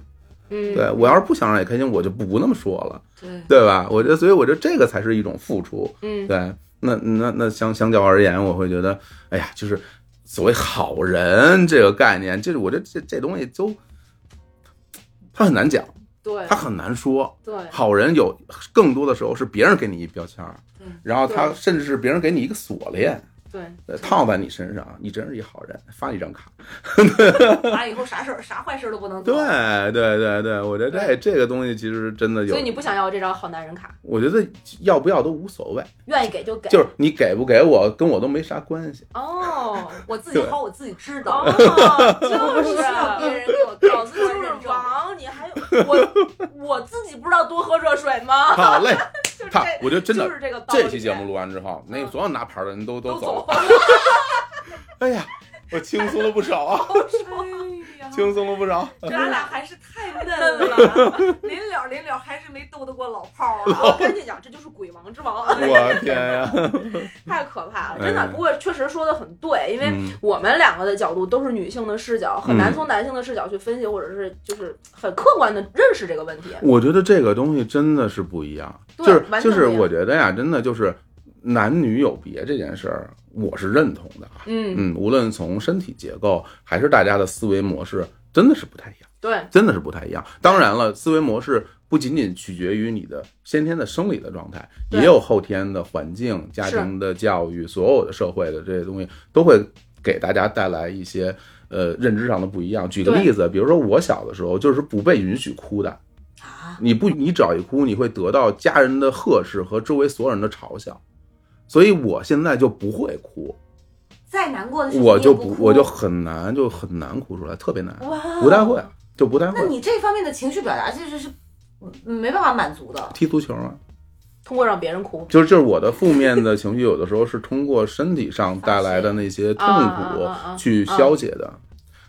D: 嗯，
C: 对我要是不想让你开心，我就不那么说了，
A: 对
C: 对吧？我觉得，所以我觉得这个才是一种付出。
D: 嗯，
C: 对，那那那相相较而言，我会觉得，哎呀，就是所谓好人这个概念，就是我觉得这这东西都，它很难讲，
D: 对
C: 它很难说。
D: 对，
C: 好人有更多的时候是别人给你一标签儿
A: 对，
C: 然后他
D: 对
C: 甚至是别人给你一个锁链，
D: 对，
C: 呃套在你身上，你真是一好人，发你一张卡。
D: 哦
A: 完了以后啥事儿啥坏事儿都不能做。
C: 对对对对，我觉得这这个东西其实真的有
D: 所以，你不想要这张好男人卡，
C: 我觉得要不要都无所谓，
D: 愿意给就给，
C: 就是你给不给我跟我都没啥关系。
D: 哦，
A: 我自己好，我自己知 道，
D: 哦，
A: 我
D: 就
A: 不需
D: 是
A: 要
D: 啊
A: 别人给我告诉
D: 就
A: 我
D: 是
A: 认证。
D: 王，你还有我，我自己不知道多喝热水吗？
C: 好嘞，
D: 啊就是
C: 看
D: 这，
C: 我觉得真的
D: 就是这个道理。
C: 这期节目录完之后，那个所有拿牌的人都
D: 都
C: 走
D: 走
C: 了。哎呀，我轻松了不少啊，
D: 啊
C: 轻松了不 少。
A: 咱俩还是太嫩了， 临了临了还是没斗得过老炮儿啊。
D: 我跟你讲，这就是鬼王之王，啊
C: 我天呀！
D: 太可怕了，
C: 哎
D: 真的。不过确实说的很对，因为
C: 嗯
D: 我们两个的角度都是女性的视角，很难从男性的视角去分析，或者是就是很客观的认识这个问题。嗯
C: 我觉得这个东西真的是不一样，就
D: 对
C: 是
D: 完
C: 就
D: 全
C: 是
D: 不一样
C: 我觉得呀，真的就是男女有别这件事儿，我是认同的啊。
D: 嗯，
C: 嗯，无论从身体结构还是大家的思维模式，真的是不太一样，
D: 对，
C: 真的是不太一样。当然了，思维模式不仅仅取决于你的先天的生理的状态，
D: 对
C: 也有后天的环境、家庭的教育、所有的社会的这些东西，都会给大家带来一些呃认知上的不一样。举个例子，比如说我小的时候就是不被允许哭的，
A: 啊，
C: 你不你只要一哭，你会得到家人的呵斥和周围所有人的嘲笑，所以我现在就不会哭，
A: 再难过的事情
C: 我
A: 你也
C: 就
A: 不
C: 不
A: 哭哦
C: 我就很难就很难哭出来，特别难，
D: 哇，
C: 不太会，就不太
A: 那
C: 会
A: 你这方面的情绪表达其实是嗯没办法满足的。
C: 踢足球啊。
D: 通过让别人哭
C: 就是就是我的负面的情绪，有的时候是通过身体上带来的那些痛苦
D: 啊啊啊啊
C: 去消解的。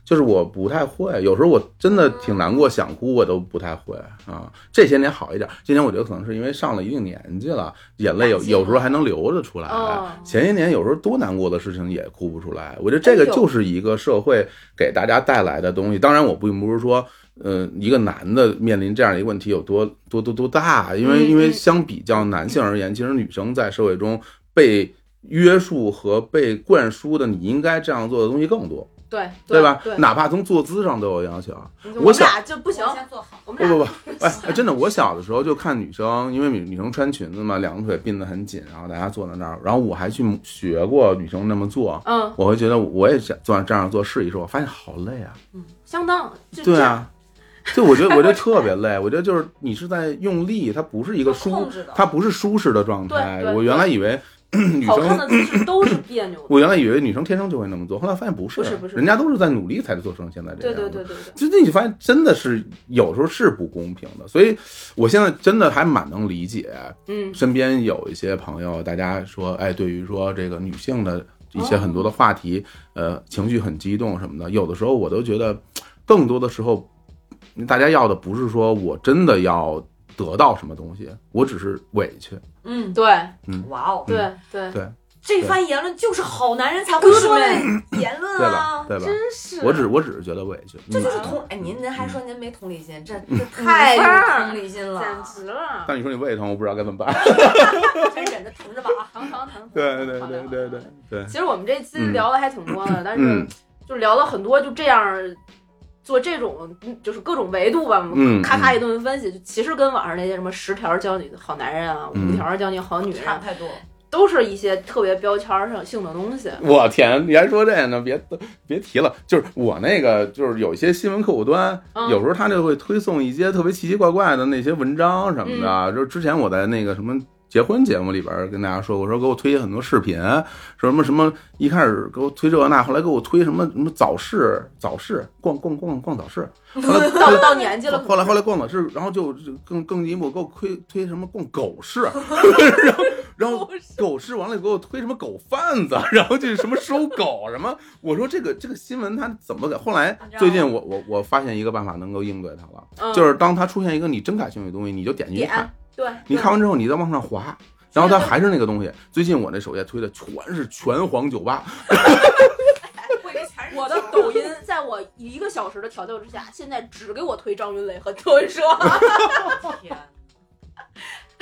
C: 就是我不太会，有时候我真的挺难过，想哭我都不太会啊。这些年好一点，今年我觉得可能是因为上了一定年纪了，眼泪有
A: 感性了
C: 有时候还能流着出来
D: 哦。
C: 前些年有时候多难过的事情也哭不出来。我觉得这个
D: 哎呦
C: 就是一个社会给大家带来的东西。当然，我并不是说呃，一个男的面临这样一个问题有多多多多大？因为
D: 嗯
C: 因为
D: 嗯
C: 相比较男性而言，其实女生在社会中被约束和被灌输的你应该这样做的东西更多，
D: 对
C: 对吧？
D: 对，
C: 哪怕从坐姿上都有要求。
D: 我们
C: 想
D: 俩就不行，
A: 我先做好。
D: 我们
C: 不
D: 俩
C: 不不，
D: 啊
C: 哎，真的，我小的时候就看女生，因为女女生穿裙子嘛，两个腿并得很紧，然后大家坐在那儿，然后我还去学过女生那么做，
D: 嗯，
C: 我会觉得我也想做这样做试一试，我发现好累啊。
D: 相当就
C: 对
D: 这样，
C: 啊，就我觉得我觉得特别累，我觉得就是你是在用力，它不是一个
A: 它
C: 舒
A: 控制的，
C: 它不是舒适的状态。
D: 对对
C: 我原来以为 女
D: 好看
C: 生，
D: 的姿势都是别扭的，
C: 我原来以为女生天生就会那么做，后来发现不是，
D: 不是不是
C: 人家都是在努力才做成现在这
D: 对
C: 个样
D: 对
C: 子。
D: 对对对，
C: 就那你发现真的是有时候是不公平的，所以我现在真的还蛮能理解
D: 嗯，
C: 身边有一些朋友，大家说，哎，对于说这个女性的一些很多的话题，呃，情绪很激动什么的，有的时候我都觉得，更多的时候，大家要的不是说我真的要得到什么东西，我只是委屈。
D: 啊
A: 嗯，
D: 对
A: 哇哦，
D: 对对，
C: 对
A: 这番言论就是好男人才会说的言论
C: 对
A: 啊
C: 吧？。对吧？
D: 真是
C: 我只我只是觉得委屈，
A: 这就是
C: 嗯
A: 同哎，您您还说您没同理心，这这
D: 太
A: 太有
D: 有
A: 同理心了，
D: 简直了，
C: 但你说你胃疼，我不知道该怎么办。
A: 真忍着疼着吧啊！
D: 堂堂堂，
C: 对对
D: 好
C: 对
D: 嘞
C: 对对。 对，
D: 其实我们这期
C: 嗯
D: 聊的还挺多的，但是
C: 嗯
D: 就聊了很多，就这样做这种嗯就是各种维度吧，我们
C: 嗯
D: 咔咔一顿分析，就其实跟网上那些什么十条教你好男人啊，
C: 嗯
D: 五条教你好女人
A: 差
D: 啊，
A: 不太多，
D: 都是一些特别标签儿上性的东西。
C: 我天，你还说这个呢？别别提了，就是我那个，就是有一些新闻客户端，
D: 嗯
C: 有时候他就会推送一些特别奇奇怪怪的那些文章什么
D: 嗯
C: 的。就是之前我在那个什么结婚节目里边儿跟大家说，我说给我推荐很多视频，说什么什么，一开始给我推这个那，后来给我推什么什么早市，早市逛逛逛逛早市，后来
D: 到到年纪了，
C: 后来后来逛早市，然后就就更更进一步给我推推什么逛狗市， 然后然后 狗市完了给我推什么狗贩子， 然后就是什么收狗什么，我说这个这个新闻它怎么给？后来最近我我我发现一个办法能够应对它了，
D: 嗯
C: 就是当它出现一个你真感兴趣的东西，你就点进去看
D: 点，对，
C: 你
D: 对
C: 看完之后你再往上滑。然后它还是那个东西。最近我那首页推的全是拳皇酒吧，
D: 嗯
A: 我以为全
D: 我的抖 音，在我一个小时的调教之下，现在只给我推张云雷和德云社。
A: 天。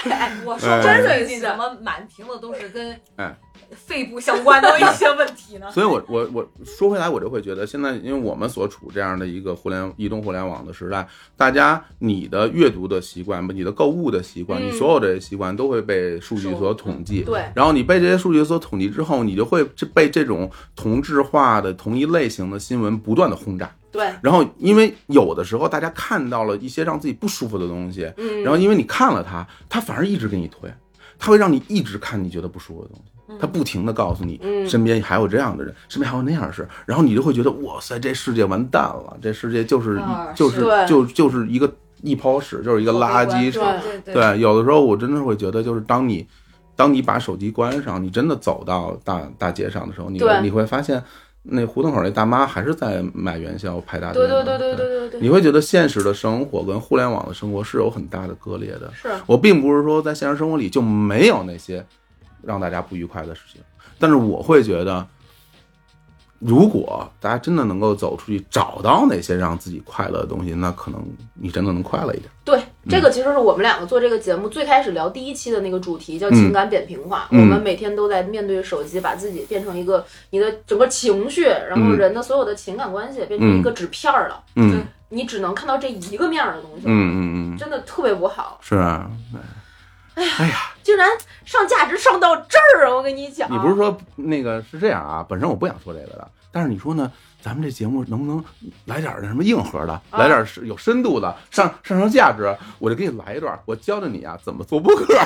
D: 哎
A: 我说
C: 哎
A: 真的，你怎么满屏的都是跟
C: 哎
A: 肺部相关的一些问题呢？
C: 所以我我我说回来，我就会觉得现在，因为我们所处这样的一个互联移动互联网的时代，大家你的阅读的习惯、你的购物的习惯，
D: 嗯
C: 你所有这些习惯都会被数据
A: 是
C: 所统 计。
D: 对，
C: 然后你被这些数据所统计之后，你就会被这种同质化的同一类型的新闻不断的轰炸。
D: 对，
C: 然后，因为有的时候大家看到了一些让自己不舒服的东西，
D: 嗯，
C: 然后因为你看了它，它反而一直给你推，它会让你一直看你觉得不舒服的东西，它不停的告诉你，
D: 嗯
C: 身边还有这样的人，身边还有那样的事，然后你就会觉得哇塞，这世界完蛋了，这世界就是一、
A: 啊
C: 就是
D: 是对
C: 就就是一个一泡屎，就是 一个垃圾
D: 是
C: 场。
D: 吧
A: 对对，
C: 对，有的时候我真的会觉得，就是当你当你把手机关上，你真的走到大大街上的时候，你
D: 对
C: 你会发现，那胡同口那大妈还是在买元宵、拍大
D: 对
C: 灯
D: 对
C: 的
D: 对对对对对，
C: 你会觉得现实的生活跟互联网的生活是有很大的割裂的。
D: 是
C: 我并不是说在现实生活里就没有那些让大家不愉快的事情，但是我会觉得，如果大家真的能够走出去，找到那些让自己快乐的东西，那可能你真的能快乐一点。
D: 对，这个其实是我们两个做这个节目最开始聊第一期的那个主题，叫情感扁平化。
C: 嗯
D: 我们每天都在面对手机，把自己变成一个你的整个情绪，然后
C: 嗯
D: 人的所有的情感关系变成一个纸片儿了，
C: 嗯
D: 你只能看到这一个面儿的东西，
C: 嗯嗯嗯，
D: 真的特别不好。
C: 是啊，
D: 竟然上价值上到这儿，我跟你讲，
C: 你不是说那个是这样啊？本身我不想说这个的，但是你说呢？咱们这节目能不能来点儿那什么硬核
D: 啊
C: 的，来点儿是有深度的，上上升价值？我就给你来一段儿，我教教你啊，怎么做播客。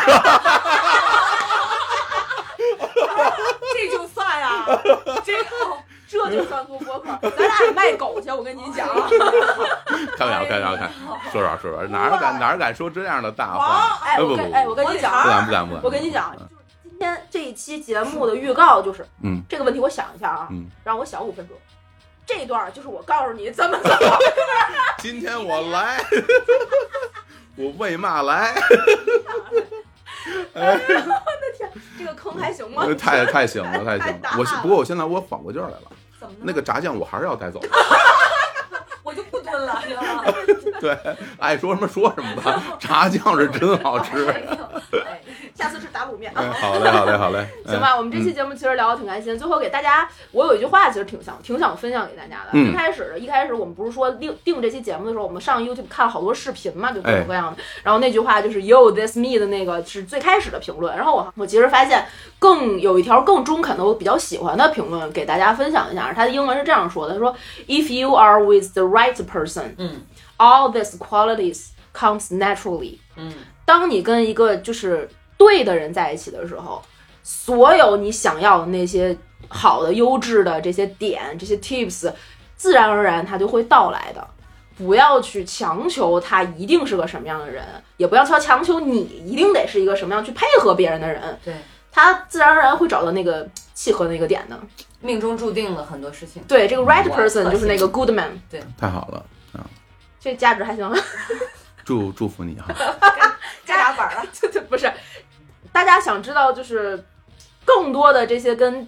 D: 这就算啊， 这哦这就算做博客，咱俩得卖狗去，我跟你讲，啊
C: 开玩笑，开玩笑，开玩笑说说说说，哪儿敢哪儿敢说这样的大话？
D: 哎，
C: 不
D: 我
C: 不
D: 跟哎我
C: 不，
D: 跟你讲，
C: 不敢不敢不敢。
D: 我跟你讲，啊就是今天这一期节目的预告就是，
C: 嗯，
D: 这个问题我想一下啊，
C: 嗯，
D: 让我想五分钟。这段儿就是我告诉你怎么做，
C: 今天我 来，我为嘛来？
D: 这个坑还行吗？
C: 太太行了，太 行
D: 太
C: 了
D: 大。
C: 我不过我现在我反过劲儿来了，
A: 怎么
C: 那个炸酱我还是要带走。
A: 我就不蹲了，知道吗？
C: 对，爱说什么说什么吧，炸酱是真好吃。
A: 哎
D: 下次吃打卤面啊。
C: 哎，好嘞，好嘞，好嘞。
D: 行吧，我们这期节目其实聊的挺开心。最后给大家，我有一句话其实挺想挺想分享给大家的。
C: 嗯
D: 一开始一开始我们不是说定定这期节目的时候，我们上 YouTube 看了好多视频嘛，就各
C: 哎
D: 种各样的。然后那句话就是 “You this me” 的那个是最开始的评论。然后我我其实发现更有一条更中肯的，我比较喜欢的评论给大家分享一下。他的英文是这样说的：“他说 If you are with the right person，
A: 嗯
D: ，all these qualities comes naturally。”
A: 嗯，
D: 当你跟一个就是对的人在一起的时候，所有你想要的那些好的、优质的这些点、这些 tips，自然而然它就会到来的。不要去强求他一定是个什么样的人，也不要强强求你一定得是一个什么样去配合别人的人，
A: 对，
D: 他自然而然会找到那个嘖契合的那个点的。
A: 命中注定了很多事情。
D: 对，这个 right
A: 哇
D: person 就是那
A: 可
D: 个
A: 惜
D: good man，
C: 哎太好了，
D: 这价值还行。
C: 祝祝福你 哈。
B: 加俩板啊！
D: 这这 不是，大家想知道就是更多的这些跟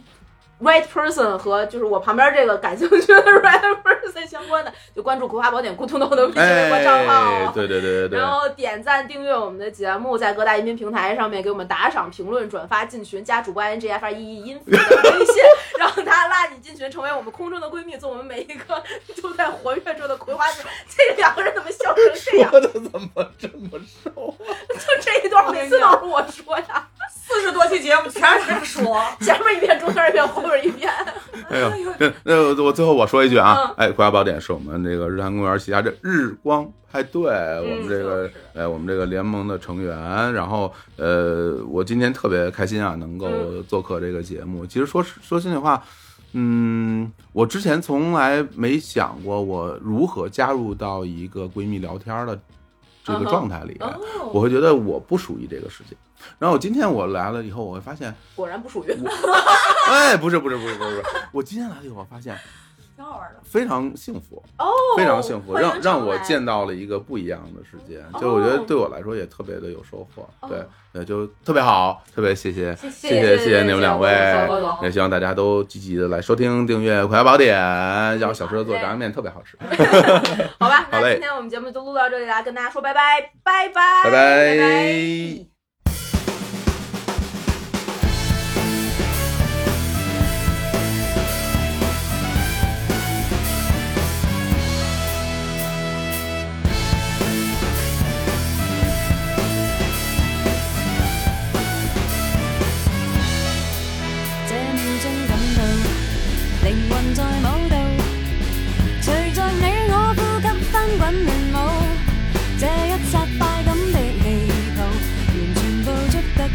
D: right person 和就是我旁边这个感兴趣的 right person 相关的，就关注《葵花宝典》咕咚咚的微信微博账
C: 哎，
D: 号。
C: 对对对对对
D: 然， 后点赞、订阅我们的节目，在各大音频平台上面给我们打赏、评论、转发、进群，加主播 i n g f r e e 音符的微信， 让他拉你进群，成为我们空中的闺蜜，做我们每一个就在活跃着的葵花籽。这两个人怎么笑成这 样？
C: 说的怎么这么瘦？
D: 就这一段，每次都是我说呀。
A: 四十多期节目全是他说，
D: 前面一遍，中间一遍，后边一遍。
C: 哎呦，那那我我最后我说一句啊
D: 嗯，
C: 哎，国家宝典是我们这个日坛公园旗下这日光派对，我们这
D: 嗯
C: 个
D: 是
C: 哎我们这个联盟的成员，然后呃，我今天特别开心啊，能够
D: 嗯
C: 做客这个节目。其实说实说心里话。嗯，我之前从来没想过我如何加入到一个闺蜜聊天的这
D: 嗯
C: 个
D: 哼
C: 状态里，
D: 哦，
C: 我会觉得我不属于这个世界。然后今天我来了以后，我会发现，
D: 果然不属于。
C: 哎，不是不是不是不是不是，我今天来了以后，我发现
A: 挺好玩的。
C: 非常幸福，
D: 哦，
C: 非常幸福，
D: 欢迎
C: 让让
D: 常
C: 我
D: 来
C: 见到了一个不一样的世界。
D: 哦
C: 就我觉得对我来说也特别的有收获，
D: 哦
C: 对对，就特别好，特别谢谢
A: 谢
C: 谢谢谢你们两位也希望大家都积极的来收听、订阅《葵花宝典》，然后小时候做炸酱面特嗯别好吃，
D: 好吧，
C: 好
D: 那
C: 嘞
D: 今天我们节目就录到这里啦，跟大家说拜拜，拜拜，
C: 拜
D: 拜
C: 拜
E: 這秒鐘感到靈魂在舞蹈，隨着你我呼吸翻滾亂舞，這一剎快感的氣泡，原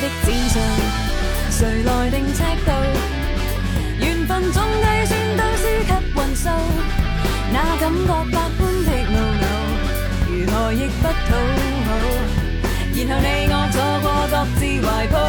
E: 的指數，誰來定尺度？緣分總計算到輸給運數，那感覺百般的懊惱，如何亦不討好。然後你我坐過各自懷抱，